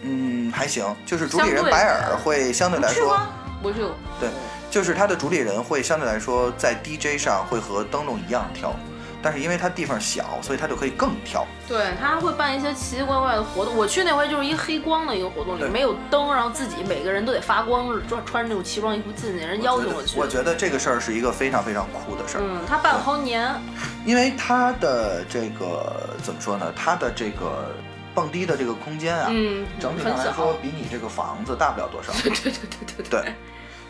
Speaker 4: 嗯还行，就是主理
Speaker 1: 相
Speaker 4: 人
Speaker 1: 对
Speaker 4: 白尔会相对来
Speaker 1: 去
Speaker 4: 说
Speaker 1: 吗？不去过。
Speaker 4: 对就是他的主理人会相对来说在 DJ 上会和灯笼一样跳，但是因为他地方小，所以他就可以更跳。
Speaker 1: 对，他会办一些奇奇怪怪的活动。我去那回就是一黑光的一个活动，里
Speaker 4: 对
Speaker 1: 没有灯，然后自己每个人都得发光，穿穿着那种奇装异服进去，人邀请
Speaker 4: 我觉
Speaker 1: 去
Speaker 4: 得。我觉得这个事儿是一个非常非常酷的事儿，
Speaker 1: 嗯，他办了好几年，
Speaker 4: 因为他的这个怎么说呢？他的这个蹦迪的这个空间啊，
Speaker 1: 嗯，
Speaker 4: 整体
Speaker 1: 很
Speaker 4: 上来
Speaker 1: 小
Speaker 4: 说。比你这个房子大不了多少。对对对对对对，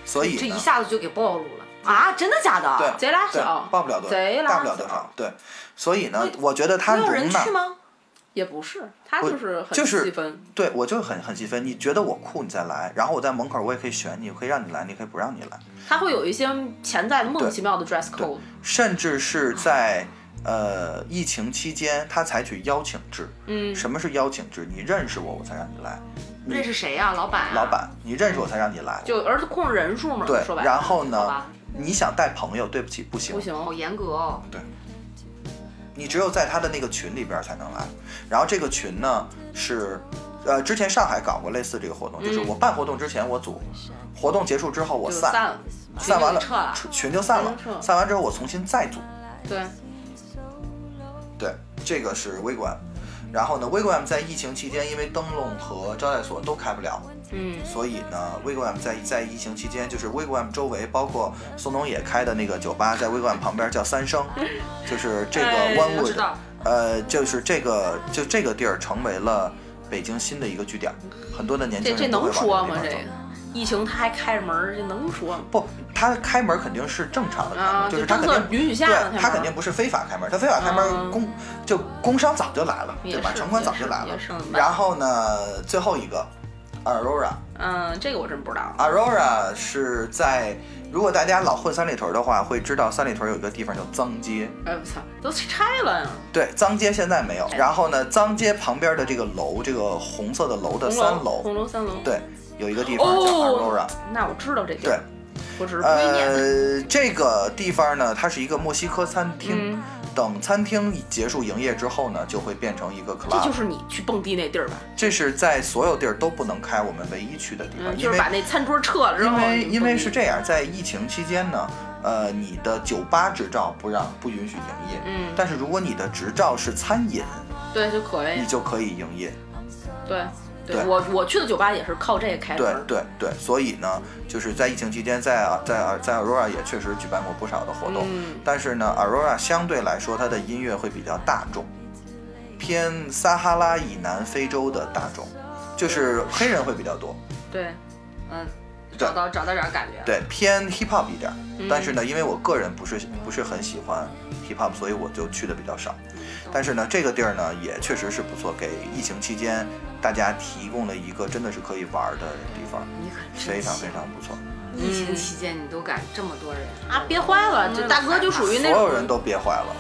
Speaker 4: 所以
Speaker 2: 这一
Speaker 4: 呢
Speaker 2: 下子就给暴露了啊！真的假的？
Speaker 4: 对
Speaker 1: 贼拉
Speaker 4: 对
Speaker 1: 小，
Speaker 4: 报不了多少，
Speaker 1: 贼拉
Speaker 4: 大不了多少。对，所以呢，我觉得它
Speaker 2: 没有人
Speaker 4: 容纳
Speaker 2: 去吗？
Speaker 1: 也不是，他
Speaker 4: 我
Speaker 1: 就是很
Speaker 4: 就是
Speaker 1: 细分。
Speaker 4: 对，我就很很细分。你觉得我酷，你再来；然后我在门口，我也可以选你，我可以让你来，你可以不让你来。
Speaker 1: 他会有一些潜在的莫名其妙的 dress code。
Speaker 4: 甚至是在呃疫情期间，他采取邀请制。
Speaker 1: 嗯，
Speaker 4: 什么是邀请制？你认识我，我才让你来。
Speaker 2: 认识谁呀、老板、啊？
Speaker 4: 老。板，你认识我才让你来。
Speaker 1: 就而且控制人数嘛，
Speaker 4: 对
Speaker 1: 说，白
Speaker 4: 然
Speaker 1: 了
Speaker 4: 后
Speaker 2: 好
Speaker 4: 呢
Speaker 2: 吧？
Speaker 4: 你想带朋友，对不起，不行，
Speaker 1: 不行。
Speaker 2: 好严格哦，
Speaker 4: 你只有在他的那个群里边儿才能来。然后这个群呢是，呃，之前上海搞过类似这个活动，就是我办活动之前我组，活动结束之后我
Speaker 1: 嗯就
Speaker 4: 散，
Speaker 1: 散了，
Speaker 4: 散完
Speaker 2: 群
Speaker 4: 了
Speaker 2: 就撤了
Speaker 4: 群就散了
Speaker 1: 群就撤，了
Speaker 4: 散完之后我重新再组。
Speaker 1: 对，
Speaker 4: 对，这个是微观。然后呢微观在疫情期间，因为灯笼和招待所都开不了，
Speaker 1: 嗯，
Speaker 4: 所以呢微观在在疫情期间，就是微观周围包括宋冬野开的那个酒吧，在微观旁边叫三 生，就是这个
Speaker 1: 哎
Speaker 4: One
Speaker 2: 我
Speaker 4: Wood
Speaker 2: 知。道。
Speaker 4: 呃，就是这个，就这个地儿成为了北京新的一个据点，很多的年轻
Speaker 1: 这
Speaker 4: 人
Speaker 1: 这
Speaker 4: 都会
Speaker 1: 能
Speaker 4: 往
Speaker 1: 说
Speaker 4: 个地
Speaker 1: 吗？这
Speaker 4: 方走
Speaker 1: 个疫情他还开着门儿，这能说吗？
Speaker 4: 不，他开门肯定是正常的开门，
Speaker 1: 啊，
Speaker 4: 就是他
Speaker 1: 政
Speaker 4: 肯
Speaker 1: 策
Speaker 4: 定。
Speaker 1: 允许下了，
Speaker 4: 对，他肯定不是非法开门，他非法开门
Speaker 1: 嗯
Speaker 4: 工、就工商早就来了，
Speaker 1: 也
Speaker 4: 对吧？
Speaker 1: 是
Speaker 4: 城管
Speaker 1: 也
Speaker 4: 早
Speaker 1: 是
Speaker 4: 就来
Speaker 1: 也
Speaker 4: 了
Speaker 1: 是嗯。
Speaker 4: 然后呢，最后一个，Aurora，Aurora
Speaker 1: 嗯，这个我真不知道。
Speaker 4: 是在如果大家老混三里屯的话，会知道三里屯有一个地方叫脏街，
Speaker 1: 哎，我操，都拆了呀！
Speaker 4: 对，脏街现在没有。
Speaker 1: 哎
Speaker 4: 然后呢，脏街旁边的这个楼，这个红色的楼的
Speaker 1: 红
Speaker 4: 三
Speaker 1: 楼，红楼哦三楼。，
Speaker 4: 对，有一个地方叫 Aurora，、
Speaker 1: 那我知道这地
Speaker 4: 对
Speaker 1: 儿，，我只是不会念。
Speaker 4: 呃，这个地方呢，它是一个墨西哥餐厅。
Speaker 1: 嗯
Speaker 4: 等餐厅结束营业之后呢，就会变成一个 club。
Speaker 1: 这就是你去蹦迪那地儿吧？
Speaker 4: 这是在所有地儿都不能开，我们唯一去的地方，
Speaker 1: 嗯，
Speaker 4: 呃因
Speaker 1: 就是
Speaker 4: 为
Speaker 1: 把那啊餐桌撤了之
Speaker 4: 因
Speaker 1: 后，
Speaker 4: 为
Speaker 1: 你
Speaker 4: 因为
Speaker 1: 蹦迪
Speaker 4: 是这样，在疫情期间呢，呃，你的酒吧执照不让不允许营业，
Speaker 1: 嗯
Speaker 4: 但是如果你的执照是餐饮，
Speaker 1: 对就可以
Speaker 4: 你，就可以营业。
Speaker 1: 对
Speaker 4: 对
Speaker 1: 我我去的酒吧也是靠这个开门
Speaker 4: 对
Speaker 1: 儿。
Speaker 4: 对对，所以呢，就是在疫情期间在，啊在啊在 Aurora 也确实举办过不少的活动，
Speaker 1: 嗯
Speaker 4: 但是呢，Aurora 相对来说它的音乐会比较大众，偏撒哈拉以南非洲的大众，就是黑人会比较多，
Speaker 1: 对，
Speaker 2: 嗯，找到找到点感觉。
Speaker 4: 对，偏 hip hop 一点儿。但是呢，因为我个人不是不是很喜欢 hip hop，所以我就去的比较少。但是呢，这个地儿呢也确实是不错，给疫情期间大家提供了一个真的是可以玩儿的地方，
Speaker 2: 你可真
Speaker 4: 嗯非常
Speaker 2: 行
Speaker 4: 非常不错。
Speaker 2: 疫情期间你都敢这么多人
Speaker 1: 啊，憋坏了，这大哥就属于那
Speaker 4: 所有
Speaker 1: 种
Speaker 4: 人都憋坏了。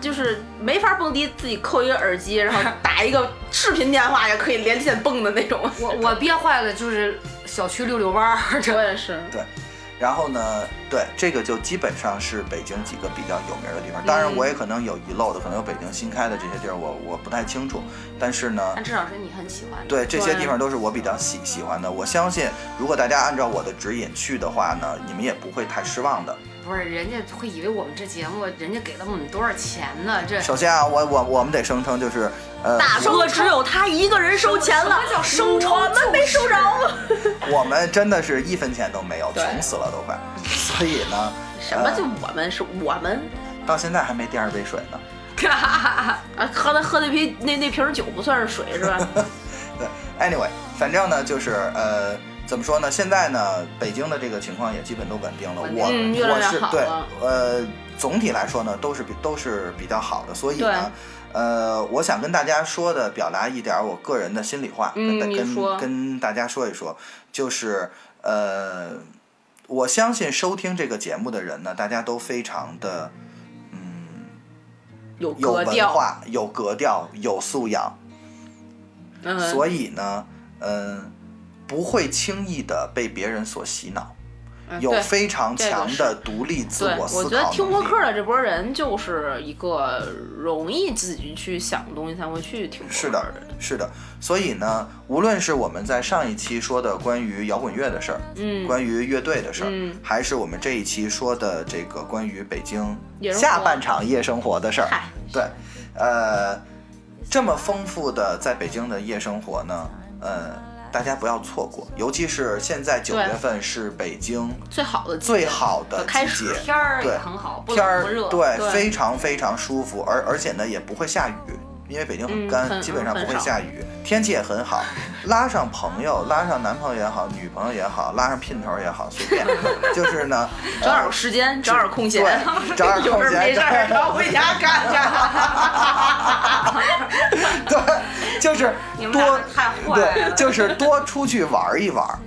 Speaker 1: 就是没法蹦迪，自己扣一个耳机，然 后打一个视频电话也可以连线蹦的那种。
Speaker 2: 我我憋坏了，就是小区溜溜弯儿，这
Speaker 1: 我也是，
Speaker 4: 然后呢，对这个就基本上是北京几个比较有名的地方。当然，我也可能有遗漏的，可能有北京新开的这些地儿，我我不太清楚。但是呢，
Speaker 2: 但至少是你很喜欢的。
Speaker 4: 对这些
Speaker 1: 对
Speaker 4: 地方都是我比较喜喜欢的。我相信，如果大家按照我的指引去的话呢，你们也不会太失望的。
Speaker 2: 不是人家会以为我们这节目，人家给了我们多少钱呢？这
Speaker 4: 首先啊，我我我们得声称就是，呃，
Speaker 1: 大哥只有他一个人收钱了，
Speaker 2: 什么叫
Speaker 1: 收
Speaker 2: 收
Speaker 1: 成我们没收着。
Speaker 4: 我们真的是一分钱都没有，
Speaker 1: 对
Speaker 4: 穷死了都快。所以呢，
Speaker 1: 什么就我们是我 们
Speaker 4: 到现在还没第二杯水呢。
Speaker 1: 啊？喝的喝那瓶那那瓶酒不算是水是吧？
Speaker 4: 对，anyway，反正呢就是呃，怎么说呢？现在呢，北京的这个情况也基本都稳定了。
Speaker 2: 稳定
Speaker 4: 我、
Speaker 1: 嗯越来
Speaker 4: 我
Speaker 1: 越
Speaker 4: 是
Speaker 1: 好
Speaker 4: 对
Speaker 1: 了
Speaker 4: 呃，总体来说呢，都是比都是比较好的。所以
Speaker 1: 对
Speaker 4: 呢，呃，我想跟大家说的，表达一点我个人的心里话，
Speaker 1: 嗯
Speaker 4: 跟
Speaker 1: 你
Speaker 4: 跟
Speaker 1: 说
Speaker 4: 跟大家说一说，就是呃，我相信收听这个节目的人呢，大家都非常的
Speaker 1: 有
Speaker 4: 有
Speaker 1: 格
Speaker 4: 文
Speaker 1: 调，
Speaker 4: 化、有格调、有素养。
Speaker 1: 嗯
Speaker 4: 所以呢，嗯，不会轻易的被别人所洗脑，
Speaker 1: 嗯
Speaker 4: 有
Speaker 1: 对
Speaker 4: 非常
Speaker 1: 这个
Speaker 4: 强
Speaker 1: 是
Speaker 4: 的独立自
Speaker 1: 对，
Speaker 4: 我思考
Speaker 1: 我
Speaker 4: 能力。
Speaker 1: 觉得听播客的这波人就是一个容易自己去想的东西才会去听播客
Speaker 4: 是的
Speaker 1: 人，
Speaker 4: 是的。所以呢，无论是我们在上一期说的关于摇滚乐的事儿，
Speaker 1: 嗯，
Speaker 4: 关于乐队的事儿，
Speaker 1: 嗯
Speaker 4: 还是我们这一期说的这个关于北京
Speaker 1: 夜生活
Speaker 4: 下半场夜生活的事儿，
Speaker 1: 嗨，
Speaker 4: 对，呃，这么丰富的在北京的夜生活呢，呃，大家不要错过，尤其是现在九
Speaker 1: 对
Speaker 4: 月份是北京
Speaker 1: 最好的
Speaker 4: 最好
Speaker 1: 的
Speaker 4: 的
Speaker 1: 呃开
Speaker 4: 季
Speaker 1: 始
Speaker 4: 节，
Speaker 2: 天儿也
Speaker 4: 呃对
Speaker 2: 很好，不
Speaker 4: 天
Speaker 2: 冷
Speaker 4: 儿
Speaker 2: 不热。
Speaker 4: 对
Speaker 1: 对
Speaker 4: 非常非常舒服，而而且呢也不会下雨，因为北京
Speaker 1: 嗯
Speaker 4: 很干，
Speaker 1: 很
Speaker 4: 基本上不
Speaker 1: 很
Speaker 4: 会
Speaker 1: 少
Speaker 4: 下雨，天气也很好。拉上朋友，拉上男朋友也好，女朋友也好，拉上姘头也好，随 便，就是呢，
Speaker 1: 找点
Speaker 4: 呃
Speaker 1: 儿时间，找点儿空闲，
Speaker 4: 对找点儿空
Speaker 1: 有事儿没
Speaker 4: 闲
Speaker 1: 事儿找我回家 干干。
Speaker 4: 对，呃 就是
Speaker 2: 你们俩
Speaker 4: 多
Speaker 2: 太坏
Speaker 4: 对，
Speaker 2: 了。
Speaker 4: 就是多出去玩儿一玩儿，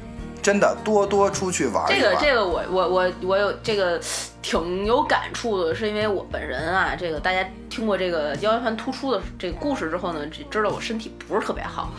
Speaker 4: 真的多多出去玩儿
Speaker 1: 这
Speaker 4: 一
Speaker 1: 个
Speaker 4: 玩儿。
Speaker 1: 这个我我我我有这个挺有感触的，是因为我本人啊，这个大家听过这个腰间盘突出的这个故事之后呢，只知道我身体不是特别好。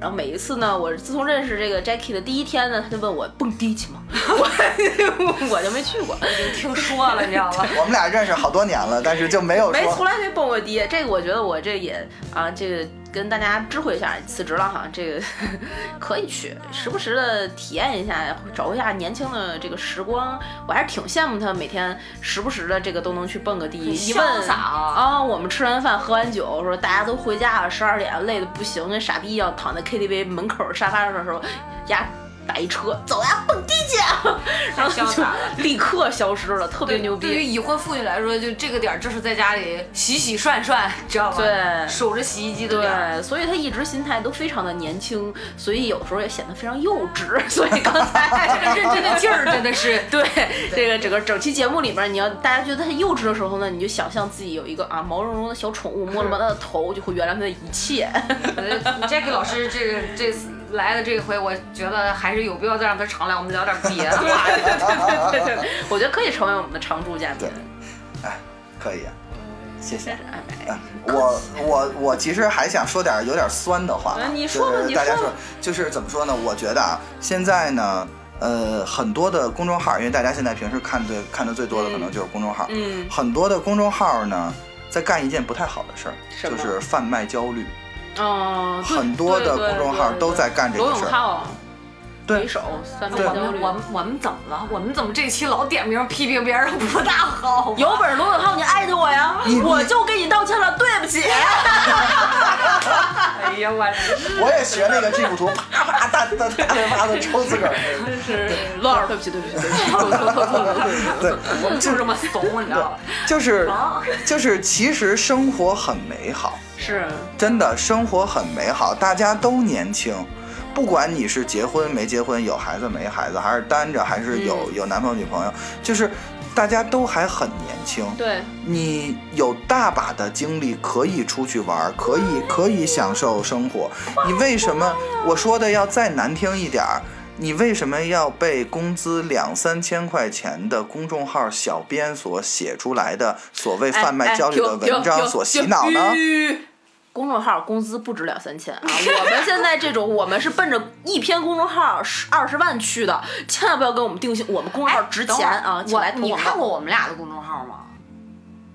Speaker 1: 然后每一次呢，我自从认识这个 Jackie 的第一天呢，他就问我蹦迪去吗？ 我 我就没去过，
Speaker 2: 听说了，你知道 吗？
Speaker 4: 我们俩认识好多年了，但是就没有
Speaker 1: 没从
Speaker 4: 说
Speaker 1: 来没蹦过迪。这个我觉得我这也啊，这个跟大家知会一下，辞职了哈，这个 可以去，时不时的体验一下，找一下年轻的这个时光。我还是挺羡慕他每天时不时的这个都能去蹦个迪，一问
Speaker 2: 潇洒啊！
Speaker 1: 啊、我们吃完饭喝完酒，说大家都回家了，十二点累的不行，跟傻逼一样躺在 KTV 门口沙发上的时候，呀。打一车，走呀，蹦迪去！啊 然后就
Speaker 2: 潇洒了
Speaker 1: 立刻消失了，特别
Speaker 2: 对
Speaker 1: 牛逼。
Speaker 2: 对于已婚妇女来说，就这个点儿，就是在家里洗洗涮涮，知道吗？
Speaker 1: 对
Speaker 2: 守着洗衣机的点 儿。
Speaker 1: 对，所以他一直心态都非常的年轻，所以有时候也显得非常幼稚。所以刚才认，
Speaker 2: 认真的劲儿真的是
Speaker 1: 对这个整个整期节目里面，你要大家觉得他幼稚的时候呢，你就想象自己有一个啊毛茸茸的小宠物摸了摸他的头，就会原谅他的一切。
Speaker 2: j a c k 呃老师这个这次来的这回，我觉得还是有必要再让他常来，我们聊点别的话题。
Speaker 1: 对对，我觉得可以成为我们的常驻嘉宾。
Speaker 4: 可以啊，谢谢。
Speaker 1: 哎
Speaker 4: 哎我我我其实还想说点儿有点儿酸的话啊，
Speaker 1: 嗯你说吧
Speaker 4: 就是
Speaker 1: 你
Speaker 4: 大家
Speaker 1: 说吧
Speaker 4: 说就是怎么说呢？我觉得啊，现在呢，呃，很多的公众号，因为大家现在平时看最看的最多的可能就是公众号，
Speaker 1: 嗯，
Speaker 4: 很多的公众号呢在干一件不太好的事儿，
Speaker 1: 什
Speaker 4: 就
Speaker 1: 么
Speaker 4: 是贩卖焦虑，
Speaker 1: 哦，对
Speaker 4: 很多的
Speaker 1: 对对
Speaker 4: 公众号
Speaker 1: 对对
Speaker 4: 都在干这
Speaker 1: 罗
Speaker 4: 个
Speaker 1: 永
Speaker 4: 事儿。
Speaker 1: 浩
Speaker 4: 对
Speaker 1: 为首三面
Speaker 4: 对
Speaker 2: 我
Speaker 1: 焦
Speaker 2: 们
Speaker 1: 虑。
Speaker 2: 我们我们怎么了？我们怎么这期老点名批评别人不大好？啊
Speaker 1: 有本事罗永浩，你艾特我呀
Speaker 4: 你，
Speaker 1: 我就跟你道歉了，对不起。
Speaker 2: 哎呀，我
Speaker 4: 我也学那个 Gif 图，啪啪大大大嘴巴子抽自个儿那个。
Speaker 1: 是罗老师，对不起，对不起，对不起，
Speaker 4: 对，
Speaker 2: 我们就这么怂，你知道吗？
Speaker 4: 就是
Speaker 2: 啊
Speaker 4: 就是，其实生活很美好。
Speaker 1: 是
Speaker 4: 真的生活很美好，大家都年轻。不管你是结婚没结婚，有孩子没孩子，还是单着，还是有、有男朋友女朋友，就是大家都还很年轻。
Speaker 1: 对，
Speaker 4: 你有大把的精力可以出去玩儿，可以可以享受生活。你为什么我说的要再难听一点儿？你为什么要被工资两三千块钱的公众号小编所写出来的所谓
Speaker 1: 哎
Speaker 4: 贩卖焦虑的文章所洗脑呢？
Speaker 1: 公众号工资不止两三千啊！我们现在这种，我们是奔着一篇公众号十二十万去的，千万不要跟我们定性，我们公众号值钱啊！请
Speaker 2: 我
Speaker 1: 来投
Speaker 2: 你
Speaker 1: 广
Speaker 2: 看
Speaker 1: 告。
Speaker 2: 过我们俩的公众号吗？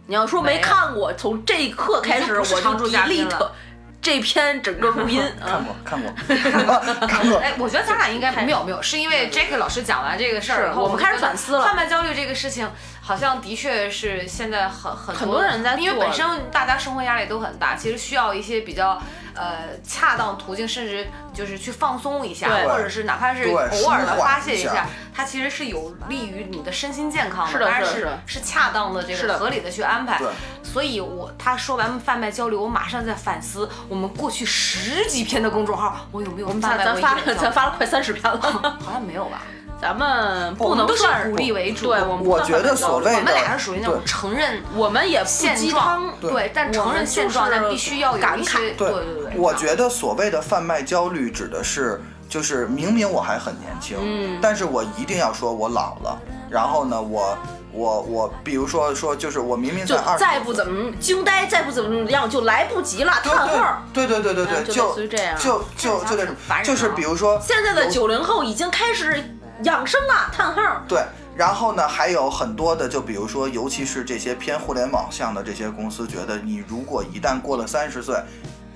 Speaker 1: 你要说没看过，从这一刻开
Speaker 2: 你
Speaker 1: 始
Speaker 2: 就
Speaker 1: 我
Speaker 2: 不是
Speaker 1: 就
Speaker 2: 常驻嘉宾
Speaker 1: delete
Speaker 2: 了
Speaker 1: 这篇整个 录音啊
Speaker 4: 看。过，看过，看过， 看过。
Speaker 2: 哎，我觉得咱俩应该没有没有，是因为 Jack 老师讲完这个事儿
Speaker 1: 是
Speaker 2: 以后，
Speaker 1: 我们开始反思了
Speaker 2: 贩卖焦虑这个事情，好像的确是现在很很
Speaker 1: 很多人在做
Speaker 2: 因为本身大家生活压力都很大，其实需要一些比较呃恰当途径，甚至就是去放松一下
Speaker 1: 对，
Speaker 2: 或者是哪怕是
Speaker 4: 对
Speaker 2: 偶尔
Speaker 4: 舒
Speaker 2: 的
Speaker 4: 缓
Speaker 2: 发泄
Speaker 4: 一下
Speaker 2: 它其实是有利于你的身心健康
Speaker 1: 是的
Speaker 2: 当然
Speaker 1: 是的
Speaker 2: 是
Speaker 1: 是的
Speaker 2: 是恰当的这
Speaker 1: 是
Speaker 2: 个
Speaker 1: 的
Speaker 2: 合理的去安排
Speaker 4: 对。
Speaker 2: 所以我他说完贩卖焦虑，我马上在反思我们过去十几篇的公众号，我有没有
Speaker 1: 我们
Speaker 2: 贩
Speaker 1: 咱咱
Speaker 2: 卖过
Speaker 1: 发
Speaker 2: 一点焦虑
Speaker 1: 咱发了快三十篇 了，
Speaker 2: 好像没有吧？
Speaker 1: 咱们
Speaker 2: 我
Speaker 1: 不
Speaker 2: 们
Speaker 1: 能
Speaker 2: 都是
Speaker 1: 算
Speaker 2: 鼓励为主
Speaker 1: 对，我们不
Speaker 4: 我
Speaker 1: 算
Speaker 4: 觉得
Speaker 1: 贩卖
Speaker 4: 所
Speaker 1: 焦虑
Speaker 4: 谓
Speaker 2: 我们
Speaker 4: 的
Speaker 2: 俩是属于那种
Speaker 4: 对
Speaker 2: 承认
Speaker 1: 我们也不
Speaker 2: 现
Speaker 1: 鸡
Speaker 2: 状
Speaker 1: 汤，，
Speaker 2: 对，但承认现状，
Speaker 1: 我们就是
Speaker 2: 但必须要有
Speaker 1: 感
Speaker 2: 一
Speaker 1: 慨
Speaker 2: 些，对对对，
Speaker 4: 我觉得所谓的贩卖焦虑，指的是
Speaker 1: 嗯
Speaker 4: 就是明明我还很年轻，但是我一定要说我老了，然后呢，我我我比如说说就是我明明
Speaker 1: 就
Speaker 4: 在二
Speaker 1: 再不怎么惊呆，再不怎么怎么样，就来不及了。叹号。
Speaker 4: 对对对对对
Speaker 1: 嗯就类似
Speaker 4: 对，
Speaker 1: 于
Speaker 4: 就
Speaker 1: 这样
Speaker 4: 就就就那
Speaker 2: 挺
Speaker 4: 种
Speaker 2: 烦人，的
Speaker 4: 就是比如说
Speaker 1: 啊现在的九零后已经开始养生了。叹号。
Speaker 4: 对，然后呢，还有很多的，就比如说，尤其是这些偏互联网向的这些公司，觉得你如果一旦过了三十岁，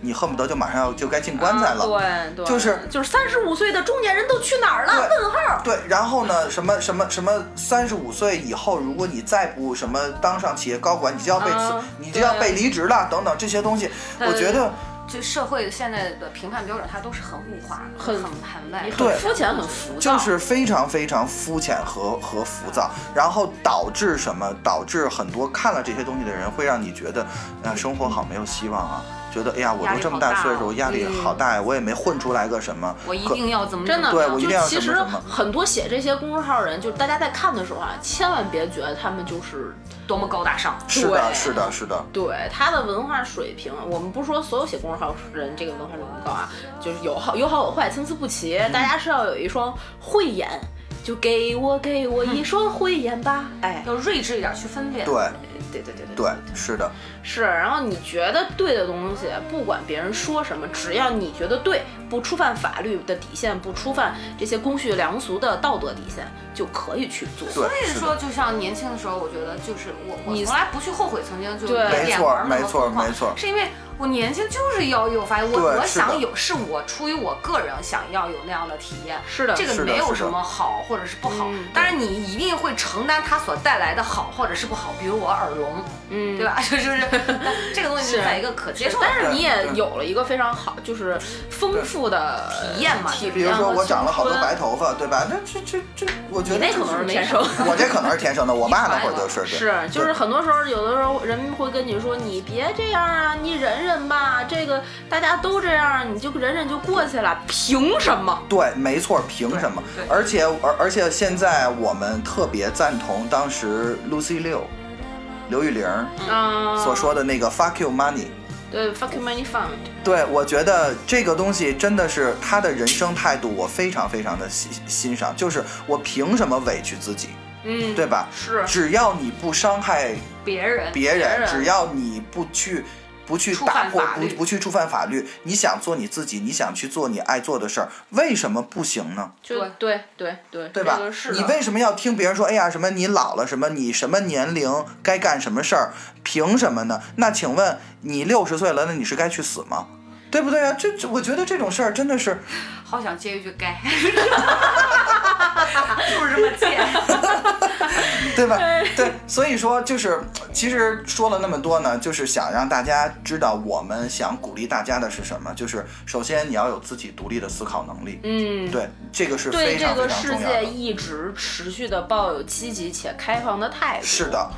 Speaker 4: 你恨不得就马上要就该进棺材了。
Speaker 1: 啊对对，
Speaker 4: 就是
Speaker 1: 就是三十五岁的中年人都去哪儿了？
Speaker 4: 对
Speaker 1: 问号。
Speaker 4: 对，然后呢，什么什么什么，三十五岁以后，如果你再不什么当上企业高管，你就要被辞、
Speaker 1: 啊
Speaker 4: 你就要
Speaker 1: 对
Speaker 4: 被离职了，等等这些东西，我觉得
Speaker 2: 就社会现在的评判标准，它都是很物化的，
Speaker 1: 很
Speaker 2: 很很外
Speaker 1: 你哎很
Speaker 2: 化
Speaker 4: 对
Speaker 1: 肤浅，很浮躁。
Speaker 4: 就是非常非常肤浅和和浮躁，然后导致什么？导致很多看了这些东西的人会让你觉得，呃，生活好没有希望啊，觉得哎呀，我
Speaker 2: 压
Speaker 4: 都
Speaker 2: 力
Speaker 4: 这么
Speaker 2: 好大
Speaker 4: 大岁数，
Speaker 2: 哦
Speaker 4: 压力好大呀，我也没混出来个什么。
Speaker 2: 我一
Speaker 4: 可
Speaker 2: 定要怎么
Speaker 1: 真的，
Speaker 4: 对我一定要
Speaker 1: 就其实
Speaker 4: 什么什么
Speaker 1: 很多写这些公众号人，就是大家在看的时候啊，千万别觉得他们就是
Speaker 2: 多么高大上，
Speaker 4: 是的，
Speaker 1: 对
Speaker 4: 是的，是的，
Speaker 1: 对他的文化水平。我们不是说所有写公众号人这个文化水平高啊，就是有好有好有坏，参差不齐。大家是要有一双慧眼，就给我给我一双慧眼吧。哎，
Speaker 2: 要睿智一点去分辨。
Speaker 4: 对
Speaker 1: 对对对对
Speaker 4: 嗯对，是的，
Speaker 1: 是。然后你觉得对的东西，不管别人说什么，只要你觉得对，不触犯法律的底线，不触犯这些公序良俗的道德底线，就可以去做。
Speaker 4: 对
Speaker 2: 所，以
Speaker 4: 是
Speaker 2: 说，
Speaker 4: 的，
Speaker 2: 就像年轻的时候，我觉得就是我，我
Speaker 1: 你
Speaker 2: 从来不去后悔曾经就
Speaker 1: 对
Speaker 2: 是
Speaker 4: 没
Speaker 2: 脸盆
Speaker 4: 错
Speaker 2: 儿，那
Speaker 4: 没
Speaker 2: 么
Speaker 4: 错，
Speaker 2: 疯狂
Speaker 4: 没错，
Speaker 2: 是因为我年轻就是要有发现，我
Speaker 4: 对
Speaker 2: 我
Speaker 4: 是的
Speaker 2: 想有，是我出于我个人想要有那样的体验。
Speaker 1: 是的，
Speaker 2: 这
Speaker 4: 是
Speaker 2: 个
Speaker 4: 的
Speaker 2: 没有
Speaker 4: 是的
Speaker 2: 什么好或者是不好
Speaker 1: 嗯，
Speaker 2: 当然你一定会承担它所带来的好或者是不好，比如我耳聋，
Speaker 1: 嗯，
Speaker 2: 对吧？ 就是 不是这个东西
Speaker 1: 是
Speaker 2: 在一个可接受的
Speaker 1: 但是你也
Speaker 4: 对
Speaker 1: 有了一个非常好，就是丰富的
Speaker 2: 体验嘛
Speaker 1: 体验
Speaker 4: 比如说我长了好多
Speaker 1: 和
Speaker 4: 白头发，对吧？那这这这，我觉
Speaker 1: 青春，你那
Speaker 4: 得这
Speaker 1: 可能是
Speaker 4: 是
Speaker 1: 天生。
Speaker 4: 我这可能是天生的，我爸那会儿就是
Speaker 1: 是，
Speaker 4: 对
Speaker 1: 就是很多时候，有的时候人会跟你说，你别这样啊，你忍忍吧，这个大家都这样，你就忍忍就过去了，凭什么？
Speaker 4: 对，没错，凭什么
Speaker 2: 对？对
Speaker 4: 而且而而且现在我们特别赞同当时 Lucy Liu 刘玉玲儿
Speaker 1: 嗯，
Speaker 4: 所说的那个 “fuck you money”。
Speaker 1: 对，fuck you money fund，
Speaker 4: 对，我觉得这个东西真的是她的人生态度，我非常非常的欣欣赏。就是我凭什么委屈自己，
Speaker 1: 嗯，
Speaker 4: 对吧？
Speaker 1: 是
Speaker 4: 只要你不伤害
Speaker 2: 别人，
Speaker 4: 别
Speaker 1: 别
Speaker 4: 人，
Speaker 1: 人
Speaker 4: 只要你不去不去
Speaker 2: 触
Speaker 4: 打
Speaker 2: 犯
Speaker 4: 破
Speaker 2: 法
Speaker 4: 不
Speaker 2: 律
Speaker 4: 不去触犯法律，你想做你自己，你想去做你爱做的事儿，为什么不行呢？
Speaker 1: 就对对对，
Speaker 4: 对吧
Speaker 1: 这个是？
Speaker 4: 你
Speaker 1: 的
Speaker 4: 为什么要听别人说？哎呀，什么你老了，什么你什么年龄该干什么事儿？凭什么呢？那请问你六十岁了，那你是该去死吗？对不对啊？这这，我觉得这种事儿真的是，
Speaker 2: 好想接一句 该，就是这么贱。
Speaker 4: 对吧？对，所以说就是，其实说了那么多呢，就是想让大家知道，我们想鼓励大家的是什么？就是首先你要有自己独立的思考能力，
Speaker 1: 嗯，
Speaker 4: 对，这个是
Speaker 1: 对
Speaker 4: 非
Speaker 1: 这
Speaker 4: 常非
Speaker 1: 个
Speaker 4: 常
Speaker 1: 世
Speaker 4: 重要
Speaker 1: 界
Speaker 4: 的。
Speaker 1: 一直持续的抱有积极且开放的态度。
Speaker 4: 是的，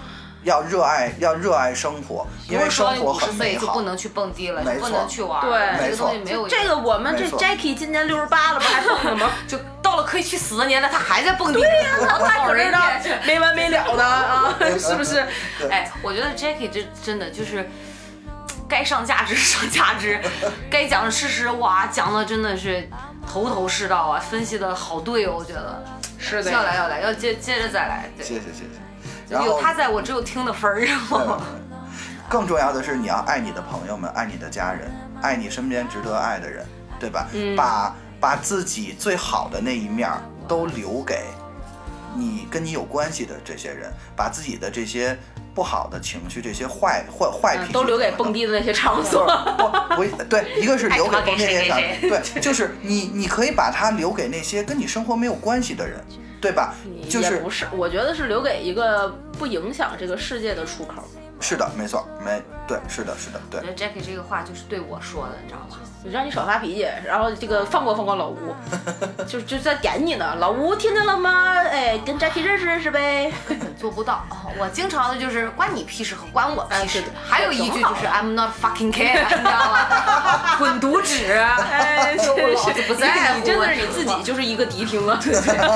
Speaker 4: 要热爱，要热爱生活，因为生活
Speaker 2: 五十
Speaker 4: 很
Speaker 2: 岁
Speaker 4: 美
Speaker 2: 就
Speaker 4: 好
Speaker 2: 不。能去蹦迪了，
Speaker 4: 没
Speaker 2: 就
Speaker 4: 错
Speaker 2: 不能去玩儿了，
Speaker 1: 对
Speaker 2: 这
Speaker 4: 没
Speaker 2: 个
Speaker 4: 错
Speaker 2: 东西没有
Speaker 1: 这个我们这
Speaker 4: 没错
Speaker 1: Jackie 今年六十八了，不还蹦呢吗？
Speaker 2: 就到了可以去死的年代，他还在蹦迪，对 呀、老
Speaker 1: 他
Speaker 2: 老
Speaker 1: 可
Speaker 2: 人
Speaker 1: 是呢
Speaker 2: 家去。
Speaker 1: 没完没了的啊， 是不是？
Speaker 4: 对
Speaker 2: 哎，我觉得 Jackie 这真的就是。该上价值上价值， 该讲的事实哇，讲的真的是头头是道啊，分析的好对哦，我觉得
Speaker 1: 是
Speaker 2: 要来要来，要接接着再来，
Speaker 4: 谢
Speaker 2: 对，
Speaker 4: 谢谢谢。然
Speaker 2: 有
Speaker 4: 后
Speaker 2: 他在我只有听的分儿，然
Speaker 1: 哦
Speaker 2: 后
Speaker 4: 更重要的是，你要爱你的朋友们，爱你的家人，爱你身边值得爱的人，对吧？
Speaker 1: 嗯
Speaker 4: 把把自己最好的那一面儿都留给你跟你有关系的这些人，把自己的这些不好的情绪、这些坏坏坏脾气
Speaker 1: 嗯都留给
Speaker 4: 什么的
Speaker 1: 蹦迪的那些场
Speaker 4: 不
Speaker 1: 所。
Speaker 4: 不， 对，一个是留给封建电商，
Speaker 2: 爱他妈给谁给
Speaker 4: 对，就是你，你可以把它留给那些跟你生活没有关系的人，对吧？就
Speaker 1: 也
Speaker 4: 是
Speaker 1: 不是，我觉得是留给一个不影响这个世界的出口。
Speaker 4: 是的，没错，没对，是的，是的，对
Speaker 1: 嗯
Speaker 2: 我觉，得 Jackie 这个话就是对我说的，你知道吗？
Speaker 1: 你让你少发 脾气，然后这个放过放过老吴，就就在点你呢。老吴听见了吗？哎，跟 Jackie 认识认识呗。
Speaker 2: 根本做不到。哦我经常的就是关你屁事和关我屁事。
Speaker 1: 哎对对
Speaker 2: 还有一句就是
Speaker 1: 挺
Speaker 2: I'm not fucking care，你知道 吗？ 滚犊子！
Speaker 1: 哎，
Speaker 2: 真是老子不在乎
Speaker 1: 啊你真的是你自己就是一个迪厅啊。
Speaker 2: 所以你知道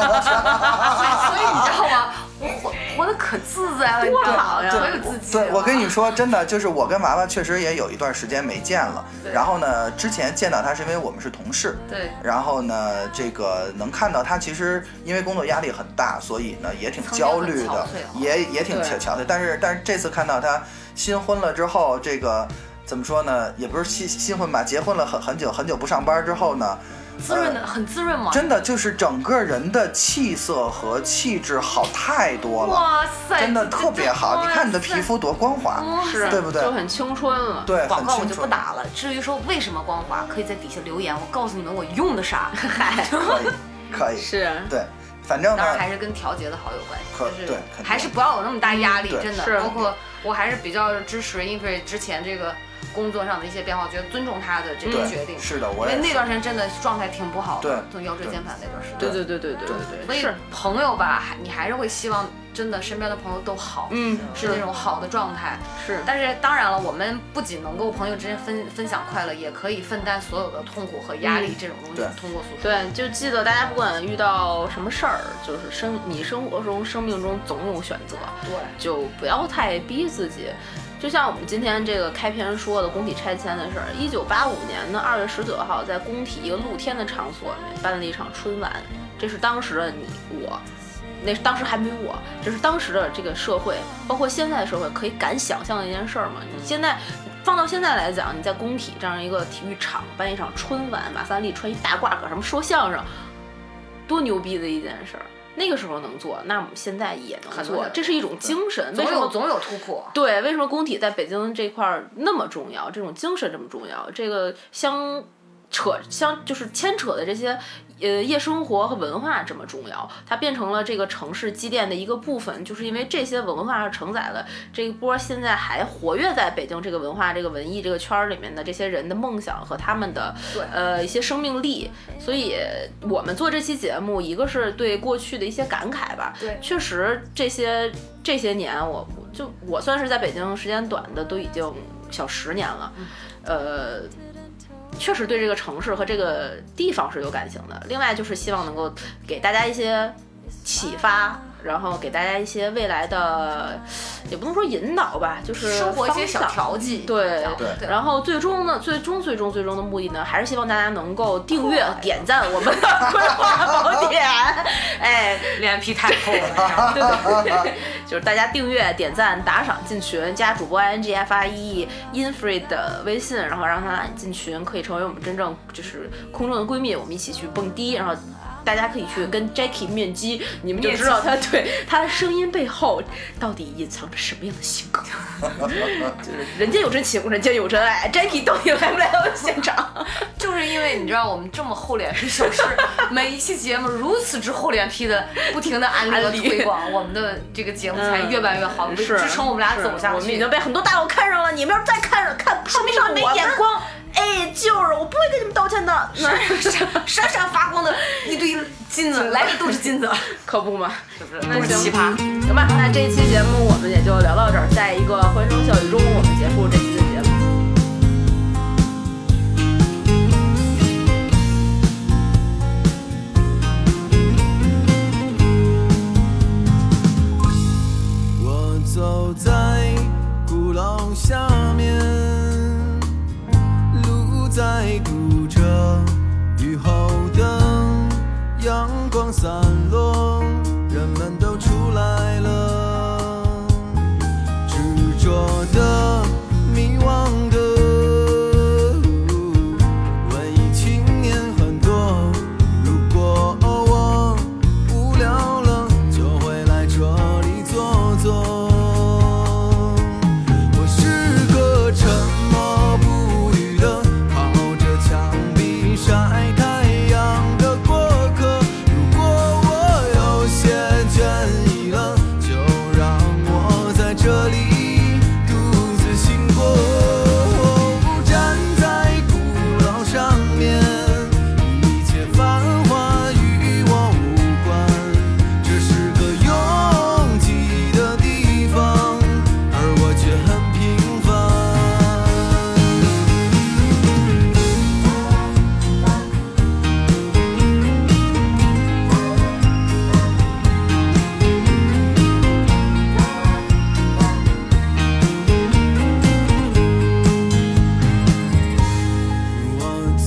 Speaker 2: 吗？我我活活得可自在了，你
Speaker 1: 多
Speaker 2: 知道
Speaker 1: 好
Speaker 2: 吗？
Speaker 1: 呀
Speaker 2: 可有自己了。
Speaker 4: 对，我啊跟你说，真的就是我跟娃娃确实也有一段时间没见了。
Speaker 2: 对
Speaker 4: 然后呢，之前见到他是因为我们是同事，
Speaker 2: 对，
Speaker 4: 然后呢，这个能看到他其实因为工作压力很大，所以呢也挺焦虑
Speaker 2: 曾经很憔
Speaker 4: 的
Speaker 2: 悴啊，
Speaker 4: 也也挺
Speaker 1: 对
Speaker 4: 憔憔悴。但是但是这次看到他新婚了之后，这个怎么说呢？也不是新新婚吧，结婚了很很久很久不上班之后呢，
Speaker 2: 滋润的很滋润嘛。
Speaker 4: 呃真的就是整个人的气色和气质好太多了，
Speaker 2: 哇塞，
Speaker 4: 真的
Speaker 2: 这
Speaker 4: 特别好。你看你的皮，肤多光
Speaker 2: 这
Speaker 4: 滑，
Speaker 2: 哇塞
Speaker 1: 是
Speaker 4: 对不对
Speaker 1: 就很青春啊了。
Speaker 4: 对，很
Speaker 2: 广告我
Speaker 4: 清
Speaker 2: 就
Speaker 4: 楚。
Speaker 2: 不打了。至于说为什么光滑，可以在底下留言，我告诉你们我用的 啥。
Speaker 4: 可以，可以，
Speaker 1: 是，
Speaker 4: 对，反正呢
Speaker 2: 当，然还是跟调节的好有关系，
Speaker 4: 可
Speaker 2: 就是
Speaker 4: 对肯定
Speaker 2: 还是不要有那么大压力，
Speaker 4: 对
Speaker 2: 真
Speaker 1: 是
Speaker 2: 的。包括我还是比较支持英菲之前这个工作上的一些变化，觉得尊重他的这个
Speaker 4: 对
Speaker 2: 决定，
Speaker 4: 是的，
Speaker 2: 因
Speaker 4: 我也
Speaker 2: 为
Speaker 4: 是
Speaker 2: 那段时间真的状态挺不好的，
Speaker 4: 对
Speaker 2: 从腰椎间盘那段时间。
Speaker 1: 对对对对对对
Speaker 2: 所
Speaker 1: 对，
Speaker 2: 以
Speaker 1: 是，
Speaker 2: 朋友吧，还你还是会希望真的身边的朋友都好，
Speaker 1: 嗯，
Speaker 2: 是那种好的状态。
Speaker 1: 是，
Speaker 2: 但是当然了，我们不仅能够朋友之间分分享快乐，也可以分担所有的痛苦和压力，这种东西
Speaker 4: 嗯对
Speaker 2: 通过诉说。
Speaker 1: 对，就记得大家不管遇到什么事儿，就是生你生活中、生命中总有选择，
Speaker 2: 对，
Speaker 1: 就不要太逼自己。就像我们今天这个开篇说的工体拆迁的事儿，一九八五年的二月十九号，在工体一个露天的场所里面办了一场春晚，这是当时的你我。那当时还没我，这是当时的这个社会，包括现在的社会，可以敢想象的一件事儿吗？你现在放到现在来讲，你在工体这样一个体育场办一场春晚，马三立穿一大褂搁什么说相声，多牛逼的一件事儿！那个时候能做，那我们现在也能
Speaker 2: 很多
Speaker 1: 做
Speaker 2: 人，
Speaker 1: 这是一种精神。为
Speaker 2: 总
Speaker 1: 什么
Speaker 2: 有总有突破。
Speaker 1: 对，为什么工体在北京这块儿那么重要？这种精神这么重要？这个相扯相就是牵扯的这些呃夜生活和文化这么重要？它变成了这个城市积淀的一个部分，就是因为这些文化承载了这一波现在还活跃在北京这个文化、这个文艺这个圈儿里面的这些人的梦想和他们的
Speaker 2: 对
Speaker 1: 呃一些生命力。所以我们做这期节目，一个是对过去的一些感慨吧，
Speaker 2: 对
Speaker 1: 确实这些这些年我，我就我算是在北京时间短的，都已经小十年了，
Speaker 2: 嗯
Speaker 1: 呃，确实对这个城市和这个地方是有感情的。另外就是希望能够给大家一些启发。然后给大家一些未来的，也不能说引导吧，就是
Speaker 2: 生活一些小
Speaker 1: 方向
Speaker 2: 调剂，
Speaker 1: 对
Speaker 4: 对
Speaker 2: 对
Speaker 1: 然后最终呢，最终最终最终的目的呢，还是希望大家能够订阅、点赞我们的 《葵花宝典》，哎，
Speaker 2: 脸皮太 厚了。
Speaker 1: 对对对， 就是大家订阅、点赞、打赏、进群，加主播 i n g f i e infree 的微信，然后让他进群，可以成为我们真正就是空中的闺蜜，我们一起去蹦迪，然后。大家可以去跟 Jackie 面基，你们就知道他对他的声音背后到底隐藏着什么样的性格。就是人间有真情，人间有真爱。Jackie 到底来不来到现场？
Speaker 2: 就是因为你知道我们这么厚脸皮小事，每一期节目如此之厚脸皮的，不停的安利和
Speaker 1: 安利嗯
Speaker 2: 推广，我们的这个节目才越办越好，
Speaker 1: 是
Speaker 2: 支撑我们俩
Speaker 1: 是
Speaker 2: 走下去。
Speaker 1: 我们已经被很多大佬看上了，你们要是再看上看说明上没
Speaker 2: 我们
Speaker 1: 眼光，哎，就是我不会跟你们道歉的。那
Speaker 2: 闪闪闪发光的一堆金子，来的都 是金子，
Speaker 1: 可不嘛，
Speaker 2: 是不是？
Speaker 1: 那
Speaker 2: 都是
Speaker 1: 行
Speaker 2: 奇葩。
Speaker 1: 行吧，那这一期节目我们也就聊到这儿，在一个欢声笑语中，我们结束这期的节目。
Speaker 5: 我走在鼓楼下面，路在鼓着，雨后的阳光散落，人们都出来了，执着的，迷惘的，文艺青年很多。如果我无聊了，就会来这里坐坐。我是个沉默不语的，靠着墙壁晒太阳的过客。如果我。有。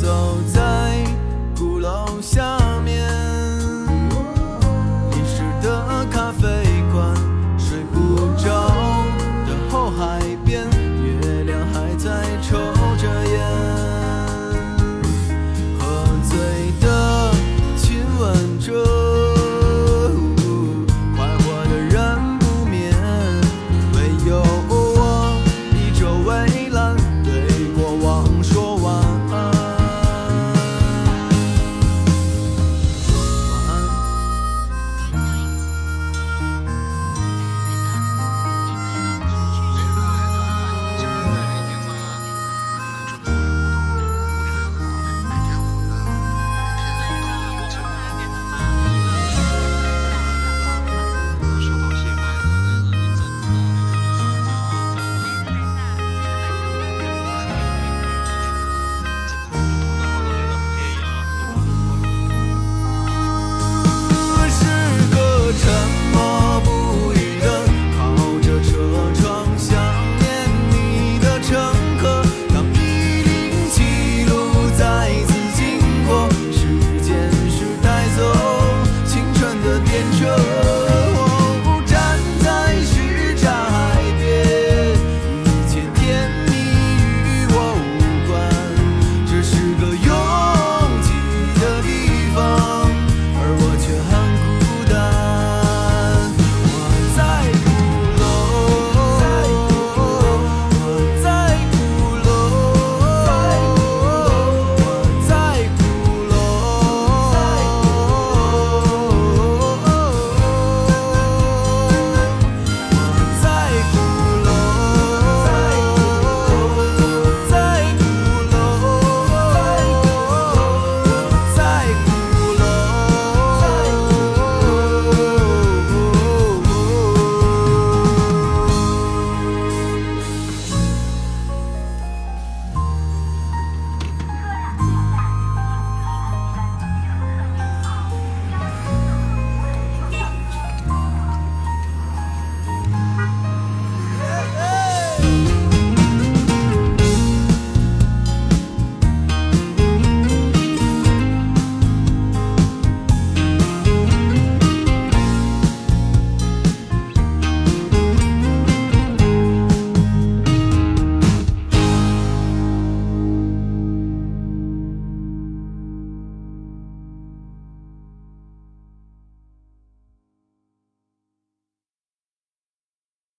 Speaker 5: 走在。